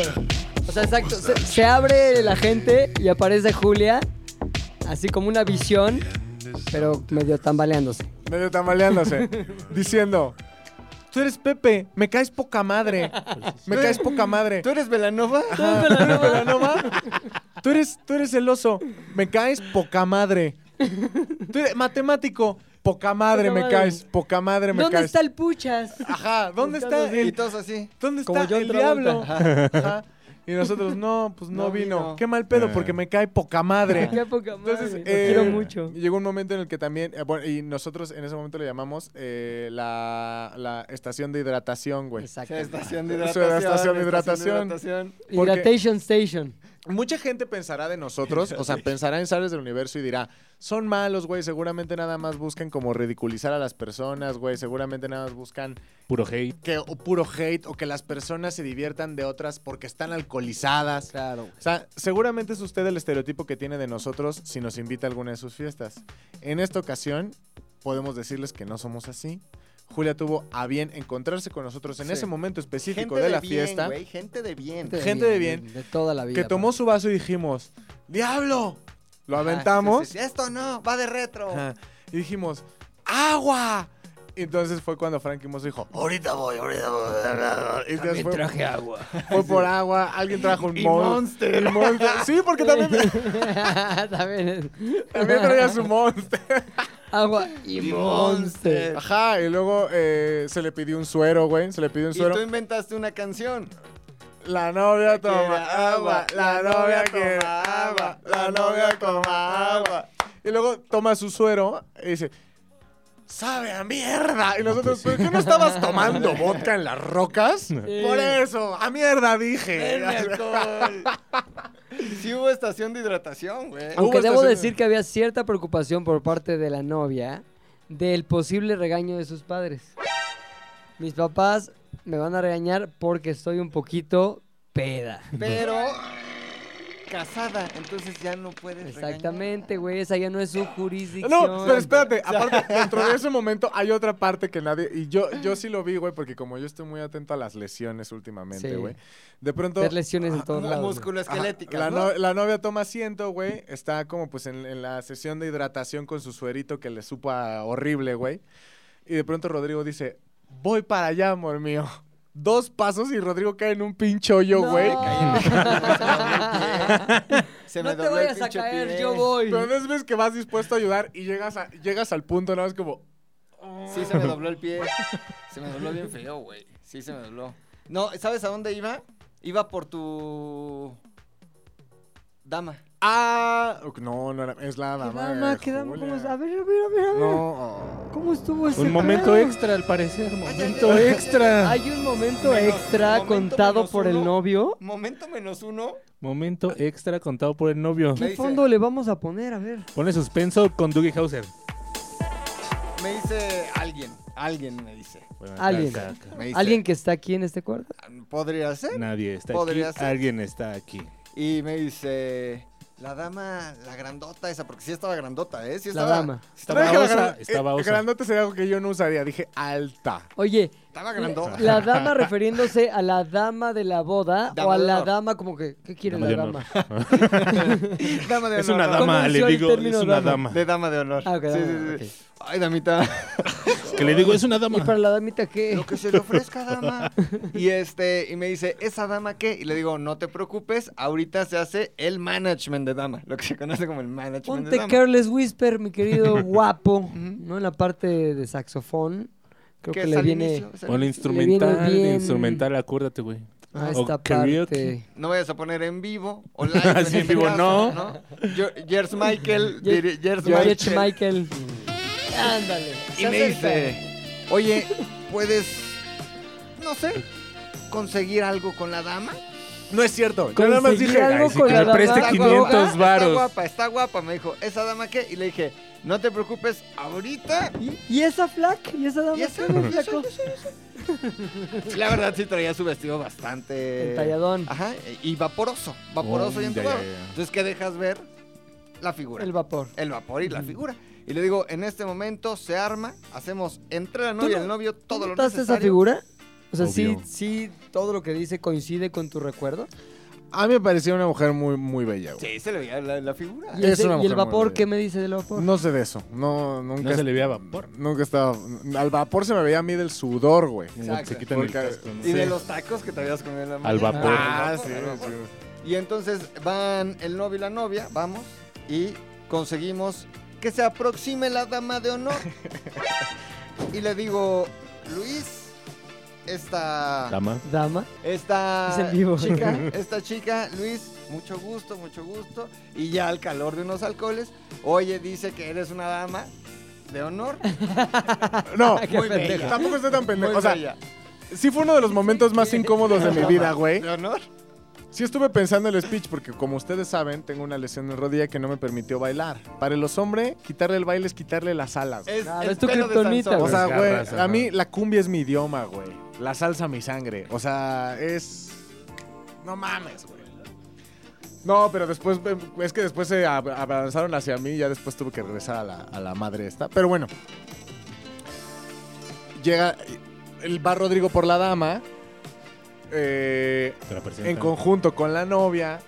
[SPEAKER 1] O sea, exacto. Se, se abre la gente y aparece Julia, así como una visión, pero medio tambaleándose. [LAUGHS]
[SPEAKER 4] Medio tambaleándose, diciendo, tú eres Pepe, me caes
[SPEAKER 1] [LAUGHS]
[SPEAKER 4] poca madre, me caes poca madre.
[SPEAKER 2] ¿Tú eres Velanova?
[SPEAKER 4] [LAUGHS] Ajá, ¿Tú eres Velanova? [LAUGHS] Tú eres, tú eres el oso. Me caes poca madre. Tú eres matemático. Poca madre
[SPEAKER 1] Poca
[SPEAKER 4] me
[SPEAKER 1] madre.
[SPEAKER 4] caes. Poca madre me
[SPEAKER 1] ¿Dónde
[SPEAKER 4] caes.
[SPEAKER 1] está el puchas?
[SPEAKER 4] Ajá, ¿dónde
[SPEAKER 1] Buscando
[SPEAKER 4] está
[SPEAKER 2] Y
[SPEAKER 4] el,
[SPEAKER 2] todos así.
[SPEAKER 4] ¿dónde
[SPEAKER 1] Como
[SPEAKER 4] está
[SPEAKER 1] John
[SPEAKER 4] el
[SPEAKER 1] Travolta.
[SPEAKER 4] diablo? Ajá. Y nosotros, no, pues no,
[SPEAKER 2] No
[SPEAKER 4] vino.
[SPEAKER 2] vino.
[SPEAKER 4] Qué mal pedo, porque me cae poca madre.
[SPEAKER 1] Qué poca madre.
[SPEAKER 4] Entonces,
[SPEAKER 1] lo
[SPEAKER 4] eh,
[SPEAKER 1] quiero mucho.
[SPEAKER 4] Llegó un momento en el que también, eh, bueno, y nosotros en ese momento le llamamos eh, la, la estación de hidratación, güey.
[SPEAKER 1] Exacto.
[SPEAKER 2] Sí, estación de
[SPEAKER 4] Su
[SPEAKER 2] hidratación.
[SPEAKER 4] estación de hidratación. porque-
[SPEAKER 1] Hidratation Station.
[SPEAKER 4] Mucha gente pensará de nosotros, o sea, pensará en Sales del Universo y dirá, son malos, güey, seguramente nada más buscan como ridiculizar a las personas, güey, seguramente nada más buscan
[SPEAKER 3] Puro hate.
[SPEAKER 4] que o puro hate o que las personas se diviertan de otras porque están alcoholizadas.
[SPEAKER 1] Claro.
[SPEAKER 4] O sea, seguramente es usted el estereotipo que tiene de nosotros si nos invita a alguna de sus fiestas. En esta ocasión podemos decirles que no somos así. Julia tuvo a bien encontrarse con nosotros en
[SPEAKER 2] Sí.
[SPEAKER 4] ese momento específico
[SPEAKER 2] Gente
[SPEAKER 4] de,
[SPEAKER 2] de
[SPEAKER 4] la
[SPEAKER 2] bien,
[SPEAKER 4] fiesta.
[SPEAKER 2] güey, gente de bien.
[SPEAKER 4] Gente de bien.
[SPEAKER 1] De toda la vida. pues.
[SPEAKER 4] que tomó su vaso y dijimos, ¡Diablo! Lo
[SPEAKER 2] Ajá,
[SPEAKER 4] aventamos
[SPEAKER 2] sí, sí, sí. Esto no, va de retro.
[SPEAKER 4] Ajá. y dijimos, ¡Agua! Entonces fue cuando Frankie Moss dijo, "Oh,
[SPEAKER 2] Ahorita voy, ahorita voy.
[SPEAKER 4] y entonces fue,
[SPEAKER 1] agua.
[SPEAKER 4] fue por agua, alguien trajo un
[SPEAKER 2] [LAUGHS] Y
[SPEAKER 4] mon-
[SPEAKER 2] Monster.
[SPEAKER 4] y Monster. Sí, porque
[SPEAKER 2] [LAUGHS]
[SPEAKER 4] también,
[SPEAKER 1] [LAUGHS] También es-
[SPEAKER 4] también traía su monster.
[SPEAKER 1] Agua y
[SPEAKER 2] Y
[SPEAKER 1] monster.
[SPEAKER 2] Monster.
[SPEAKER 4] Ajá, y luego eh, se le pidió un suero, güey. Se le pidió un
[SPEAKER 2] Y
[SPEAKER 4] suero.
[SPEAKER 2] tú inventaste una canción.
[SPEAKER 4] La novia toma
[SPEAKER 2] quiere
[SPEAKER 4] agua, la novia quiere agua, la novia toma agua. Y luego toma su suero y dice, sabe a mierda. Y nosotros, ¿por qué no estabas [LAUGHS] tomando vodka en las rocas? Por eso, a mierda dije.
[SPEAKER 2] Sí hubo estación de hidratación, güey.
[SPEAKER 1] Aunque
[SPEAKER 4] Hubo
[SPEAKER 1] debo
[SPEAKER 4] estaciones-
[SPEAKER 1] decir que había cierta preocupación por parte de la novia del posible regaño de sus padres. Mis papás me van a regañar porque estoy un poquito peda.
[SPEAKER 2] Pero casada, entonces ya no puedes
[SPEAKER 1] Exactamente, güey, esa ya no es su jurisdicción.
[SPEAKER 4] [LAUGHS] No, pero [LAUGHS] espérate, aparte, dentro de ese momento hay otra parte que nadie. Y yo, yo sí lo vi, güey, porque como yo estoy muy atento a las lesiones últimamente,
[SPEAKER 1] Sí.
[SPEAKER 4] güey. De pronto.
[SPEAKER 1] Ver lesiones en todos
[SPEAKER 2] La
[SPEAKER 1] lados.
[SPEAKER 2] músculo
[SPEAKER 4] Ajá,
[SPEAKER 2] esquelética,
[SPEAKER 4] La,
[SPEAKER 2] ¿no? [LAUGHS]
[SPEAKER 4] no- la novia toma asiento, güey. Está como pues en, en la sesión de hidratación con su suerito que le supo a- horrible, güey. Y de pronto Rodrigo dice, voy para allá, amor mío. Dos pasos y Rodrigo cae en un pinche hoyo,
[SPEAKER 1] No.
[SPEAKER 4] güey.
[SPEAKER 1] [LAUGHS]
[SPEAKER 2] Se
[SPEAKER 1] no te
[SPEAKER 2] dobló el
[SPEAKER 1] vayas a
[SPEAKER 2] pinche
[SPEAKER 1] caer,
[SPEAKER 2] pie.
[SPEAKER 1] yo voy.
[SPEAKER 4] Pero no ves que vas dispuesto a ayudar y llegas, a- llegas al punto, nada más como...
[SPEAKER 2] Sí, se me dobló el pie. Se me dobló bien feo, güey. Sí, se me dobló. No, ¿sabes a dónde iba? Iba por tu dama.
[SPEAKER 4] Ah, no, no era, es la dama.
[SPEAKER 1] Dama,
[SPEAKER 4] de
[SPEAKER 1] quedamos como...
[SPEAKER 4] Julia.
[SPEAKER 1] A ver, a ver, a ver, a ver.
[SPEAKER 4] No.
[SPEAKER 1] ¿Cómo estuvo ese
[SPEAKER 3] Un momento
[SPEAKER 1] pedo?
[SPEAKER 3] extra, al parecer. Momento
[SPEAKER 2] ay, ay, ay,
[SPEAKER 3] extra.
[SPEAKER 1] Hay un momento
[SPEAKER 2] Menos-
[SPEAKER 1] extra
[SPEAKER 2] momento
[SPEAKER 1] contado
[SPEAKER 2] menos
[SPEAKER 1] por el
[SPEAKER 2] uno.
[SPEAKER 1] novio.
[SPEAKER 2] Momento menos uno.
[SPEAKER 3] Momento extra contado por el novio.
[SPEAKER 1] ¿Qué
[SPEAKER 2] Me dice-
[SPEAKER 1] fondo le vamos a poner? A ver.
[SPEAKER 3] Pone suspenso con Dougie Hauser.
[SPEAKER 2] Me dice alguien. Alguien me dice.
[SPEAKER 1] Alguien.
[SPEAKER 3] Acá, acá.
[SPEAKER 2] Me dice,
[SPEAKER 1] ¿Alguien que está aquí en este cuarto?
[SPEAKER 2] Podría ser.
[SPEAKER 3] Nadie está
[SPEAKER 2] Podría
[SPEAKER 3] aquí.
[SPEAKER 2] ser.
[SPEAKER 3] Alguien está aquí.
[SPEAKER 2] Y me dice. La dama, la grandota esa, porque sí estaba grandota, ¿eh? Sí
[SPEAKER 1] La
[SPEAKER 2] estaba,
[SPEAKER 1] dama.
[SPEAKER 2] sí estaba,
[SPEAKER 3] Estaba
[SPEAKER 4] Traje la
[SPEAKER 3] osa,
[SPEAKER 4] gran-
[SPEAKER 3] estaba
[SPEAKER 4] eh,
[SPEAKER 3] osa.
[SPEAKER 4] Grandote sería algo que yo no usaría. Dije alta.
[SPEAKER 1] Oye,
[SPEAKER 2] estaba grandota.
[SPEAKER 1] la
[SPEAKER 2] [LAUGHS]
[SPEAKER 1] dama refiriéndose a la dama de la boda
[SPEAKER 2] Dama
[SPEAKER 1] o a
[SPEAKER 2] de
[SPEAKER 1] la
[SPEAKER 2] honor.
[SPEAKER 1] dama como que, ¿qué quiere
[SPEAKER 3] Dama
[SPEAKER 1] la
[SPEAKER 3] de honor.
[SPEAKER 1] dama?
[SPEAKER 2] Dama de
[SPEAKER 3] Es una
[SPEAKER 2] honor,
[SPEAKER 1] ¿Cómo
[SPEAKER 3] dama,
[SPEAKER 1] nació
[SPEAKER 3] le
[SPEAKER 1] el
[SPEAKER 3] digo. Es
[SPEAKER 1] término
[SPEAKER 3] una
[SPEAKER 1] dama?
[SPEAKER 3] dama.
[SPEAKER 2] De dama de honor.
[SPEAKER 1] Ah, ok,
[SPEAKER 2] Sí,
[SPEAKER 1] dama,
[SPEAKER 2] sí, sí. Ay,
[SPEAKER 1] [LAUGHS]
[SPEAKER 2] damita.
[SPEAKER 3] Que le digo, es una
[SPEAKER 1] Y para
[SPEAKER 3] dama.
[SPEAKER 1] la damita, ¿qué?
[SPEAKER 2] Lo que se le ofrezca, dama. Y este, y me dice, ¿esa dama qué? Y le digo, no te preocupes, ahorita se hace el management de dama. Lo que se conoce como el management de
[SPEAKER 1] Ponte
[SPEAKER 2] dama.
[SPEAKER 1] Careless Whisper, mi
[SPEAKER 2] [LAUGHS]
[SPEAKER 1] querido guapo, ¿no? En la parte de saxofón. Creo
[SPEAKER 2] Que
[SPEAKER 1] que
[SPEAKER 2] es
[SPEAKER 1] le
[SPEAKER 2] al
[SPEAKER 1] viene
[SPEAKER 2] inicio, es al-
[SPEAKER 3] O la
[SPEAKER 1] Le
[SPEAKER 3] instrumental,
[SPEAKER 1] viene bien.
[SPEAKER 3] instrumental, acuérdate, güey.
[SPEAKER 1] a
[SPEAKER 3] O
[SPEAKER 1] esta
[SPEAKER 3] karaoke.
[SPEAKER 1] parte.
[SPEAKER 2] No vayas a poner en vivo o
[SPEAKER 3] [LAUGHS]
[SPEAKER 2] live.
[SPEAKER 3] Así Ah, en
[SPEAKER 2] este
[SPEAKER 3] vivo,
[SPEAKER 2] caso,
[SPEAKER 3] no.
[SPEAKER 2] Yo- Gers Michael.
[SPEAKER 1] Ye-
[SPEAKER 2] dir- Gers Michael.
[SPEAKER 1] George Michael. Ándale.
[SPEAKER 2] Y
[SPEAKER 1] se
[SPEAKER 2] me
[SPEAKER 1] acerca. eh,
[SPEAKER 2] dice,
[SPEAKER 1] [LAUGHS]
[SPEAKER 2] oye, ¿puedes, no sé, conseguir algo con la dama?
[SPEAKER 4] No es cierto. Yo nada más
[SPEAKER 1] Conseguí
[SPEAKER 4] dije.
[SPEAKER 1] algo
[SPEAKER 4] "Ay, sí,
[SPEAKER 1] con
[SPEAKER 4] que
[SPEAKER 1] la
[SPEAKER 4] me preste
[SPEAKER 1] Está
[SPEAKER 2] Está
[SPEAKER 3] 500
[SPEAKER 2] guapa, está
[SPEAKER 3] varos.
[SPEAKER 2] guapa, está guapa, me dijo. ¿Esa dama qué? Y le dije, no te preocupes, ahorita.
[SPEAKER 1] ¿Y, y esa flac? ¿Y esa dama?
[SPEAKER 2] ¿Y esa?
[SPEAKER 1] qué, güey,
[SPEAKER 2] [LAUGHS] ¿Y esa?
[SPEAKER 1] flaco?
[SPEAKER 2] La verdad sí traía su vestido bastante...
[SPEAKER 1] Entalladón.
[SPEAKER 2] Ajá, y vaporoso, vaporoso y
[SPEAKER 4] Oh, ya,
[SPEAKER 2] entubado.
[SPEAKER 4] ya, ya.
[SPEAKER 2] Entonces, ¿qué dejas ver? La figura.
[SPEAKER 1] El vapor.
[SPEAKER 2] El vapor y la figura. Y le digo, en este momento se arma, hacemos entre la novia y el novio todo lo
[SPEAKER 1] ¿Notaste
[SPEAKER 2] necesario.
[SPEAKER 1] esa figura? O sea, sí,
[SPEAKER 4] Obvio.
[SPEAKER 1] sí, todo lo que dice coincide con tu recuerdo.
[SPEAKER 4] A mí me parecía una mujer muy, muy bella, güey.
[SPEAKER 2] Sí, se le veía la, la figura.
[SPEAKER 1] ¿Y,
[SPEAKER 4] Ah, Es
[SPEAKER 1] ese- y
[SPEAKER 4] una
[SPEAKER 1] el
[SPEAKER 4] mujer muy
[SPEAKER 1] vapor?
[SPEAKER 4] bella.
[SPEAKER 1] ¿Qué me dice del vapor?
[SPEAKER 4] No sé de eso. No, nunca.
[SPEAKER 3] No se le veía vapor.
[SPEAKER 4] Nunca estaba. Al vapor se me veía a mí del sudor, güey.
[SPEAKER 2] Exacto.
[SPEAKER 3] Se quitan el
[SPEAKER 4] Porque-
[SPEAKER 3] casco, ¿no?
[SPEAKER 2] Y de los tacos que traías con él en la mañana.
[SPEAKER 3] vapor.
[SPEAKER 2] Al
[SPEAKER 4] Ah,
[SPEAKER 2] vapor,
[SPEAKER 4] sí,
[SPEAKER 2] al vapor.
[SPEAKER 4] sí.
[SPEAKER 2] Y entonces van el novio y la novia, vamos, y conseguimos que se aproxime la dama de honor. y le digo, Luis, esta,
[SPEAKER 3] Dama.
[SPEAKER 1] Dama. Es
[SPEAKER 2] esta
[SPEAKER 1] en vivo.
[SPEAKER 2] chica,
[SPEAKER 1] [LAUGHS]
[SPEAKER 2] esta chica, Luis, mucho gusto, mucho gusto. Y ya al calor de unos alcoholes, oye, dice que eres una dama de honor.
[SPEAKER 4] No,
[SPEAKER 1] Qué
[SPEAKER 4] muy
[SPEAKER 1] pendejo.
[SPEAKER 4] bella. Tampoco estoy tan
[SPEAKER 2] Muy
[SPEAKER 4] pendejo. O sea,
[SPEAKER 2] bella.
[SPEAKER 4] sí fue uno de los momentos más incómodos de mi vida, güey.
[SPEAKER 2] ¿De honor?
[SPEAKER 4] Sí estuve pensando en el speech porque como ustedes saben, tengo una lesión en rodilla que no me permitió bailar. Para los hombres, quitarle el baile es quitarle las alas. güey.
[SPEAKER 2] Es,
[SPEAKER 1] Claro,
[SPEAKER 2] el
[SPEAKER 1] es tu
[SPEAKER 2] pelo de
[SPEAKER 1] kriptonita,
[SPEAKER 2] Sansón.
[SPEAKER 4] O sea,
[SPEAKER 3] Las
[SPEAKER 4] güey,
[SPEAKER 3] garras,
[SPEAKER 4] a
[SPEAKER 3] ajá.
[SPEAKER 4] mí la cumbia es mi idioma, güey. La salsa mi sangre. O sea, es no mames, güey. No, pero después, eh, es que después se ab- avanzaron hacia mí y ya después tuve que regresar a la, a la madre esta. Pero bueno, llega, el va Rodrigo por la dama, eh,
[SPEAKER 3] Te la presentan.
[SPEAKER 4] en conjunto con la novia.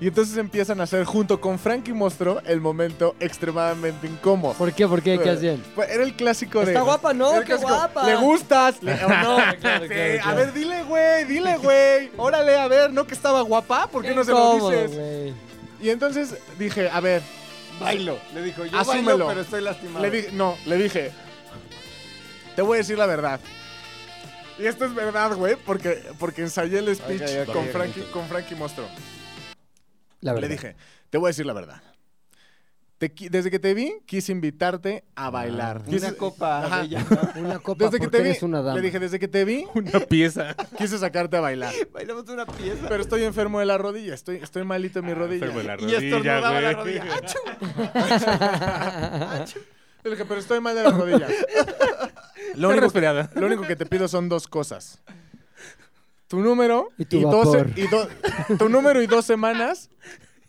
[SPEAKER 4] Y entonces empiezan a hacer junto con Frankie Mostro el momento extremadamente incómodo.
[SPEAKER 1] ¿Por qué? ¿Por qué? ¿Qué hacían?
[SPEAKER 4] Pues, Era el clásico de.
[SPEAKER 1] Está guapa, ¿no?
[SPEAKER 4] era el
[SPEAKER 1] Qué guapa.
[SPEAKER 4] Le gustas. [LAUGHS] le- o no.
[SPEAKER 1] Claro, claro,
[SPEAKER 4] Sí,
[SPEAKER 1] claro,
[SPEAKER 4] A
[SPEAKER 1] claro.
[SPEAKER 4] ver, dile, güey, dile, güey. Órale, a ver, ¿no que estaba guapa? ¿Por qué, no se lo
[SPEAKER 1] Incómodo,
[SPEAKER 4] dices?
[SPEAKER 1] güey.
[SPEAKER 4] Y entonces dije, a ver,
[SPEAKER 2] Bailo. Le dijo, yo
[SPEAKER 4] Asúmelo.
[SPEAKER 2] bailo, pero estoy lastimado.
[SPEAKER 4] le dije, no, le dije, te voy a decir la verdad. Y esto es verdad, güey, porque, porque ensayé el speech
[SPEAKER 2] Ok, ok,
[SPEAKER 4] con,
[SPEAKER 2] ok,
[SPEAKER 4] Frankie, con Frankie Mostro.
[SPEAKER 1] La
[SPEAKER 4] Le
[SPEAKER 1] verdad.
[SPEAKER 4] dije, te voy a decir la verdad. Te qui- desde que te vi, quise invitarte a bailar.
[SPEAKER 2] Una
[SPEAKER 4] Quise-
[SPEAKER 2] copa
[SPEAKER 4] Ajá. [LAUGHS]
[SPEAKER 2] bella.
[SPEAKER 1] Una copa
[SPEAKER 4] Desde que
[SPEAKER 1] porque
[SPEAKER 4] te vi,
[SPEAKER 1] eres una dama.
[SPEAKER 4] le dije, desde que te vi,
[SPEAKER 3] [LAUGHS] Una
[SPEAKER 2] [LAUGHS]
[SPEAKER 3] pieza.
[SPEAKER 4] quise sacarte a bailar.
[SPEAKER 2] Bailamos una pieza.
[SPEAKER 4] Pero estoy enfermo de la rodilla, estoy, estoy malito en mi rodilla.
[SPEAKER 3] Ah, Enfermo de la
[SPEAKER 2] Y estornudaba la rodilla.
[SPEAKER 3] [LAUGHS]
[SPEAKER 2] ¡Ah,
[SPEAKER 3] güey.
[SPEAKER 4] Le dije, pero estoy mal de la rodilla. lo,
[SPEAKER 3] Está
[SPEAKER 4] único que,
[SPEAKER 2] [LAUGHS]
[SPEAKER 3] resfriada.
[SPEAKER 4] lo único que te pido son dos cosas. Tu número
[SPEAKER 1] Y tu
[SPEAKER 4] doce-
[SPEAKER 1] vapor.
[SPEAKER 4] y do- tu número y dos semanas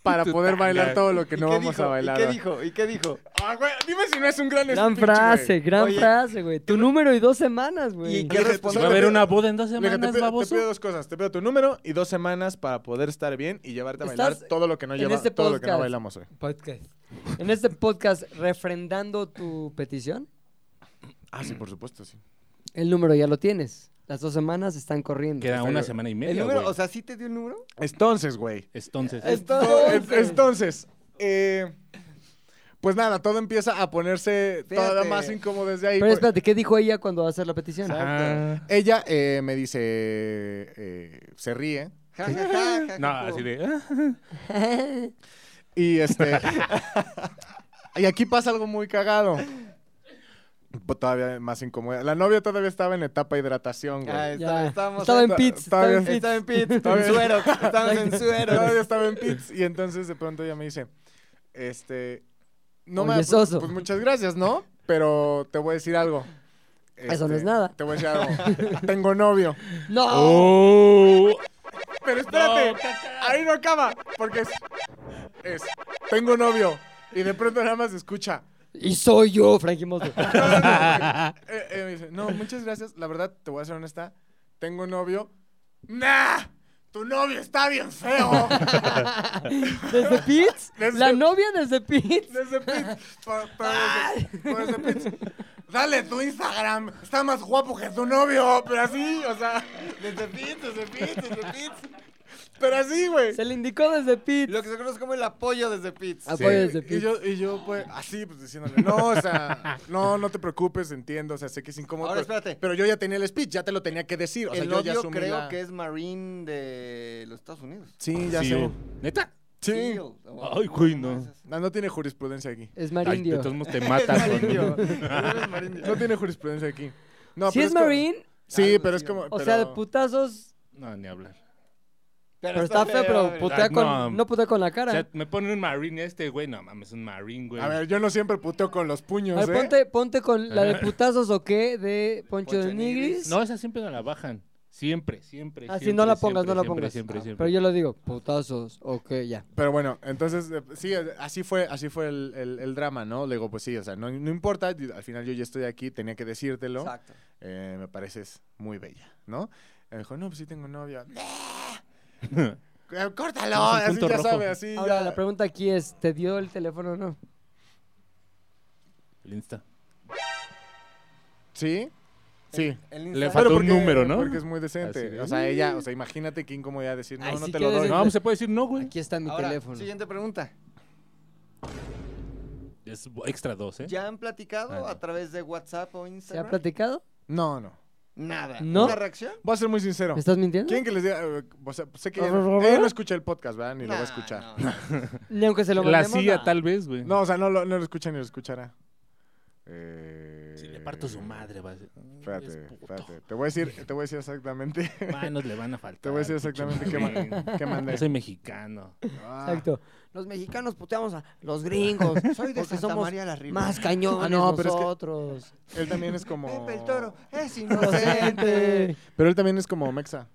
[SPEAKER 4] para
[SPEAKER 3] Y tu
[SPEAKER 4] poder
[SPEAKER 3] tanga.
[SPEAKER 4] bailar todo lo [LAUGHS] que
[SPEAKER 2] ¿Y
[SPEAKER 4] no
[SPEAKER 2] qué
[SPEAKER 4] vamos
[SPEAKER 2] dijo?
[SPEAKER 4] a bailar.
[SPEAKER 2] ¿Y qué dijo? ¿Y qué dijo?
[SPEAKER 4] Ah, güey, dime si no es un gran
[SPEAKER 1] Gran
[SPEAKER 4] speech, güey.
[SPEAKER 1] frase, gran
[SPEAKER 2] Oye.
[SPEAKER 1] frase, güey. Tu número y dos semanas,
[SPEAKER 2] ¿Y
[SPEAKER 1] güey.
[SPEAKER 2] qué
[SPEAKER 4] Dije,
[SPEAKER 2] respondió?
[SPEAKER 4] solo
[SPEAKER 3] Va a haber
[SPEAKER 4] te-
[SPEAKER 3] una boda en dos
[SPEAKER 4] le dije, te
[SPEAKER 3] semanas,
[SPEAKER 4] pido, te
[SPEAKER 3] baboso.
[SPEAKER 4] pido dos cosas. Te pido tu número y dos semanas para poder estar bien y llevarte a bailar
[SPEAKER 1] Estás
[SPEAKER 4] todo lo que no
[SPEAKER 1] en
[SPEAKER 4] lleva,
[SPEAKER 1] este
[SPEAKER 4] todo lo que no
[SPEAKER 1] podcast.
[SPEAKER 4] bailamos hoy.
[SPEAKER 1] Podcast. En este podcast, refrendando tu petición,
[SPEAKER 4] Ah, sí, por supuesto, sí.
[SPEAKER 1] el número ya lo tienes. Las dos semanas están corriendo.
[SPEAKER 3] Queda una semana y
[SPEAKER 2] ¿El
[SPEAKER 3] media,
[SPEAKER 2] número?
[SPEAKER 3] güey.
[SPEAKER 2] O sea, ¿sí te dio el número?
[SPEAKER 4] Entonces, güey.
[SPEAKER 3] Entonces.
[SPEAKER 4] Entonces, eh, pues nada, todo empieza a ponerse todavía
[SPEAKER 2] Fíjate.
[SPEAKER 4] más incómodo desde ahí.
[SPEAKER 1] Pero
[SPEAKER 4] por-
[SPEAKER 1] espérate, ¿qué dijo ella cuando va a hacer la petición?
[SPEAKER 3] Ah.
[SPEAKER 4] Ella eh, me dice, eh, se ríe. [LAUGHS]
[SPEAKER 2] Ja, ja, ja, ja,
[SPEAKER 3] No,
[SPEAKER 2] ja,
[SPEAKER 3] así
[SPEAKER 2] ja.
[SPEAKER 3] de. ah,
[SPEAKER 4] Y este. y aquí pasa algo muy cagado. Pues Todavía más incómodo. La novia todavía estaba en etapa hidratación, güey.
[SPEAKER 2] Ah, está-
[SPEAKER 1] Ya.
[SPEAKER 2] estábamos
[SPEAKER 1] Estaba
[SPEAKER 2] en-
[SPEAKER 1] en pits,
[SPEAKER 4] estaba
[SPEAKER 1] estaba en
[SPEAKER 4] en-
[SPEAKER 1] pits.
[SPEAKER 2] Estaba en pit, en
[SPEAKER 4] Todavía- [LAUGHS]
[SPEAKER 2] suero. Estábamos en
[SPEAKER 4] Todavía
[SPEAKER 2] suero.
[SPEAKER 4] estaba en pits y entonces de pronto ella me dice, este, no
[SPEAKER 1] Oye,
[SPEAKER 4] me, pues,
[SPEAKER 1] Soso.
[SPEAKER 4] pues muchas gracias, ¿no? Pero te voy a decir algo.
[SPEAKER 1] Eso no
[SPEAKER 4] Este,
[SPEAKER 1] es nada.
[SPEAKER 4] Te voy a decir algo. Tengo novio.
[SPEAKER 1] [LAUGHS] ¡No!
[SPEAKER 3] ¡Oh!
[SPEAKER 4] Pero espérate, ahí no acaba, porque es, es, tengo novio. Y de pronto nada más se escucha.
[SPEAKER 1] Y soy yo, Frankie
[SPEAKER 4] [LAUGHS]
[SPEAKER 1] Mosto.
[SPEAKER 4] Eh, eh, me dice, no, muchas gracias. La verdad, te voy a ser honesta. Tengo novio. ¡Nah! Tu novio está bien feo.
[SPEAKER 1] ¿Desde Pits?
[SPEAKER 4] Desde-
[SPEAKER 1] ¿La novia desde Pits?
[SPEAKER 4] Desde Pits. pa- pa- desde- pa- desde Pits. Dale tu Instagram. Está más guapo que tu novio. Pero así, o sea. Desde Pits, desde Pits, desde Pits. Pero así, güey.
[SPEAKER 1] Se le indicó desde Pits.
[SPEAKER 2] Lo que se conoce como el apoyo desde pits.
[SPEAKER 4] Ah,
[SPEAKER 1] Apoyo desde
[SPEAKER 4] Y
[SPEAKER 1] Pits.
[SPEAKER 4] yo, y yo, pues, así, pues, diciéndole, no, o sea, no, no te preocupes, entiendo, o sea, sé que es incómodo.
[SPEAKER 2] Ahora,
[SPEAKER 4] pero,
[SPEAKER 2] espérate.
[SPEAKER 4] Pero yo ya tenía el speech, ya te lo tenía que decir, o sea,
[SPEAKER 2] el
[SPEAKER 4] yo ya
[SPEAKER 2] novio
[SPEAKER 4] asumí
[SPEAKER 2] creo
[SPEAKER 4] la-
[SPEAKER 2] que es Marine de los Estados Unidos.
[SPEAKER 4] Sí, ya
[SPEAKER 3] Sí,
[SPEAKER 4] sé.
[SPEAKER 3] oh. ¿Neta?
[SPEAKER 4] Sí.
[SPEAKER 2] o- o-
[SPEAKER 3] Ay, güey,
[SPEAKER 2] [LAUGHS]
[SPEAKER 3] no.
[SPEAKER 2] esas.
[SPEAKER 4] No, no tiene jurisprudencia aquí.
[SPEAKER 1] Es
[SPEAKER 3] Ay, de
[SPEAKER 1] marindio.
[SPEAKER 3] todos modos te
[SPEAKER 1] [LAUGHS]
[SPEAKER 2] Es
[SPEAKER 3] matas. güey. [LAUGHS]
[SPEAKER 2] marindio. Es marindio.
[SPEAKER 4] No tiene jurisprudencia aquí. No,
[SPEAKER 1] Si
[SPEAKER 4] pero
[SPEAKER 1] es
[SPEAKER 4] como-
[SPEAKER 1] Marine,
[SPEAKER 4] Sí,
[SPEAKER 2] Ah,
[SPEAKER 4] pero
[SPEAKER 2] sí.
[SPEAKER 4] es como.
[SPEAKER 1] o sea, de
[SPEAKER 4] pero-
[SPEAKER 1] putazos,
[SPEAKER 3] No, ni hablar.
[SPEAKER 1] Pero está feo, pero putea
[SPEAKER 3] Ay,
[SPEAKER 1] con,
[SPEAKER 3] no.
[SPEAKER 1] no putea con la
[SPEAKER 3] O
[SPEAKER 1] cara.
[SPEAKER 3] sea, me pone un marine este, güey. No mames, un marine, güey.
[SPEAKER 4] A ver, yo no siempre puteo con los
[SPEAKER 1] A
[SPEAKER 4] puños,
[SPEAKER 1] ver,
[SPEAKER 4] ¿eh?
[SPEAKER 1] ponte, ponte con la de putazos o qué de Poncho,
[SPEAKER 2] Poncho
[SPEAKER 1] de
[SPEAKER 2] de Nigris.
[SPEAKER 1] Nigris.
[SPEAKER 3] No, esa siempre no la bajan. Siempre, siempre.
[SPEAKER 1] Así
[SPEAKER 3] siempre,
[SPEAKER 1] Ah, no la pongas,
[SPEAKER 3] siempre,
[SPEAKER 1] no la
[SPEAKER 3] siempre,
[SPEAKER 1] pongas.
[SPEAKER 3] Siempre,
[SPEAKER 1] Ah,
[SPEAKER 3] siempre.
[SPEAKER 1] Pero yo lo digo, putazos o qué, ya.
[SPEAKER 4] Pero bueno, entonces, eh, sí, eh, así fue, así fue el, el- el drama, ¿no? Le digo, pues sí, o sea, no, no importa, yo- al final yo ya estoy aquí, tenía que decírtelo,
[SPEAKER 2] Exacto.
[SPEAKER 4] eh, me pareces muy bella, ¿no? Me dijo, no, pues sí tengo novia. Eh, ¡Córtalo!
[SPEAKER 3] No, es un
[SPEAKER 4] así
[SPEAKER 3] punto
[SPEAKER 4] ya
[SPEAKER 3] rojo.
[SPEAKER 4] sabe, así
[SPEAKER 1] Ahora,
[SPEAKER 4] ya.
[SPEAKER 1] la pregunta aquí es, ¿te dio el teléfono o no?
[SPEAKER 3] El Insta.
[SPEAKER 4] ¿Sí? Sí.
[SPEAKER 2] El
[SPEAKER 3] Le
[SPEAKER 2] Instagram-
[SPEAKER 3] faltó
[SPEAKER 4] Pero
[SPEAKER 3] un número, ¿no?
[SPEAKER 4] Porque es muy
[SPEAKER 3] Así
[SPEAKER 4] decente.
[SPEAKER 3] de,
[SPEAKER 4] o sea, ella, o sea, imagínate qué incomodidad decir, no,
[SPEAKER 1] Ay,
[SPEAKER 4] no
[SPEAKER 1] sí,
[SPEAKER 4] te
[SPEAKER 1] qué
[SPEAKER 4] lo doy.
[SPEAKER 1] decente.
[SPEAKER 3] No, pues se puede decir no, güey.
[SPEAKER 1] Aquí está mi
[SPEAKER 2] Ahora,
[SPEAKER 1] teléfono.
[SPEAKER 2] siguiente pregunta.
[SPEAKER 3] Es extra dos, ¿eh?
[SPEAKER 2] ¿Ya han platicado
[SPEAKER 3] Ah,
[SPEAKER 2] a través de WhatsApp o
[SPEAKER 1] ¿Se ha
[SPEAKER 2] Instagram?
[SPEAKER 1] platicado?
[SPEAKER 4] No, no.
[SPEAKER 2] Nada.
[SPEAKER 1] ¿No?
[SPEAKER 2] ¿Una reacción?
[SPEAKER 4] Voy a ser muy sincero.
[SPEAKER 1] ¿Me estás mintiendo?
[SPEAKER 4] ¿Quieren que les diga? eh, o sea, sé que
[SPEAKER 1] A
[SPEAKER 4] ella,
[SPEAKER 1] ver, a ver.
[SPEAKER 4] ella no escucha el podcast, ¿verdad? Ni lo va a
[SPEAKER 2] Nah,
[SPEAKER 4] escuchar.
[SPEAKER 2] [LAUGHS] no, no.
[SPEAKER 1] Ni aunque se lo
[SPEAKER 3] La
[SPEAKER 1] mandemos.
[SPEAKER 3] silla
[SPEAKER 1] no.
[SPEAKER 3] tal vez, güey.
[SPEAKER 4] No, o sea, no lo, no lo escucha ni lo escuchará. Eh,
[SPEAKER 3] Si le parto su madre, va a ser. Mm,
[SPEAKER 4] Espérate, espérate. Te voy a decir, te voy a decir exactamente. [LAUGHS]
[SPEAKER 3] Manos le van a faltar.
[SPEAKER 4] Te voy a decir
[SPEAKER 3] pinche
[SPEAKER 4] exactamente qué,
[SPEAKER 3] marín.
[SPEAKER 4] ma- qué mandé.
[SPEAKER 3] Yo soy mexicano.
[SPEAKER 4] Ah.
[SPEAKER 1] Exacto.
[SPEAKER 2] Los mexicanos puteamos a los gringos. [LAUGHS] Soy de
[SPEAKER 1] Porque
[SPEAKER 2] Santa
[SPEAKER 1] somos
[SPEAKER 2] María la Ribera.
[SPEAKER 1] Más cañones
[SPEAKER 4] Ah, no, pero es que-
[SPEAKER 1] nosotros.
[SPEAKER 4] [LAUGHS] Él también es como.
[SPEAKER 2] Pepe el toro es inocente.
[SPEAKER 1] [LAUGHS] Inocente.
[SPEAKER 4] Pero él también es como Mexa.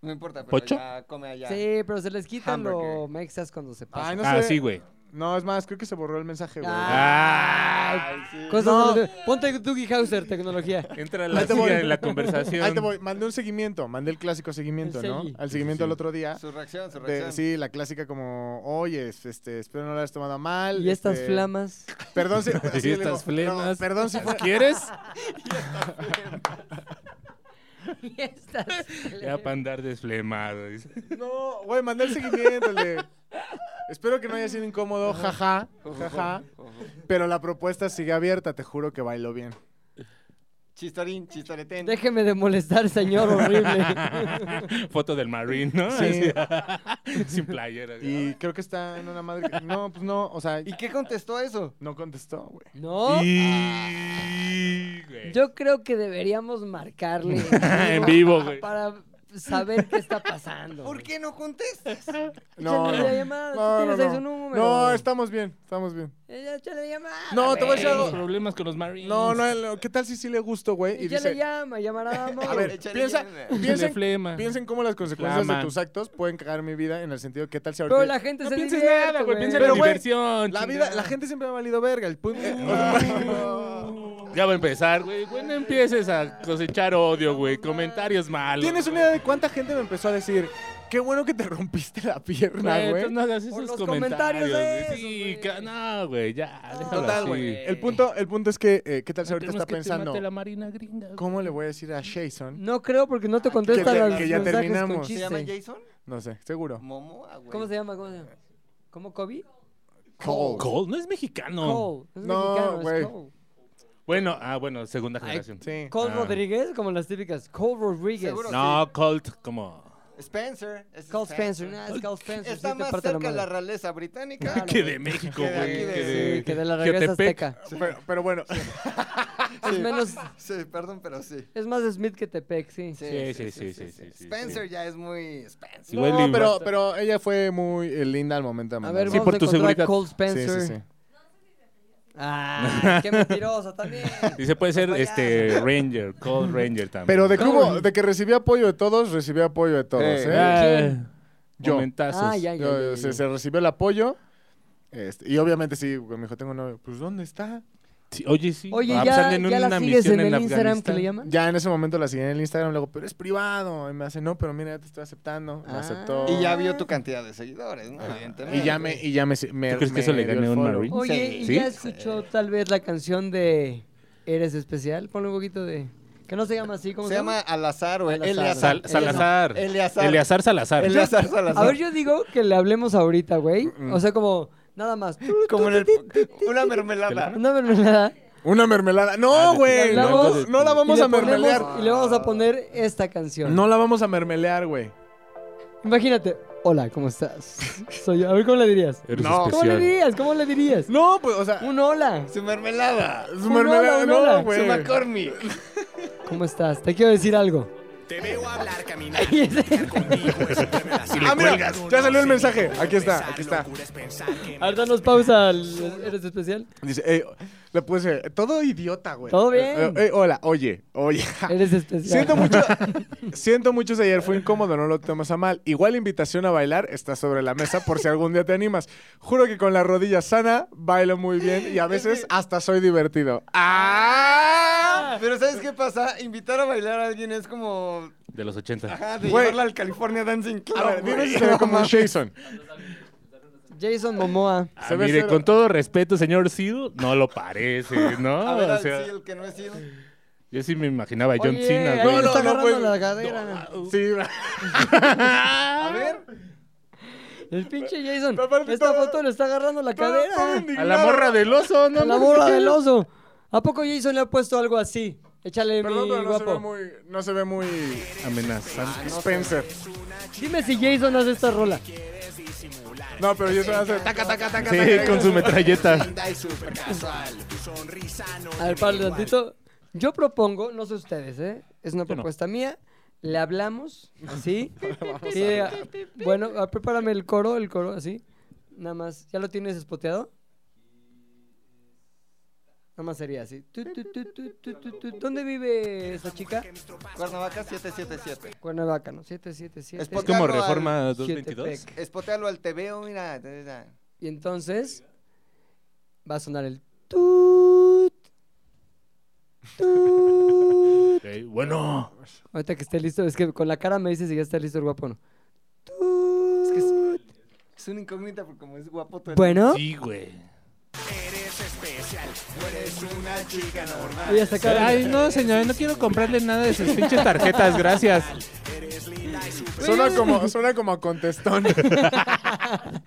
[SPEAKER 2] No importa, pero
[SPEAKER 3] ¿Pocho?
[SPEAKER 2] ya come allá.
[SPEAKER 1] Sí, pero se les quitan
[SPEAKER 2] Hamburger.
[SPEAKER 1] los mexas cuando se
[SPEAKER 4] Ay,
[SPEAKER 1] pasan.
[SPEAKER 4] no
[SPEAKER 3] ah,
[SPEAKER 4] sé.
[SPEAKER 3] sí, güey. Ah.
[SPEAKER 4] No, es más, creo que se borró el mensaje, güey. Ah,
[SPEAKER 1] Ay,
[SPEAKER 2] sí.
[SPEAKER 1] cosas
[SPEAKER 4] No.
[SPEAKER 1] de- Ponte Dougie Hauser, tecnología.
[SPEAKER 3] Entra la
[SPEAKER 4] Ahí te voy.
[SPEAKER 3] silla en la conversación.
[SPEAKER 4] Ahí te voy. Mandé un seguimiento. Mandé el clásico seguimiento,
[SPEAKER 1] El
[SPEAKER 4] ¿no?
[SPEAKER 1] segui.
[SPEAKER 4] Al seguimiento
[SPEAKER 3] Sí, sí, sí.
[SPEAKER 4] el otro día.
[SPEAKER 2] Su reacción, su
[SPEAKER 4] de-
[SPEAKER 2] reacción.
[SPEAKER 4] sí, la clásica como, oye, es- este, espero no la hayas tomado mal.
[SPEAKER 1] Y estas
[SPEAKER 4] este,
[SPEAKER 1] flamas.
[SPEAKER 4] Perdón si...
[SPEAKER 3] [LAUGHS] Y
[SPEAKER 4] así le digo,
[SPEAKER 3] estas flemas.
[SPEAKER 4] "No, perdón si fue...
[SPEAKER 3] ¿Quieres?
[SPEAKER 1] [LAUGHS] Y estas.
[SPEAKER 3] Ya para andar desflemado. dice.
[SPEAKER 4] No, güey, mandé el seguimiento. el de, Espero que no haya sido incómodo, jaja, jaja. Pero la propuesta sigue abierta, te juro que bailó bien.
[SPEAKER 2] Chistorín, chistoretén.
[SPEAKER 1] Déjeme de molestar, señor
[SPEAKER 4] [LAUGHS]
[SPEAKER 1] horrible.
[SPEAKER 3] [LAUGHS] Foto del Marine, ¿no?
[SPEAKER 4] Sí.
[SPEAKER 3] Así, [LAUGHS] Sin playera.
[SPEAKER 4] Y creo que está en una madre... que- No, pues no, o sea,
[SPEAKER 2] ¿Y qué contestó eso?
[SPEAKER 4] no contestó, güey.
[SPEAKER 1] No.
[SPEAKER 3] Y- güey.
[SPEAKER 1] Yo creo que deberíamos marcarle
[SPEAKER 3] [LAUGHS] En vivo, güey.
[SPEAKER 1] para saber qué está pasando.
[SPEAKER 2] [LAUGHS] ¿Por qué no contestas?
[SPEAKER 4] No,
[SPEAKER 1] Échale la llamada, tú tienes ahí su número.
[SPEAKER 4] No, estamos bien, estamos bien.
[SPEAKER 1] Eh, échale llamada,
[SPEAKER 4] No, te voy a decir
[SPEAKER 1] güey.
[SPEAKER 4] algo.
[SPEAKER 3] Tenemos problemas con los Marines.
[SPEAKER 4] No, no, no, ¿qué tal si sí le gustó, güey? Y
[SPEAKER 1] Échale
[SPEAKER 4] dice,
[SPEAKER 1] llama, llamará amor.
[SPEAKER 4] a ver,
[SPEAKER 2] Échale
[SPEAKER 4] piensa,
[SPEAKER 2] llama. [LAUGHS]
[SPEAKER 3] Piensa
[SPEAKER 4] piensen,
[SPEAKER 3] flema.
[SPEAKER 4] piensen cómo las consecuencias
[SPEAKER 3] Flama.
[SPEAKER 4] de tus actos pueden cagar mi vida en el sentido, ¿qué tal si ahorita...
[SPEAKER 1] Pero la gente
[SPEAKER 3] No
[SPEAKER 1] se
[SPEAKER 3] pienses
[SPEAKER 1] divierte,
[SPEAKER 3] nada, güey. Piensa en la
[SPEAKER 4] Pero, güey,
[SPEAKER 3] diversión.
[SPEAKER 4] La
[SPEAKER 3] chingada.
[SPEAKER 4] vida, la gente siempre ha valido verga. El punto. eh, [LAUGHS] o sea,
[SPEAKER 3] Uh, Ya va a empezar, güey. Güey, no empieces a cosechar odio, güey. Comentarios malos.
[SPEAKER 4] ¿Tienes una idea de cuánta gente me empezó a decir? Qué bueno que te rompiste la pierna,
[SPEAKER 3] güey?
[SPEAKER 4] güey.
[SPEAKER 3] tú No hagas esos
[SPEAKER 1] Por los
[SPEAKER 3] comentarios.
[SPEAKER 1] comentarios
[SPEAKER 3] güey.
[SPEAKER 1] esos,
[SPEAKER 3] sí,
[SPEAKER 1] güey.
[SPEAKER 3] ca- no, güey, ya. déjalo
[SPEAKER 4] Total,
[SPEAKER 3] así.
[SPEAKER 4] güey. El punto, el punto es que, eh, ¿qué tal si ahorita
[SPEAKER 3] Tenemos
[SPEAKER 4] está
[SPEAKER 3] que te
[SPEAKER 4] pensando?
[SPEAKER 3] mate la marina gringa. güey.
[SPEAKER 4] ¿Cómo le voy a decir a Jason?
[SPEAKER 1] No creo porque no te contesta
[SPEAKER 4] que-
[SPEAKER 1] las
[SPEAKER 4] que ya
[SPEAKER 1] mensajes
[SPEAKER 4] terminamos.
[SPEAKER 1] con
[SPEAKER 4] ¿Se
[SPEAKER 2] ¿Se llama
[SPEAKER 1] chiste.
[SPEAKER 2] Jason?
[SPEAKER 4] No sé, seguro.
[SPEAKER 2] Momoa, güey.
[SPEAKER 1] ¿Cómo se llama? ¿Cómo se llama? ¿Cómo Kobe?
[SPEAKER 4] Cole.
[SPEAKER 3] Cole no es mexicano.
[SPEAKER 1] Cole. Es
[SPEAKER 4] No,
[SPEAKER 1] mexicano, es
[SPEAKER 4] güey.
[SPEAKER 1] Cole.
[SPEAKER 3] Bueno, ah, bueno, segunda
[SPEAKER 1] Ay,
[SPEAKER 3] generación.
[SPEAKER 4] Sí.
[SPEAKER 1] Cole
[SPEAKER 3] Ah.
[SPEAKER 1] Rodríguez, como las típicas. Cole Rodríguez.
[SPEAKER 2] Seguro.
[SPEAKER 3] No, Colt, como.
[SPEAKER 2] Spencer. es
[SPEAKER 1] Cole Spencer. No, es Cole Spencer.
[SPEAKER 2] Está
[SPEAKER 1] sí, te
[SPEAKER 2] más
[SPEAKER 1] parte la
[SPEAKER 2] cerca la,
[SPEAKER 1] madre.
[SPEAKER 2] realeza británica.
[SPEAKER 3] que Ah, de México,
[SPEAKER 2] Que de
[SPEAKER 3] güey.
[SPEAKER 2] aquí de-
[SPEAKER 1] Sí, que de la regresa
[SPEAKER 3] Jutepec.
[SPEAKER 1] azteca.
[SPEAKER 4] Pero, pero bueno,
[SPEAKER 1] Es menos...
[SPEAKER 2] Sí, perdón, pero sí.
[SPEAKER 1] Es más Smith que Tepec, sí.
[SPEAKER 3] Sí, sí, sí, sí, sí, sí,
[SPEAKER 2] Spencer ya es muy Spencer.
[SPEAKER 3] Igual
[SPEAKER 4] no,
[SPEAKER 3] y-
[SPEAKER 4] pero, pero ella fue muy eh, linda al momento. de
[SPEAKER 1] A
[SPEAKER 4] mandar.
[SPEAKER 1] ver,
[SPEAKER 3] Sí,
[SPEAKER 1] vamos
[SPEAKER 3] por
[SPEAKER 1] a
[SPEAKER 3] tu
[SPEAKER 1] encontrar
[SPEAKER 3] seguridad.
[SPEAKER 1] a Cole
[SPEAKER 4] sí,
[SPEAKER 1] Spencer.
[SPEAKER 4] sí, sí.
[SPEAKER 1] Ay, qué mentirosa
[SPEAKER 3] [LAUGHS]
[SPEAKER 1] también.
[SPEAKER 3] Y se puede ser este Ranger, Cold Ranger también.
[SPEAKER 4] Pero de que, hubo-
[SPEAKER 1] Cole.
[SPEAKER 4] de que recibí apoyo de todos, recibí apoyo de todos.
[SPEAKER 2] Eh,
[SPEAKER 4] ¿eh?
[SPEAKER 3] Ah,
[SPEAKER 4] Yo.
[SPEAKER 3] Momentazos.
[SPEAKER 1] Ah, ya, ya,
[SPEAKER 4] Yo-
[SPEAKER 1] ya, ya,
[SPEAKER 4] se,
[SPEAKER 1] ya.
[SPEAKER 4] se recibió el apoyo. este, y obviamente sí, güey, me dijo, tengo novio. Pues, ¿dónde está?
[SPEAKER 3] Sí, oye, sí.
[SPEAKER 1] Oye,
[SPEAKER 3] Ah, pues
[SPEAKER 1] ya,
[SPEAKER 3] andan en
[SPEAKER 1] ya la
[SPEAKER 3] una
[SPEAKER 1] sigues en
[SPEAKER 3] misión
[SPEAKER 1] el Instagram que
[SPEAKER 3] Afganistán.
[SPEAKER 1] le llaman.
[SPEAKER 4] Ya en ese momento la seguí en el Instagram, luego, pero es privado. Y me hace, no, pero mira, ya te estoy aceptando. Me
[SPEAKER 1] Ah.
[SPEAKER 4] aceptó.
[SPEAKER 2] Y ya vio tu cantidad de seguidores, ¿no? Evidentemente.
[SPEAKER 4] Y ya me, y ya me, me-
[SPEAKER 3] ¿Tú crees que
[SPEAKER 4] me
[SPEAKER 3] eso le
[SPEAKER 4] dio el
[SPEAKER 3] gane a un
[SPEAKER 4] follow.
[SPEAKER 3] Marine?
[SPEAKER 1] Oye,
[SPEAKER 2] Sí.
[SPEAKER 1] ¿y
[SPEAKER 3] ¿Sí?
[SPEAKER 1] ya escuchó tal vez la canción de Eres Especial? Ponle un poquito de... Que no se llama así, ¿cómo
[SPEAKER 2] Se llama Alazar, güey.
[SPEAKER 1] Al Azar.
[SPEAKER 2] Eleazar.
[SPEAKER 3] Sal- Salazar.
[SPEAKER 2] Eleazar.
[SPEAKER 3] Eleazar Salazar.
[SPEAKER 2] Eleazar Salazar.
[SPEAKER 1] A ver, yo digo que le hablemos ahorita, güey.
[SPEAKER 3] Mm,
[SPEAKER 1] O sea, como nada más.
[SPEAKER 2] Como en el... Una mermelada.
[SPEAKER 1] Una mermelada.
[SPEAKER 4] Una mermelada.
[SPEAKER 3] Ah,
[SPEAKER 4] No,
[SPEAKER 3] de-
[SPEAKER 4] güey.
[SPEAKER 1] de-
[SPEAKER 4] No,
[SPEAKER 3] de-
[SPEAKER 4] no la [LAUGHS] vamos
[SPEAKER 1] y le
[SPEAKER 4] a mermelear.
[SPEAKER 1] ponemos- Y le vamos a poner esta canción.
[SPEAKER 4] No la vamos a mermelear, güey.
[SPEAKER 1] Imagínate. Hola, ¿cómo estás? [LAUGHS] Soy yo. A ver, ¿cómo le dirías?
[SPEAKER 3] Eres
[SPEAKER 4] No.
[SPEAKER 1] ¿Cómo le
[SPEAKER 3] especial.
[SPEAKER 1] dirías? ¿Cómo le dirías?
[SPEAKER 4] No, pues, o sea.
[SPEAKER 1] Un hola.
[SPEAKER 2] Su mermelada.
[SPEAKER 4] su
[SPEAKER 1] un hola,
[SPEAKER 4] mermelada.
[SPEAKER 1] un hola.
[SPEAKER 4] No,
[SPEAKER 2] Su
[SPEAKER 4] güey.
[SPEAKER 2] McCormick.
[SPEAKER 1] ¿Cómo estás? Te quiero decir algo.
[SPEAKER 7] Te veo hablar, caminar, platicar contigo, es una revelación.
[SPEAKER 4] Ah, mira,
[SPEAKER 7] No, no
[SPEAKER 4] ya salió el
[SPEAKER 7] sé,
[SPEAKER 4] mensaje.
[SPEAKER 7] no
[SPEAKER 4] Aquí está,
[SPEAKER 7] pensar,
[SPEAKER 4] aquí está.
[SPEAKER 7] locura es pensar que me
[SPEAKER 1] [LAUGHS] Ahorita nos pausa el- ¿Eres especial?
[SPEAKER 4] Dice, eh, le puse, todo idiota, güey.
[SPEAKER 1] Todo bien.
[SPEAKER 4] Eh, eh, hola, oye, oye.
[SPEAKER 1] Eres especial.
[SPEAKER 4] Ah. Siento mucho, siento mucho si ayer fue incómodo, no lo tomas a mal. Igual invitación a bailar está sobre la mesa por si algún día te animas. Juro que con la rodilla sana bailo muy bien y a veces hasta soy divertido. ¡Ah!
[SPEAKER 2] Pero ¿sabes qué pasa? Invitar a bailar a alguien es como...
[SPEAKER 3] De los 80.
[SPEAKER 2] Ah, de
[SPEAKER 4] Güey.
[SPEAKER 2] llevarla al California Dancing Club,
[SPEAKER 4] A ver, dime
[SPEAKER 2] güey.
[SPEAKER 4] si se ve como un Jason.
[SPEAKER 1] Jason Momoa.
[SPEAKER 3] Ah,
[SPEAKER 4] Se ve
[SPEAKER 3] mire,
[SPEAKER 4] cero.
[SPEAKER 3] con todo respeto, señor Sid, no
[SPEAKER 2] [LAUGHS]
[SPEAKER 3] lo parece, ¿no? [LAUGHS]
[SPEAKER 2] A ver,
[SPEAKER 3] O
[SPEAKER 2] al
[SPEAKER 3] sea,
[SPEAKER 2] Seal, que no es Seal.
[SPEAKER 3] yo sí me imaginaba a John
[SPEAKER 1] Oye,
[SPEAKER 3] Cena.
[SPEAKER 1] ahí
[SPEAKER 3] güey.
[SPEAKER 1] le está
[SPEAKER 4] No, no,
[SPEAKER 1] agarrando
[SPEAKER 4] pues,
[SPEAKER 1] la cadera.
[SPEAKER 4] Sí,
[SPEAKER 2] A ver.
[SPEAKER 1] El pinche Jason.
[SPEAKER 4] aparte
[SPEAKER 1] Esta
[SPEAKER 4] todo-
[SPEAKER 1] foto le está agarrando la cadera.
[SPEAKER 3] A la morra del oso, ¿no?
[SPEAKER 1] A la bola del oso. ¿A poco Jason le ha puesto algo así? Échale
[SPEAKER 4] Perdón,
[SPEAKER 1] mi
[SPEAKER 4] pero no se ve
[SPEAKER 1] guapo.
[SPEAKER 4] muy, no se ve muy
[SPEAKER 3] Amenazante.
[SPEAKER 4] Spencer.
[SPEAKER 1] Dime si Jason hace esta rola.
[SPEAKER 4] No, pero yo te voy a hacer taca, taca, taca,
[SPEAKER 3] Sí,
[SPEAKER 4] taca.
[SPEAKER 3] con su metralleta.
[SPEAKER 2] [LAUGHS]
[SPEAKER 7] linda y súper casual. Tu sonrisa no
[SPEAKER 1] A
[SPEAKER 7] tiene
[SPEAKER 1] ver, para
[SPEAKER 7] igual.
[SPEAKER 1] tantito. Yo propongo, no sé ustedes, ¿eh? Es una propuesta mía. Le hablamos, así. Y, ah, bueno, ah, prepárame el coro, el coro, así. Nada más. ¿Ya lo tienes espoteado? Nada más sería así. Tu, tu, tu, tu, tu, tu, tu. ¿Dónde vive esta chica?
[SPEAKER 2] Cuernavaca 777.
[SPEAKER 1] Cuernavaca, ¿no? 777.
[SPEAKER 2] Es
[SPEAKER 3] Es como
[SPEAKER 2] Cargo al
[SPEAKER 3] Reforma 222.
[SPEAKER 1] Chiltepec.
[SPEAKER 2] Espotealo al TVO, mira. mira.
[SPEAKER 1] E Y entonces va a sonar el tut.
[SPEAKER 3] Ok, bueno,
[SPEAKER 1] Ahorita que esté listo, es que con la cara me dice si ya está listo el guapo o no.
[SPEAKER 2] Es que es, es una incógnita porque como es guapo tú eres-
[SPEAKER 1] Bueno,
[SPEAKER 3] sí, güey.
[SPEAKER 7] Eres especial, tú eres una chica normal.
[SPEAKER 1] voy a sacar.
[SPEAKER 3] Ay, no, señora, no quiero comprarle nada de sus pinches tarjetas, gracias.
[SPEAKER 7] Eres linda y súper
[SPEAKER 4] Suena como, suena como a contestón.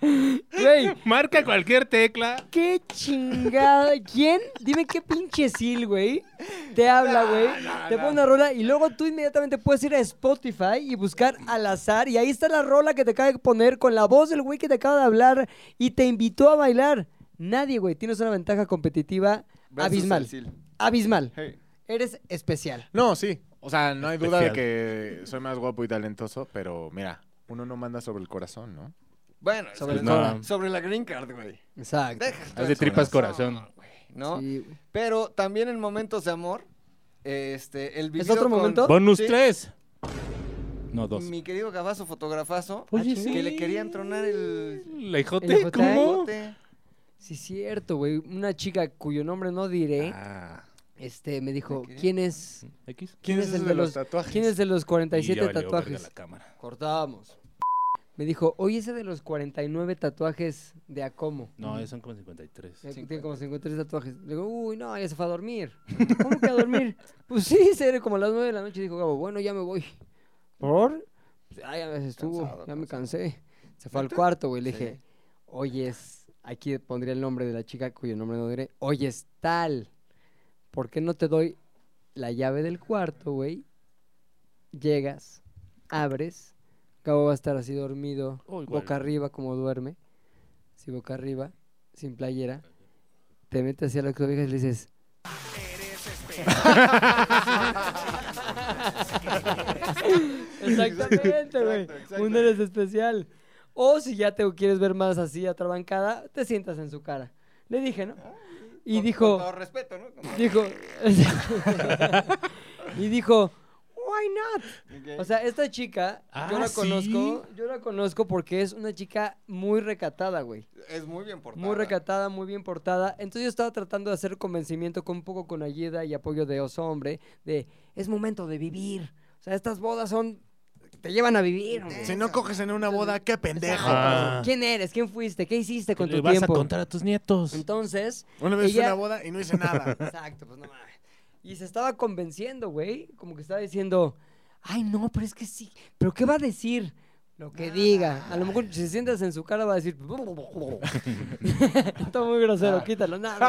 [SPEAKER 1] Güey,
[SPEAKER 3] [LAUGHS] Marca cualquier tecla.
[SPEAKER 1] qué chingada. ¿Quién? Dime qué pinche sil, güey. Te habla, güey. te pone una rola y luego tú inmediatamente puedes ir a Spotify y buscar al azar. Y ahí está la rola que te acaba de poner con la voz del güey que te acaba de hablar y te invitó a bailar. Nadie, güey. Tienes una ventaja competitiva
[SPEAKER 2] Versus
[SPEAKER 1] abismal.
[SPEAKER 2] el Seal.
[SPEAKER 1] Abismal.
[SPEAKER 2] Hey.
[SPEAKER 1] Eres especial.
[SPEAKER 4] No, sí. O sea, no hay duda de
[SPEAKER 3] Especial.
[SPEAKER 4] que soy más guapo y talentoso, pero mira, uno no manda sobre el corazón, ¿no?
[SPEAKER 2] Bueno,
[SPEAKER 1] Sobre
[SPEAKER 2] sobre,
[SPEAKER 1] el
[SPEAKER 3] No.
[SPEAKER 2] la- sobre la green card, güey.
[SPEAKER 1] Exacto.
[SPEAKER 2] Deja tú
[SPEAKER 3] Haz de
[SPEAKER 2] el
[SPEAKER 3] tripas corazón.
[SPEAKER 2] ¿No?
[SPEAKER 1] Sí, güey.
[SPEAKER 2] Pero también en momentos de amor, este, el video
[SPEAKER 1] otro
[SPEAKER 2] con-
[SPEAKER 1] momento?
[SPEAKER 3] Bonus
[SPEAKER 2] Sí.
[SPEAKER 3] 3. No, 2.
[SPEAKER 2] Mi querido Gabazo, fotografazo,
[SPEAKER 1] Oye,
[SPEAKER 3] Ah,
[SPEAKER 2] que
[SPEAKER 1] sí.
[SPEAKER 2] le querían tronar el...
[SPEAKER 3] La hijote,
[SPEAKER 1] El hijote.
[SPEAKER 3] ¿cómo?
[SPEAKER 2] bigote.
[SPEAKER 1] Sí, cierto, güey. Una chica cuyo nombre no diré,
[SPEAKER 3] Ah,
[SPEAKER 1] este, me dijo,
[SPEAKER 2] ¿De qué?
[SPEAKER 1] ¿quién es?
[SPEAKER 3] X.
[SPEAKER 1] ¿Quién es
[SPEAKER 4] ese
[SPEAKER 1] el de los-
[SPEAKER 4] tatuajes?
[SPEAKER 1] ¿Quién es de los
[SPEAKER 3] Y ya
[SPEAKER 1] 47
[SPEAKER 3] valió verga
[SPEAKER 1] tatuajes?
[SPEAKER 3] la cámara.
[SPEAKER 1] Cortábamos. Me dijo, oye, ese de los 49 tatuajes de Acomo.
[SPEAKER 3] No, son como 53.
[SPEAKER 1] Eh, Tiene como 53 tatuajes. Le digo, uy, no, ya se fue a dormir. ¿Cómo que a dormir? pues sí, se era como a las 9 de la noche. Dijo, Gabo, bueno, ya me voy. ¿Por? Pues, ah, ya me estuvo, ya me cansé. Se fue al cuarto, güey. Le dije, oyes, aquí pondría el nombre de la chica cuyo nombre no diré. Oyes, tal, ¿por qué no te doy la llave del cuarto, güey? Llegas, abres. Gabo va a estar así dormido,
[SPEAKER 3] Oh, igual.
[SPEAKER 1] boca arriba como duerme. Sí, boca arriba, sin playera. Te metes hacia la cobija y le dices, Exactamente, güey. Un eres especial. O si ya te quieres ver más así atrabancada, te sientas en su cara. Le dije, ¿no? Y
[SPEAKER 2] Con-
[SPEAKER 1] dijo,
[SPEAKER 2] Con todo respeto, ¿no? Como-
[SPEAKER 1] dijo, [LAUGHS] y dijo, why not?
[SPEAKER 2] Ok.
[SPEAKER 1] O sea, esta chica, yo
[SPEAKER 3] Ah,
[SPEAKER 1] la
[SPEAKER 3] ¿sí?
[SPEAKER 1] conozco, yo la conozco porque es una chica muy recatada, güey.
[SPEAKER 2] es muy bien portada.
[SPEAKER 1] Muy recatada, muy bien portada. Entonces yo estaba tratando de hacer convencimiento con un poco con ayuda y apoyo de Oso Hombre, de es momento de vivir. O sea, estas bodas son. te llevan a vivir. hombre.
[SPEAKER 4] Si no coges en una boda, qué pendejo.
[SPEAKER 3] Ah.
[SPEAKER 1] ¿Quién eres? ¿Quién fuiste? ¿Qué hiciste con
[SPEAKER 3] Le
[SPEAKER 1] tu
[SPEAKER 3] vas
[SPEAKER 1] tiempo?
[SPEAKER 3] a contar a tus nietos.
[SPEAKER 1] Entonces.
[SPEAKER 4] Una vez fui a
[SPEAKER 1] ella-
[SPEAKER 4] una boda y no hice nada.
[SPEAKER 1] Exacto, pues no mames. Y se estaba convenciendo, güey. Como que estaba diciendo, ay, no, pero es que sí. ¿Pero qué va a decir? Lo que diga. A lo mejor si sientas en su cara va a decir. Está muy grosero, quítalo. No, no.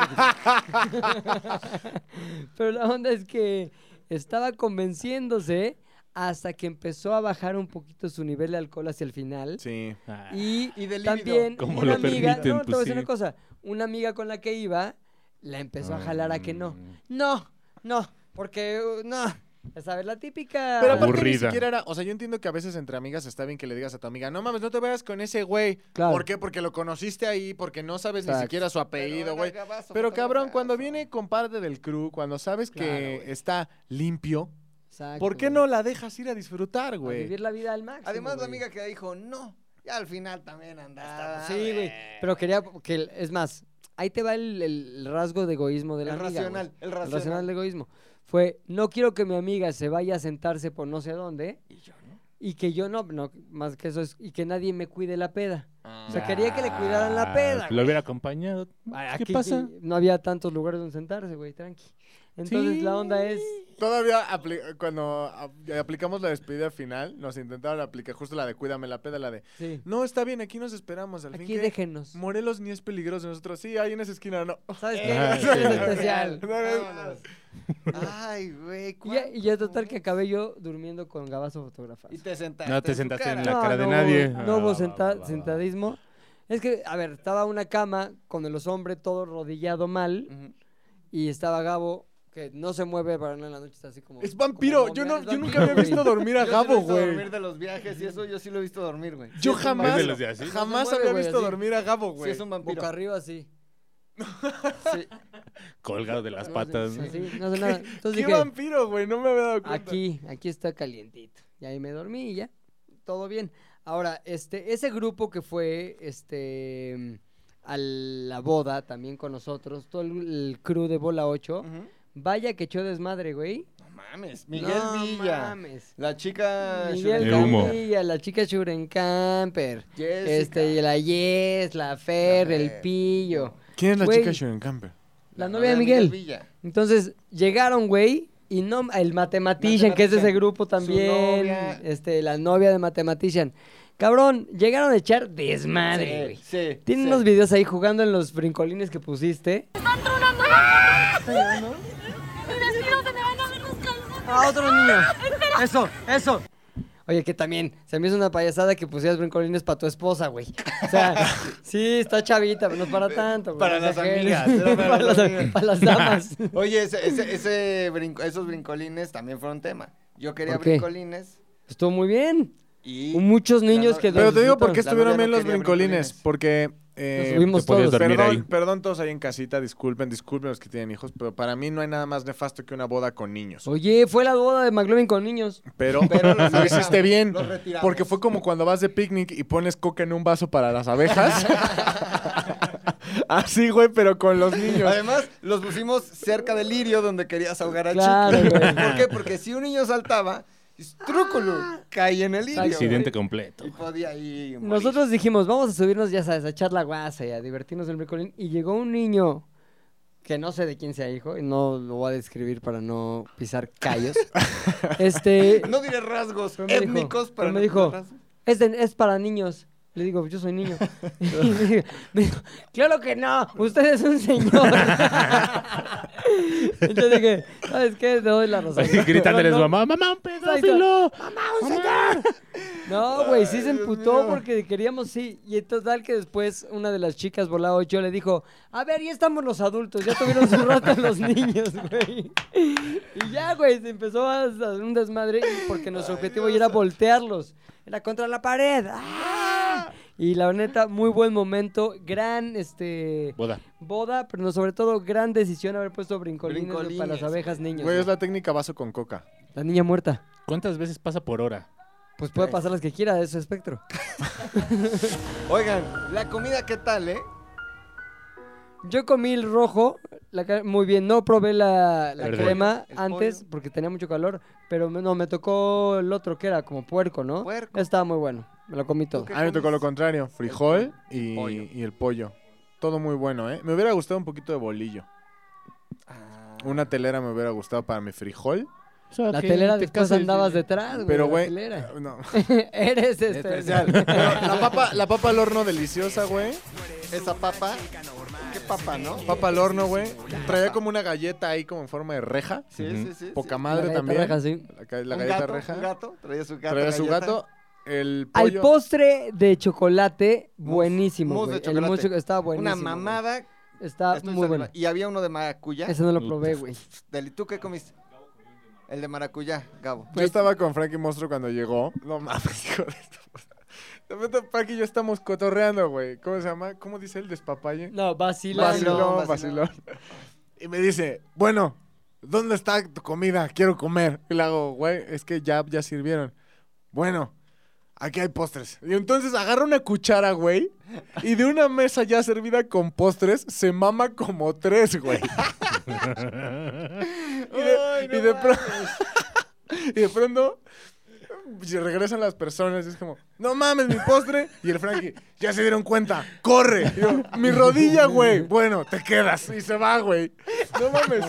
[SPEAKER 1] pero la onda es que estaba convenciéndose hasta que empezó a bajar un poquito su nivel de alcohol hacia el final.
[SPEAKER 4] Sí.
[SPEAKER 3] Ah,
[SPEAKER 1] Y,
[SPEAKER 2] Y de líbido.
[SPEAKER 1] también
[SPEAKER 3] Como
[SPEAKER 1] una
[SPEAKER 3] lo
[SPEAKER 1] amiga,
[SPEAKER 3] permiten,
[SPEAKER 1] no, te voy a
[SPEAKER 3] pues,
[SPEAKER 1] decir
[SPEAKER 3] sí.
[SPEAKER 1] una cosa, una amiga con la que
[SPEAKER 3] Mm. Ah.
[SPEAKER 1] iba la empezó a jalar a que no. No, no, porque uh, no, Ya sabes, la típica.
[SPEAKER 4] Pero aparte ni
[SPEAKER 3] Aburrida.
[SPEAKER 4] siquiera era, o sea, yo entiendo que a veces entre amigas está bien que le digas a tu amiga, no mames, no te vayas con ese güey.
[SPEAKER 1] Claro.
[SPEAKER 4] ¿Por qué? Porque lo conociste ahí, porque no sabes ni
[SPEAKER 1] Exacto.
[SPEAKER 4] siquiera su apellido, güey.
[SPEAKER 2] oiga, vaso,
[SPEAKER 4] Pero
[SPEAKER 2] puto,
[SPEAKER 4] cabrón,
[SPEAKER 2] oiga,
[SPEAKER 4] cuando
[SPEAKER 2] vaso.
[SPEAKER 4] viene con parte del crew, cuando sabes que
[SPEAKER 1] Claro, güey.
[SPEAKER 4] está limpio,
[SPEAKER 1] Exacto,
[SPEAKER 4] ¿por qué
[SPEAKER 1] güey.
[SPEAKER 4] no la dejas ir a disfrutar,
[SPEAKER 1] A
[SPEAKER 4] güey?
[SPEAKER 1] vivir la vida al máximo.
[SPEAKER 2] Además, la
[SPEAKER 1] güey. Ah,
[SPEAKER 2] amiga que dijo no. Ya al final también andaba.
[SPEAKER 1] Sí, güey. Pero quería que, el- es más, ahí te va el, el rasgo de egoísmo de
[SPEAKER 2] El
[SPEAKER 1] la amiga, güey.
[SPEAKER 2] racional, el
[SPEAKER 1] El racional
[SPEAKER 2] racional.
[SPEAKER 1] de egoísmo. Fue, no quiero que mi amiga se vaya a sentarse por no sé dónde. Y yo no. Y que yo no, no, más que eso es, y que nadie me cuide la peda. [LAUGHS] O sea, quería que le cuidaran la peda.
[SPEAKER 3] Lo hubiera acompañado.
[SPEAKER 1] güey.
[SPEAKER 3] ¿Qué
[SPEAKER 1] Aquí
[SPEAKER 3] pasa?
[SPEAKER 1] No había tantos lugares donde sentarse, güey, tranqui. Entonces la onda es,
[SPEAKER 4] Todavía apli- cuando ap- aplicamos la despedida final, nos intentaron aplicar justo la de cuídame la peda, la de
[SPEAKER 1] sí,
[SPEAKER 4] no, está bien, aquí nos esperamos, al
[SPEAKER 1] aquí
[SPEAKER 4] fin que
[SPEAKER 1] déjenos.
[SPEAKER 4] Morelos ni es peligroso, nosotros sí, ahí en esa esquina no.
[SPEAKER 1] ¿Sabes qué?
[SPEAKER 3] Ah,
[SPEAKER 1] Esto es
[SPEAKER 3] sí.
[SPEAKER 2] [LAUGHS]
[SPEAKER 1] especial.
[SPEAKER 2] Vámonos. Ay, güey.
[SPEAKER 1] Y ya, y ya total que
[SPEAKER 2] ¿cuánto?
[SPEAKER 1] acabé yo durmiendo con Gabazo fotógrafo.
[SPEAKER 2] Y te sentaste.
[SPEAKER 3] No te
[SPEAKER 2] en su
[SPEAKER 3] sentaste en
[SPEAKER 2] cara.
[SPEAKER 3] la
[SPEAKER 1] No,
[SPEAKER 3] cara de
[SPEAKER 1] no
[SPEAKER 3] nadie.
[SPEAKER 1] hubo-
[SPEAKER 3] Ah,
[SPEAKER 1] No hubo
[SPEAKER 3] va,
[SPEAKER 1] senta-
[SPEAKER 3] va, va, va.
[SPEAKER 1] sentadismo. Es que, a ver, estaba una cama con los hombres todo rodillado mal
[SPEAKER 2] Ujú.
[SPEAKER 1] y estaba Gabo que no se mueve para nada en la noche, está así como...
[SPEAKER 4] Es vampiro,
[SPEAKER 1] como
[SPEAKER 4] yo, no,
[SPEAKER 1] momia,
[SPEAKER 4] yo
[SPEAKER 1] es
[SPEAKER 4] nunca
[SPEAKER 1] vampiro,
[SPEAKER 4] había visto
[SPEAKER 1] güey.
[SPEAKER 4] dormir a
[SPEAKER 2] Yo sí lo he
[SPEAKER 4] Gabo,
[SPEAKER 2] visto dormir
[SPEAKER 4] güey.
[SPEAKER 2] de los viajes y eso yo sí lo he visto dormir, güey.
[SPEAKER 4] Yo
[SPEAKER 2] Sí, es un
[SPEAKER 4] jamás-
[SPEAKER 3] ¿Es
[SPEAKER 2] vampiro.
[SPEAKER 3] de los de así?
[SPEAKER 4] Jamás
[SPEAKER 1] mueve,
[SPEAKER 4] había
[SPEAKER 1] güey,
[SPEAKER 4] visto
[SPEAKER 1] así.
[SPEAKER 4] dormir a Gabo,
[SPEAKER 2] Sí,
[SPEAKER 4] güey.
[SPEAKER 2] es un vampiro.
[SPEAKER 1] Boca arriba así.
[SPEAKER 2] Sí.
[SPEAKER 3] Colgado de las
[SPEAKER 1] No,
[SPEAKER 3] patas.
[SPEAKER 1] sí,
[SPEAKER 3] ¿no?
[SPEAKER 1] sí, no hace nada. Entonces
[SPEAKER 4] ¿Qué
[SPEAKER 1] dije,
[SPEAKER 4] vampiro, güey? No me había dado cuenta.
[SPEAKER 1] aquí, aquí está calientito. Y ahí me dormí y ya, todo bien. Ahora, este, ese grupo que fue, este, a la boda también con nosotros, todo el, el crew de Bola 8...
[SPEAKER 2] Ujú.
[SPEAKER 1] Vaya que echó desmadre, güey.
[SPEAKER 2] No mames, Miguel
[SPEAKER 1] No
[SPEAKER 2] Villa. Ah,
[SPEAKER 1] mames.
[SPEAKER 2] La chica
[SPEAKER 1] Miguel
[SPEAKER 3] El humo.
[SPEAKER 1] Villa, la chica Shuren Camper.
[SPEAKER 2] Jessica.
[SPEAKER 1] Este, y la Yes, la Fer,
[SPEAKER 2] La
[SPEAKER 1] el
[SPEAKER 2] Fer.
[SPEAKER 1] Pillo.
[SPEAKER 4] ¿Quién es
[SPEAKER 1] la Güey. chica
[SPEAKER 4] Sharon Camper?
[SPEAKER 1] La novia de Miguel.
[SPEAKER 2] Villa.
[SPEAKER 1] Entonces, llegaron, güey. Y no, el Mathematician, que es de ese
[SPEAKER 2] Mathematician.
[SPEAKER 1] grupo también.
[SPEAKER 2] novia.
[SPEAKER 1] Este, la novia de Mathematician. Cabrón, llegaron a echar desmadre, güey.
[SPEAKER 2] Sí, sí.
[SPEAKER 1] Tienen
[SPEAKER 2] sí.
[SPEAKER 1] unos videos ahí jugando en los brincolines que pusiste. A otro niño.
[SPEAKER 2] [LAUGHS]
[SPEAKER 1] Eso, eso. Oye, que también se me hizo una payasada que pusieras brincolines para tu esposa, güey. O
[SPEAKER 2] [LAUGHS]
[SPEAKER 1] sea, sí, está chavita, pero no es para tanto, güey.
[SPEAKER 2] Para
[SPEAKER 1] O sea,
[SPEAKER 2] las
[SPEAKER 1] que- [LAUGHS]
[SPEAKER 2] amigas, era para
[SPEAKER 1] para,
[SPEAKER 2] las
[SPEAKER 1] las,
[SPEAKER 2] amigas.
[SPEAKER 1] para las
[SPEAKER 2] [LAUGHS]
[SPEAKER 1] damas.
[SPEAKER 2] Oye, ese, ese, ese brinco- esos brincolines también fueron tema. Yo quería
[SPEAKER 1] ¿Por qué?
[SPEAKER 2] brincolines
[SPEAKER 1] Estuvo muy bien.
[SPEAKER 2] y.
[SPEAKER 1] Muchos niños
[SPEAKER 2] no-
[SPEAKER 1] que
[SPEAKER 4] Pero te digo
[SPEAKER 1] disfrutan.
[SPEAKER 4] por qué
[SPEAKER 2] La
[SPEAKER 4] estuvieron
[SPEAKER 2] novia no
[SPEAKER 4] bien los
[SPEAKER 2] quería
[SPEAKER 4] brincolines.
[SPEAKER 2] brincolines.
[SPEAKER 4] Porque. eh,
[SPEAKER 1] Nos subimos
[SPEAKER 3] te podías
[SPEAKER 1] todos.
[SPEAKER 3] dormir
[SPEAKER 4] Perdón,
[SPEAKER 3] ahí.
[SPEAKER 4] perdón todos ahí en casita, disculpen, disculpen los que tienen hijos, pero para mí no hay nada más nefasto que una boda con niños.
[SPEAKER 1] Oye, fue la boda de McLovin con niños.
[SPEAKER 4] Pero,
[SPEAKER 2] [LAUGHS] Pero los
[SPEAKER 4] lo hiciste
[SPEAKER 2] retiramos,
[SPEAKER 4] bien,
[SPEAKER 2] los retiramos.
[SPEAKER 4] porque fue como cuando vas de picnic y pones coca en un vaso para las
[SPEAKER 2] [LAUGHS]
[SPEAKER 4] abejas. Así, güey, pero con los niños.
[SPEAKER 2] Además, los pusimos cerca del lirio donde querías ahogar a
[SPEAKER 1] Claro,
[SPEAKER 2] Chucky.
[SPEAKER 1] güey.
[SPEAKER 2] ¿Por qué? Porque si un niño saltaba,
[SPEAKER 1] Ah.
[SPEAKER 2] ¡trúculo! cae en el lirio.
[SPEAKER 3] Accidente completo.
[SPEAKER 2] Y podía ir. morir.
[SPEAKER 1] Nosotros dijimos, vamos a subirnos, ya sabes, a echar la guasa y a divertirnos en el brincolín. Y llegó un niño que no sé de quién sea hijo, y no lo voy a describir para no pisar callos. este,
[SPEAKER 2] No diré rasgos
[SPEAKER 1] Pero me dijo-
[SPEAKER 2] étnicos, pero.
[SPEAKER 1] pero me
[SPEAKER 2] no
[SPEAKER 1] dijo,
[SPEAKER 2] rasgos.
[SPEAKER 1] es, de- es para niños. Le digo, yo soy niño. [LAUGHS] Y me dijo- me dijo, claro que no, usted es un señor. [LAUGHS] Yo dije, ¿sabes qué? Te doy la
[SPEAKER 3] [LAUGHS]
[SPEAKER 1] razón.
[SPEAKER 3] Así gritándoles,
[SPEAKER 1] No, no,
[SPEAKER 3] mamá, mamá, un pedófilo.
[SPEAKER 1] No, güey, sí se
[SPEAKER 2] Ay, Dios
[SPEAKER 1] emputó
[SPEAKER 2] mío.
[SPEAKER 1] porque queríamos sí. Y en total que después una de las chicas volaba 8 le dijo, a ver, ya estamos los adultos, ya tuvieron su
[SPEAKER 2] [LAUGHS]
[SPEAKER 1] rato los niños, güey. Y ya, güey, se empezó a hacer un desmadre y- porque nuestro objetivo ya era voltearlos. Era contra la pared. ¡Ah! Y la neta, muy buen momento, gran este
[SPEAKER 3] Boda.
[SPEAKER 1] boda, pero no, sobre todo gran decisión haber puesto brincolines, güey, para las
[SPEAKER 2] Brincolines,
[SPEAKER 1] abejas niños.
[SPEAKER 4] Güey, es
[SPEAKER 1] güey.
[SPEAKER 4] la técnica vaso con coca.
[SPEAKER 1] La niña muerta.
[SPEAKER 3] ¿Cuántas veces pasa por hora?
[SPEAKER 1] Pues puede pasar las que quiera, es su espectro.
[SPEAKER 2] Oigan, la comida, ¿qué tal, eh?
[SPEAKER 1] Yo comí el rojo, la ca- muy bien, no probé la, la
[SPEAKER 3] Verde.
[SPEAKER 1] crema
[SPEAKER 2] El
[SPEAKER 1] antes
[SPEAKER 2] pollo.
[SPEAKER 1] porque tenía mucho calor, pero me- no, me tocó el otro que era como puerco, ¿no?
[SPEAKER 2] Puerco.
[SPEAKER 1] Estaba muy bueno, me lo comí todo.
[SPEAKER 2] ¿Tú ¿Qué
[SPEAKER 4] A mí me tocó
[SPEAKER 2] comes?
[SPEAKER 4] lo contrario, frijol y,
[SPEAKER 2] Pollo.
[SPEAKER 4] y el pollo. Todo muy bueno, ¿eh? Me hubiera gustado un poquito de bolillo. Una telera me hubiera gustado para mi frijol.
[SPEAKER 1] La telera después andabas detrás, güey.
[SPEAKER 4] Pero,
[SPEAKER 1] la
[SPEAKER 4] güey,
[SPEAKER 2] Eh,
[SPEAKER 4] pues,
[SPEAKER 1] telera. [LAUGHS]
[SPEAKER 4] Ah,
[SPEAKER 2] [LAUGHS]
[SPEAKER 4] no.
[SPEAKER 1] Eres
[SPEAKER 2] este,
[SPEAKER 1] este,
[SPEAKER 2] Especial.
[SPEAKER 1] especial.
[SPEAKER 4] Pero la papa, la papa al horno deliciosa, güey.
[SPEAKER 2] Esa papa. ¿Qué papa, no?
[SPEAKER 4] Papa al horno, güey. Traía como una galleta ahí como en forma de reja.
[SPEAKER 2] Sí,
[SPEAKER 3] Ujú.
[SPEAKER 2] sí, sí.
[SPEAKER 4] Poca
[SPEAKER 2] sí.
[SPEAKER 1] La
[SPEAKER 4] madre
[SPEAKER 1] galleta
[SPEAKER 4] también.
[SPEAKER 1] reja, sí.
[SPEAKER 4] La, ca- la
[SPEAKER 2] Un
[SPEAKER 4] galleta
[SPEAKER 2] gato,
[SPEAKER 4] reja.
[SPEAKER 2] Un gato, traía su gato.
[SPEAKER 4] Traía su
[SPEAKER 2] galleta.
[SPEAKER 4] gato. El
[SPEAKER 1] Al
[SPEAKER 4] pollo.
[SPEAKER 1] postre de chocolate, buenísimo.
[SPEAKER 2] mousse de
[SPEAKER 1] güey. El
[SPEAKER 2] chocolate.
[SPEAKER 1] mousse de cho- estaba buenísimo.
[SPEAKER 2] Una
[SPEAKER 1] güey.
[SPEAKER 2] mamada.
[SPEAKER 1] Está
[SPEAKER 2] estoy
[SPEAKER 1] muy
[SPEAKER 2] salivando.
[SPEAKER 1] bueno.
[SPEAKER 2] Y había uno de maracuya.
[SPEAKER 4] [LAUGHS]
[SPEAKER 1] Ese no lo probé, güey.
[SPEAKER 2] Deli, ¿Tú qué comiste? El de maracuyá, Gabo.
[SPEAKER 4] Yo estaba con Frankie Monstruo cuando llegó. No mames, [LAUGHS] hijo de esta puta. De repente, Frankie y yo estamos cotorreando, güey. ¿Cómo se llama? ¿Cómo dice el despapalle?
[SPEAKER 1] No, vacila.
[SPEAKER 2] Vacilón.
[SPEAKER 4] Vacilón,
[SPEAKER 2] vacilón.
[SPEAKER 4] vacilón. Y me dice, bueno, ¿dónde está tu comida? Quiero comer. Y le hago, güey, es que ya, ya sirvieron. Bueno, aquí hay postres. Y entonces agarra una cuchara, güey, y de una mesa ya servida con postres, se mama como tres, [LAUGHS] güey. y de, y de pro- [LAUGHS] y de pronto y pues, regresan las personas y es como, no mames, mi postre. Y el Frankie, ya se dieron cuenta, corre. Y yo, mi rodilla, güey. Bueno, te quedas. Y se va, güey. No mames.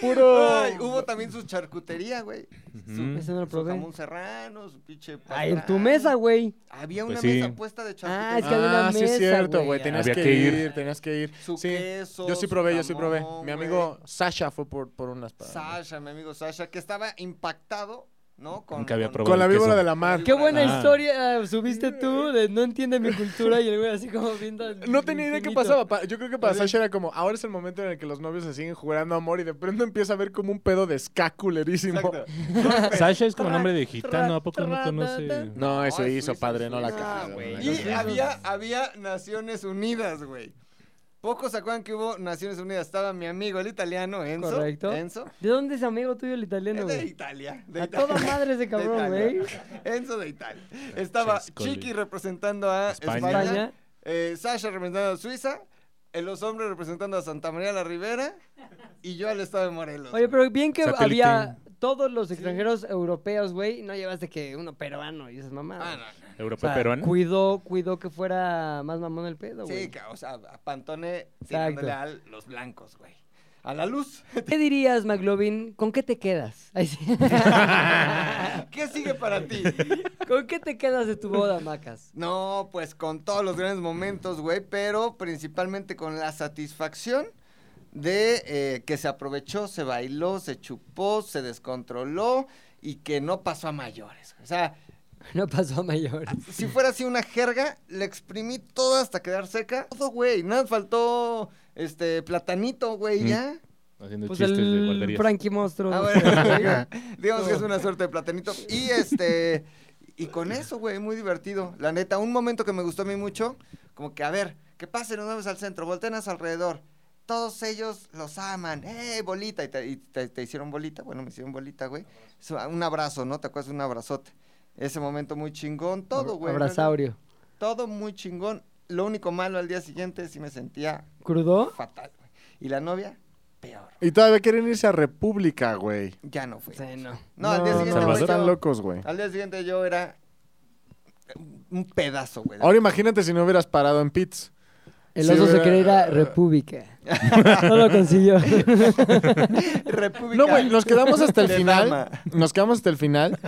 [SPEAKER 4] Puro.
[SPEAKER 2] Ay, uh, hubo también su charcutería, güey. Su,
[SPEAKER 1] Eso no lo
[SPEAKER 2] su
[SPEAKER 1] probé.
[SPEAKER 2] jamón serrano, su pinche.
[SPEAKER 1] Ay, en
[SPEAKER 2] pastrán.
[SPEAKER 1] tu mesa, güey.
[SPEAKER 2] Había una
[SPEAKER 3] Pues sí.
[SPEAKER 2] mesa puesta de
[SPEAKER 1] Ah, es
[SPEAKER 2] charcutería.
[SPEAKER 1] que había una
[SPEAKER 4] ah, sí es
[SPEAKER 1] mesa,
[SPEAKER 4] cierto,
[SPEAKER 1] güey.
[SPEAKER 4] güey. Tenías que,
[SPEAKER 3] Había que
[SPEAKER 4] ir,
[SPEAKER 3] ir.
[SPEAKER 4] tenías que ir.
[SPEAKER 2] Su
[SPEAKER 4] sí.
[SPEAKER 2] queso,
[SPEAKER 4] yo sí
[SPEAKER 2] su
[SPEAKER 4] probé, yo sí probé.
[SPEAKER 2] jamón,
[SPEAKER 4] Mi amigo Sasha fue por, por unas para-
[SPEAKER 2] Sasha, mi amigo Sasha, que estaba impactado, ¿no? Con,
[SPEAKER 3] Nunca había
[SPEAKER 2] con-
[SPEAKER 3] probado.
[SPEAKER 4] Con la
[SPEAKER 3] el queso.
[SPEAKER 4] víbora de la mar.
[SPEAKER 1] Qué buena
[SPEAKER 3] Ah.
[SPEAKER 1] historia eh, subiste tú de no entiende mi cultura y el güey así como viendo. al
[SPEAKER 4] [LAUGHS] No tenía idea qué
[SPEAKER 1] infinito.
[SPEAKER 4] pasaba. Pa- Yo creo que para Sasha era como, ahora es el momento en el que los novios se siguen jurando amor y de pronto empieza a ver como un pedo de ska culerísimo.
[SPEAKER 2] Exacto.
[SPEAKER 3] Sasha es como nombre de gitano, ¿a poco no conoce?
[SPEAKER 4] No, eso
[SPEAKER 2] Ay,
[SPEAKER 4] hizo,
[SPEAKER 2] Suiza,
[SPEAKER 4] padre, no la
[SPEAKER 2] Suiza,
[SPEAKER 4] cagas.
[SPEAKER 2] Ah, güey.
[SPEAKER 4] no la
[SPEAKER 2] Y
[SPEAKER 4] cagas.
[SPEAKER 2] había, había Naciones Unidas, güey. Pocos se acuerdan que hubo Naciones Unidas. Estaba mi amigo, el italiano, Enzo.
[SPEAKER 1] Correcto.
[SPEAKER 2] Enzo.
[SPEAKER 1] ¿De dónde es amigo tuyo el italiano,
[SPEAKER 2] Es de
[SPEAKER 1] güey?
[SPEAKER 2] Italia. De
[SPEAKER 1] A
[SPEAKER 2] Italia.
[SPEAKER 1] toda
[SPEAKER 2] [LAUGHS]
[SPEAKER 1] madre ese cabrón,
[SPEAKER 2] De
[SPEAKER 1] güey.
[SPEAKER 2] Italia. Enzo de Italia. Estaba
[SPEAKER 3] Chascoli.
[SPEAKER 2] Chiqui representando a España.
[SPEAKER 3] España.
[SPEAKER 1] España.
[SPEAKER 2] eh, Sasha representando a Suiza. eh, los hombres representando a Santa María la Rivera. Y yo al estado de Morelos.
[SPEAKER 1] Oye, pero bien que
[SPEAKER 3] Satélite.
[SPEAKER 1] había todos los extranjeros europeos, güey. No llevaste que uno peruano y esas mamadas.
[SPEAKER 2] Ah, no,
[SPEAKER 1] O
[SPEAKER 3] Europa
[SPEAKER 1] sea,
[SPEAKER 3] peruana.
[SPEAKER 1] Cuidó, cuidó que fuera más mamón el pedo, güey.
[SPEAKER 2] Sí, ca- o sea, a Pantone
[SPEAKER 1] Exacto.
[SPEAKER 2] tirándole a los blancos, güey. A la
[SPEAKER 1] [LAUGHS]
[SPEAKER 2] luz.
[SPEAKER 1] ¿Qué dirías, McLovin? ¿Con qué te quedas? [LAUGHS]
[SPEAKER 4] [LAUGHS]
[SPEAKER 1] Ay, sí.
[SPEAKER 2] ¿Qué sigue para ti?
[SPEAKER 1] ¿Con qué te quedas de tu boda, Macas?
[SPEAKER 2] No, pues con todos los grandes momentos, güey, pero principalmente con la satisfacción de eh, que se aprovechó, se bailó, se chupó, se descontroló y que no pasó a mayores. O sea,
[SPEAKER 1] No pasó a mayores.
[SPEAKER 2] si fuera así una jerga, le exprimí todo hasta quedar seca. Todo, güey, nada, faltó este platanito, güey,
[SPEAKER 3] Mm.
[SPEAKER 2] ya.
[SPEAKER 3] Haciendo
[SPEAKER 1] Pues
[SPEAKER 3] chistes de
[SPEAKER 1] el
[SPEAKER 3] guarderías.
[SPEAKER 1] Frankie Monstruo.
[SPEAKER 2] Ah, bueno, digamos que es una suerte de platanito. Y este, y con eso, güey, muy divertido. La neta, un momento que me gustó a mí mucho, como que, a ver, que pasen los nuevos al centro, volteen a su alrededor. Todos ellos los aman. ¡Eh, bolita! Y te, y te- te hicieron bolita. Bueno, me hicieron bolita, güey. So, Un abrazo, ¿no? ¿Te acuerdas? Un abrazote. Ese momento muy chingón. Todo, güey.
[SPEAKER 1] Abrazaurio.
[SPEAKER 2] Todo muy chingón. Lo único malo al día siguiente sí me sentía
[SPEAKER 1] ¿Crudo?
[SPEAKER 2] fatal, güey. Y la novia, peor.
[SPEAKER 4] Y todavía quieren irse a República, güey.
[SPEAKER 2] Ya no fue.
[SPEAKER 1] no.
[SPEAKER 2] No, al día siguiente,
[SPEAKER 4] no,
[SPEAKER 2] güey,
[SPEAKER 4] están
[SPEAKER 2] yo-
[SPEAKER 4] locos, güey.
[SPEAKER 2] Al día siguiente yo era un pedazo, güey.
[SPEAKER 4] Ahora imagínate si no hubieras parado en Pits.
[SPEAKER 1] El
[SPEAKER 4] Sí,
[SPEAKER 1] oso se
[SPEAKER 4] güey.
[SPEAKER 1] quería ir a República. No lo
[SPEAKER 4] [LAUGHS]
[SPEAKER 1] consiguió.
[SPEAKER 2] [LAUGHS] República.
[SPEAKER 4] No, güey, nos quedamos hasta el
[SPEAKER 2] [LAUGHS] de
[SPEAKER 4] final.
[SPEAKER 2] dama.
[SPEAKER 4] Nos quedamos hasta el final.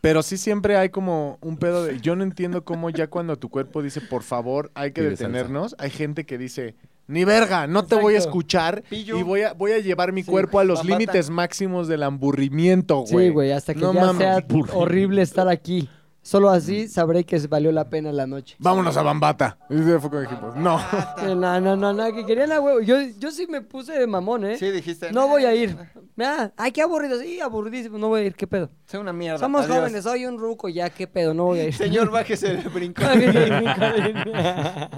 [SPEAKER 4] Pero sí siempre hay como un pedo de... Yo no entiendo cómo ya cuando tu cuerpo dice, por favor, hay que
[SPEAKER 3] Pide
[SPEAKER 4] detenernos, hay gente que dice, ni verga, no te voy a
[SPEAKER 1] Exacto.
[SPEAKER 4] escuchar
[SPEAKER 2] Pillo.
[SPEAKER 4] y voy a, voy a llevar mi
[SPEAKER 1] Sí.
[SPEAKER 4] cuerpo a los
[SPEAKER 2] Papata.
[SPEAKER 4] límites máximos del aburrimiento, güey.
[SPEAKER 1] Sí, güey, hasta que
[SPEAKER 4] No
[SPEAKER 1] ya
[SPEAKER 4] mames. Mm.
[SPEAKER 1] sea
[SPEAKER 3] Burro.
[SPEAKER 1] horrible estar aquí. Solo así sabré que valió la pena la noche.
[SPEAKER 4] Vámonos a Bambata. Y se fue con equipo. No.
[SPEAKER 2] Ah.
[SPEAKER 1] Eh, No, no, no, no, que querían a huevo. Yo, yo sí me puse de mamón, ¿eh?
[SPEAKER 2] Sí, dijiste.
[SPEAKER 1] No
[SPEAKER 2] "Nah,
[SPEAKER 1] voy a ir. Ah, ay, qué aburrido. Sí, aburridísimo. No voy a ir, qué pedo.
[SPEAKER 2] Soy una mierda.
[SPEAKER 1] Somos
[SPEAKER 2] Adiós.
[SPEAKER 1] jóvenes, soy un ruco ya, qué pedo, no voy a ir. [LAUGHS]
[SPEAKER 2] Señor, bájese del brincón.
[SPEAKER 1] no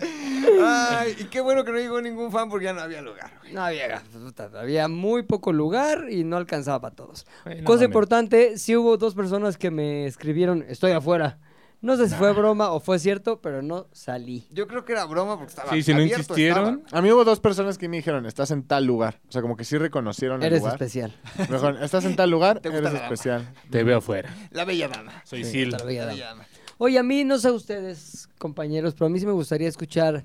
[SPEAKER 2] Ay, y qué bueno que no llegó ningún fan porque ya no había lugar. güey.
[SPEAKER 1] había, puta, había muy poco lugar y no alcanzaba para todos.
[SPEAKER 3] Bueno,
[SPEAKER 1] Cosa
[SPEAKER 3] mames.
[SPEAKER 1] importante, sí hubo dos personas que me escribieron, estoy afuera. No sé si fue broma o fue cierto, pero no salí.
[SPEAKER 2] Yo creo que era broma porque estaba
[SPEAKER 3] Sí, si no
[SPEAKER 2] abierto,
[SPEAKER 3] insistieron.
[SPEAKER 4] A mí hubo dos personas que me dijeron, estás en tal lugar. O sea, como que sí reconocieron el
[SPEAKER 1] Eres
[SPEAKER 4] lugar.
[SPEAKER 1] especial.
[SPEAKER 4] Me dijeron, estás en tal lugar,
[SPEAKER 2] Te gusta
[SPEAKER 4] eres
[SPEAKER 2] la dama.
[SPEAKER 4] especial.
[SPEAKER 3] Te veo afuera.
[SPEAKER 2] estaba. La bella dama.
[SPEAKER 3] Soy Sil.
[SPEAKER 1] Te lo voy a
[SPEAKER 2] La
[SPEAKER 1] dar.
[SPEAKER 2] bella dama.
[SPEAKER 1] Oye, a mí no sé ustedes, compañeros, pero a mí sí me gustaría escuchar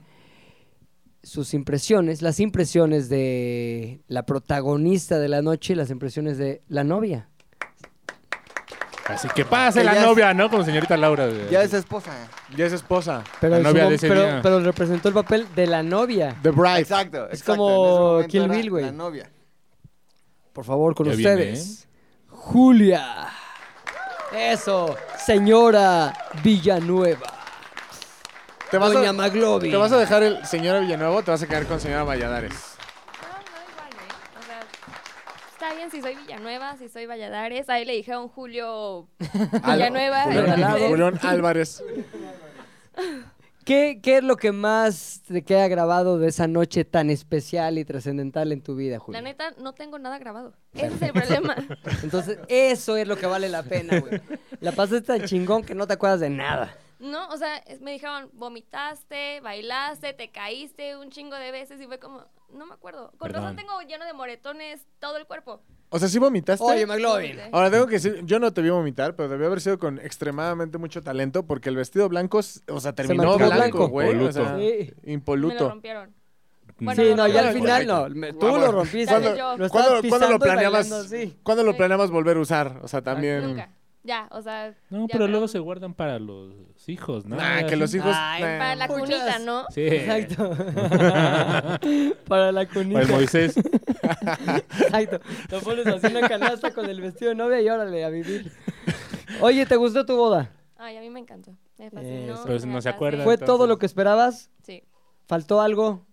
[SPEAKER 1] sus impresiones, las impresiones de la protagonista de la noche y las impresiones de la novia.
[SPEAKER 3] Así que pase
[SPEAKER 2] Que ya
[SPEAKER 3] la
[SPEAKER 2] es-
[SPEAKER 3] novia, ¿no? Como señorita Laura. de-
[SPEAKER 2] Ya es esposa.
[SPEAKER 4] Ya es esposa.
[SPEAKER 1] Pero,
[SPEAKER 3] La
[SPEAKER 1] en su
[SPEAKER 3] novia de
[SPEAKER 1] mom-
[SPEAKER 3] ese
[SPEAKER 1] pero-
[SPEAKER 3] día.
[SPEAKER 1] pero representó el papel de la novia.
[SPEAKER 4] The Bride.
[SPEAKER 2] Exacto.
[SPEAKER 1] Ah, Es
[SPEAKER 2] exacto.
[SPEAKER 1] como
[SPEAKER 2] En ese momento
[SPEAKER 1] Kill
[SPEAKER 2] era
[SPEAKER 1] Bill, güey.
[SPEAKER 2] La novia.
[SPEAKER 1] Por favor, con
[SPEAKER 3] Ya viene, ¿eh?
[SPEAKER 1] ustedes. Julia. Eso, señora Villanueva.
[SPEAKER 4] Te vas,
[SPEAKER 1] Doña
[SPEAKER 4] a,
[SPEAKER 1] Maglovin.
[SPEAKER 4] te vas a dejar
[SPEAKER 1] [LAUGHS]
[SPEAKER 4] el señora Villanueva o te vas a quedar con señora Valladares.
[SPEAKER 8] No, no, igual, ¿eh? O sea, está bien saben si soy Villanueva, si soy Valladares. Ahí le dijeron Julio
[SPEAKER 4] Al-
[SPEAKER 8] Villanueva.
[SPEAKER 4] Julián-
[SPEAKER 1] Regalado.
[SPEAKER 4] Julián Álvarez.
[SPEAKER 1] ¿Qué, qué es lo que más te queda grabado de esa noche tan especial y trascendental en tu vida, Julio?
[SPEAKER 8] La neta, no tengo nada grabado. Ese es el problema.
[SPEAKER 1] Entonces, eso es lo que vale la pena, güey. La pasaste tan chingón que no te acuerdas de nada.
[SPEAKER 8] No, o sea, es- me dijeron, vomitaste, bailaste, te caíste un chingo de veces y fue como, no me acuerdo. Con razón
[SPEAKER 3] Perdón.
[SPEAKER 8] tengo lleno de moretones todo el cuerpo.
[SPEAKER 4] O sea, ¿sí vomitaste?
[SPEAKER 1] Oye, McLovin.
[SPEAKER 8] Vomité.
[SPEAKER 4] Ahora tengo que decir, yo no te vi vomitar, pero debió haber sido con extremadamente mucho talento porque el vestido blanco, s- o sea, terminó
[SPEAKER 1] mantuvo
[SPEAKER 4] blanco,
[SPEAKER 1] blanco.
[SPEAKER 4] güey. o
[SPEAKER 3] Impoluto.
[SPEAKER 4] sea,
[SPEAKER 1] Sí.
[SPEAKER 8] Me lo
[SPEAKER 4] impoluto.
[SPEAKER 8] rompieron.
[SPEAKER 1] sí, no,
[SPEAKER 8] no,
[SPEAKER 1] ya al
[SPEAKER 4] no,
[SPEAKER 1] final
[SPEAKER 4] correcto.
[SPEAKER 1] no. Me- Tú
[SPEAKER 4] Ah,
[SPEAKER 1] lo
[SPEAKER 4] bueno.
[SPEAKER 1] rompiste.
[SPEAKER 8] ¿Cuándo-
[SPEAKER 1] lo
[SPEAKER 8] yo.
[SPEAKER 1] estabas
[SPEAKER 4] ¿Cuándo, cuándo
[SPEAKER 1] pisando
[SPEAKER 4] lo
[SPEAKER 1] y
[SPEAKER 4] planeabas?
[SPEAKER 1] bailando así.
[SPEAKER 4] ¿Cuándo lo
[SPEAKER 8] Sí.
[SPEAKER 4] planeabas volver a usar? O sea, también.
[SPEAKER 8] Nunca. Ya, o sea.
[SPEAKER 3] Em. No,
[SPEAKER 8] ya,
[SPEAKER 3] pero luego se guardan para los Ah, hijos, ¿no?
[SPEAKER 4] Nah, Ah, que los hijos.
[SPEAKER 1] Ay,
[SPEAKER 4] nah.
[SPEAKER 8] Para la
[SPEAKER 1] Muchas.
[SPEAKER 8] cunita, ¿no?
[SPEAKER 3] Sí. [LAUGHS]
[SPEAKER 1] Exacto. Para la
[SPEAKER 3] O el
[SPEAKER 1] cunita.
[SPEAKER 3] Moisés.
[SPEAKER 1] Exacto. Lo pones así en una canasta con el vestido de novia y órale a vivir. Oye, ¿te gustó tu boda?
[SPEAKER 8] Ay, a mí me encantó. Me fascinó.
[SPEAKER 1] Eso.
[SPEAKER 3] Pero
[SPEAKER 8] me
[SPEAKER 3] no se
[SPEAKER 8] la pasé.
[SPEAKER 3] acuerdan.
[SPEAKER 1] ¿Fue
[SPEAKER 3] Entonces-
[SPEAKER 1] todo lo que esperabas?
[SPEAKER 8] Sí.
[SPEAKER 1] ¿Faltó algo?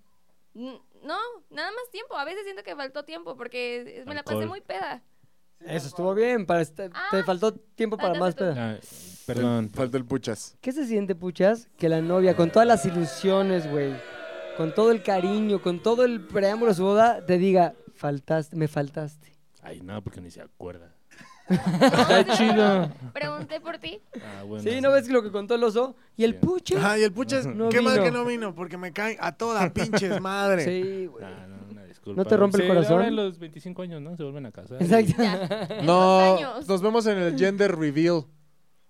[SPEAKER 8] N- No, nada más tiempo. A veces siento que faltó tiempo porque me la pasé
[SPEAKER 3] Alcohol.
[SPEAKER 8] muy peda.
[SPEAKER 1] Eso estuvo bien. Para esta-
[SPEAKER 8] Ah.
[SPEAKER 1] Te faltó tiempo para
[SPEAKER 8] Ah,
[SPEAKER 1] más
[SPEAKER 8] no sé tú.
[SPEAKER 1] peda.
[SPEAKER 3] Ah, perdón.
[SPEAKER 4] Falta el puchas.
[SPEAKER 1] ¿Qué se siente, puchas? Que la novia, con todas las ilusiones, güey, con todo el cariño, con todo el preámbulo de su boda, te diga, faltaste, me faltaste.
[SPEAKER 3] Ay, no, porque ni se acuerda.
[SPEAKER 8] [LAUGHS] No,
[SPEAKER 3] [LAUGHS] Está
[SPEAKER 8] sí,
[SPEAKER 3] chido.
[SPEAKER 8] Pregunté por ti.
[SPEAKER 3] Ah, bueno.
[SPEAKER 1] Sí, ¿no ves lo que contó el oso? ¿Y el
[SPEAKER 3] Bien.
[SPEAKER 1] pucha?
[SPEAKER 4] Ay, el puchas.
[SPEAKER 1] No
[SPEAKER 4] qué mal
[SPEAKER 1] vino.
[SPEAKER 4] que no vino, porque me cae a toda pinches madre.
[SPEAKER 8] [LAUGHS]
[SPEAKER 1] Sí, güey.
[SPEAKER 3] Ah, no, una disculpa.
[SPEAKER 1] ¿No te rompe el
[SPEAKER 3] Sí,
[SPEAKER 1] corazón?
[SPEAKER 3] Ahora a los 25 años, ¿no? Se vuelven a casar.
[SPEAKER 1] Exacto.
[SPEAKER 8] Ya.
[SPEAKER 4] No,
[SPEAKER 8] Dos años.
[SPEAKER 4] nos vemos en el gender reveal.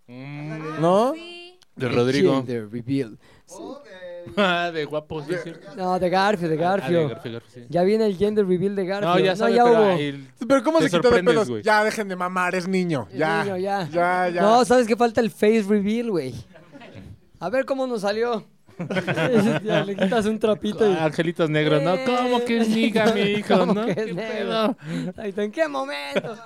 [SPEAKER 3] Mm,
[SPEAKER 4] ¿No?
[SPEAKER 8] Sí.
[SPEAKER 3] de Rodrigo.
[SPEAKER 1] Gender reveal.
[SPEAKER 3] [LAUGHS] Ah, de guapos, ¿sí es cierto?
[SPEAKER 1] No, de Garfio, de
[SPEAKER 3] Ah, de
[SPEAKER 1] Garfio.
[SPEAKER 3] Garfio, Garfio, sí.
[SPEAKER 1] Ya viene el gender reveal de Garfio.
[SPEAKER 3] No, ya sabe, pero
[SPEAKER 1] hubo.
[SPEAKER 3] ahí-
[SPEAKER 4] Pero ¿cómo
[SPEAKER 3] Te
[SPEAKER 4] se quitó de
[SPEAKER 3] sorprendes,
[SPEAKER 4] pelos?
[SPEAKER 3] güey.
[SPEAKER 4] Ya dejen de mamar, es niño.
[SPEAKER 1] Es
[SPEAKER 4] Ya.
[SPEAKER 1] niño, ya.
[SPEAKER 4] Ya, ya.
[SPEAKER 1] No, ¿sabes qué falta? El face reveal, güey. A ver cómo nos
[SPEAKER 4] [LAUGHS]
[SPEAKER 1] salió. [LAUGHS] Ya, le quitas un trapito y... Eh.
[SPEAKER 3] Ah, angelitos negros, ¿no? ¿Cómo que es niga, mi hijo,
[SPEAKER 1] [LAUGHS] ¿Cómo
[SPEAKER 3] no?
[SPEAKER 1] que es
[SPEAKER 3] ¿Qué
[SPEAKER 1] negro? Exacto, ¿En qué momento?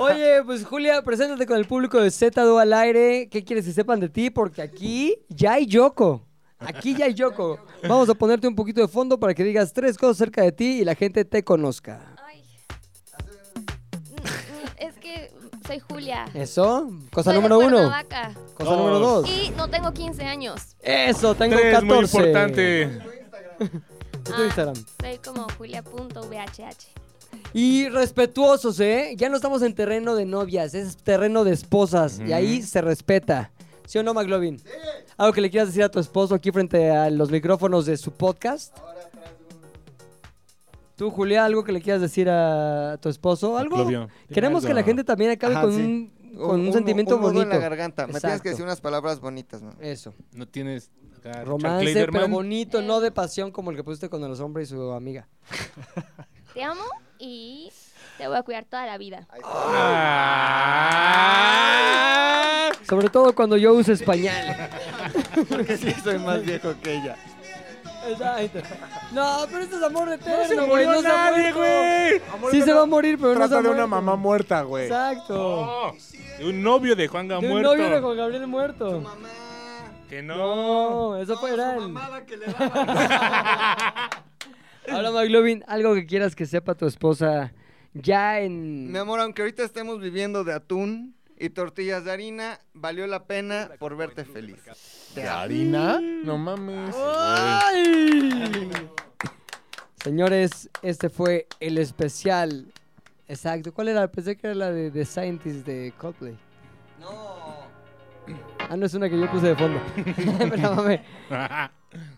[SPEAKER 1] Oye, pues Julia, preséntate con el público de Z2 al aire. ¿Qué quieres que sepan de ti? Porque aquí ya hay Yoko. Aquí ya hay Yoko. Vamos a ponerte un poquito de fondo para que digas tres cosas acerca de ti y la gente te conozca.
[SPEAKER 8] Ay. Mm, mm, Es que soy Julia.
[SPEAKER 1] Eso, cosa
[SPEAKER 8] Soy de
[SPEAKER 1] número uno.
[SPEAKER 8] Cuernavaca.
[SPEAKER 1] Cosa número dos.
[SPEAKER 8] Y no tengo 15 años.
[SPEAKER 1] Eso, tengo
[SPEAKER 3] Tres,
[SPEAKER 1] 14.
[SPEAKER 3] muy importante.
[SPEAKER 1] Es tu
[SPEAKER 8] Ah,
[SPEAKER 1] Instagram.
[SPEAKER 8] Soy como julia.vhh.
[SPEAKER 1] Y respetuosos, ¿eh? Ya no estamos en terreno de novias, es terreno de esposas. Y ahí se respeta. ¿Sí o no, McLovin? Algo que le quieras decir a tu esposo aquí frente a los micrófonos de su podcast. Tú, Julia, algo que le quieras decir a tu esposo, algo.
[SPEAKER 3] McLovin, dile
[SPEAKER 1] Queremos que la
[SPEAKER 3] algo.
[SPEAKER 1] gente también acabe
[SPEAKER 2] Ajá,
[SPEAKER 1] con,
[SPEAKER 2] sí.
[SPEAKER 1] un, con un, sentimiento
[SPEAKER 2] un nudo
[SPEAKER 1] bonito.
[SPEAKER 2] en la garganta. Me tienes
[SPEAKER 1] Exacto.
[SPEAKER 2] que decir unas palabras bonitas, [LAUGHS] ¿no?
[SPEAKER 1] Eso.
[SPEAKER 3] No tienes acá Richard
[SPEAKER 1] Romance, pero
[SPEAKER 3] Clayderman.
[SPEAKER 1] bonito, no de pasión como el que pusiste con los hombres y su amiga.
[SPEAKER 8] Te amo y te voy a cuidar toda la vida.
[SPEAKER 3] Ah.
[SPEAKER 1] Sobre todo cuando yo uso
[SPEAKER 4] [LAUGHS]
[SPEAKER 1] español.
[SPEAKER 2] Porque sí soy más viejo que ella.
[SPEAKER 1] Exacto. No, pero esto es amor eterno,
[SPEAKER 4] murió
[SPEAKER 1] güey. No se ha
[SPEAKER 4] nadie,
[SPEAKER 1] muerto.
[SPEAKER 4] Amor,
[SPEAKER 1] Sí
[SPEAKER 4] no-
[SPEAKER 1] se va a morir, pero no se
[SPEAKER 4] Trata
[SPEAKER 1] ha
[SPEAKER 4] de una
[SPEAKER 1] muerto.
[SPEAKER 4] mamá muerta, güey.
[SPEAKER 1] Exacto.
[SPEAKER 3] Oh, de un novio de Juan
[SPEAKER 1] De un
[SPEAKER 3] Gamuerto.
[SPEAKER 1] novio de Juan Gabriel muerto.
[SPEAKER 3] Que no.
[SPEAKER 1] No, eso fue era él.
[SPEAKER 2] que le daba.
[SPEAKER 1] Ahora, McLovin, algo que quieras que sepa tu esposa ya en...
[SPEAKER 2] [LAUGHS] Mi amor, aunque ahorita estemos viviendo de atún y tortillas de harina, valió la pena por verte feliz.
[SPEAKER 4] ¿De harina? No mames.
[SPEAKER 1] ¡Ay! Señores, este fue el especial. Exacto. ¿Cuál era? Pensé que era la de The Scientist de Coldplay.
[SPEAKER 2] No.
[SPEAKER 1] Ah, no, es una que yo puse de fondo. [LAUGHS] Me la mamé.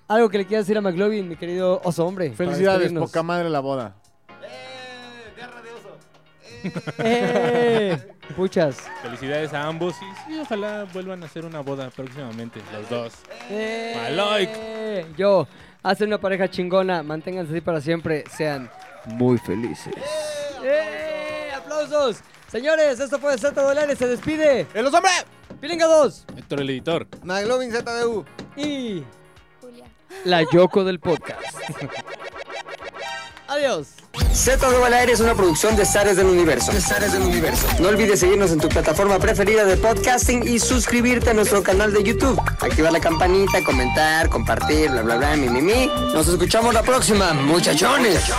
[SPEAKER 1] Algo que le quieras decir a McLovin, mi querido oso hombre. para
[SPEAKER 4] Felicidades,
[SPEAKER 1] despedirnos.
[SPEAKER 4] poca madre la boda.
[SPEAKER 2] ¡Eh! Guerra de oso.
[SPEAKER 1] ¡Eh! Puchas.
[SPEAKER 3] [LAUGHS] Felicidades a ambos y, y ojalá vuelvan a hacer una boda próximamente, los dos.
[SPEAKER 1] ¡Eh!
[SPEAKER 3] Maloik.
[SPEAKER 1] Yo, hacen una pareja chingona, manténganse así para siempre, sean muy felices. ¡Eh! ¡Aplausos! Señores, esto fue Z Dólares, se despide.
[SPEAKER 2] ¡En los hombres!
[SPEAKER 1] Pilinga 2
[SPEAKER 3] Héctor, el editor.
[SPEAKER 2] McLovin ZDU.
[SPEAKER 1] y
[SPEAKER 8] Julia.
[SPEAKER 1] la Yoko del podcast. Adiós.
[SPEAKER 9] Z2 al aire es una producción de Zares del Universo. del Universo. No olvides seguirnos en tu plataforma preferida de podcasting y suscribirte a nuestro canal de YouTube. Activar la campanita, comentar, compartir, bla, bla, bla, mi, mi, mi. Nos escuchamos la próxima, muchachones.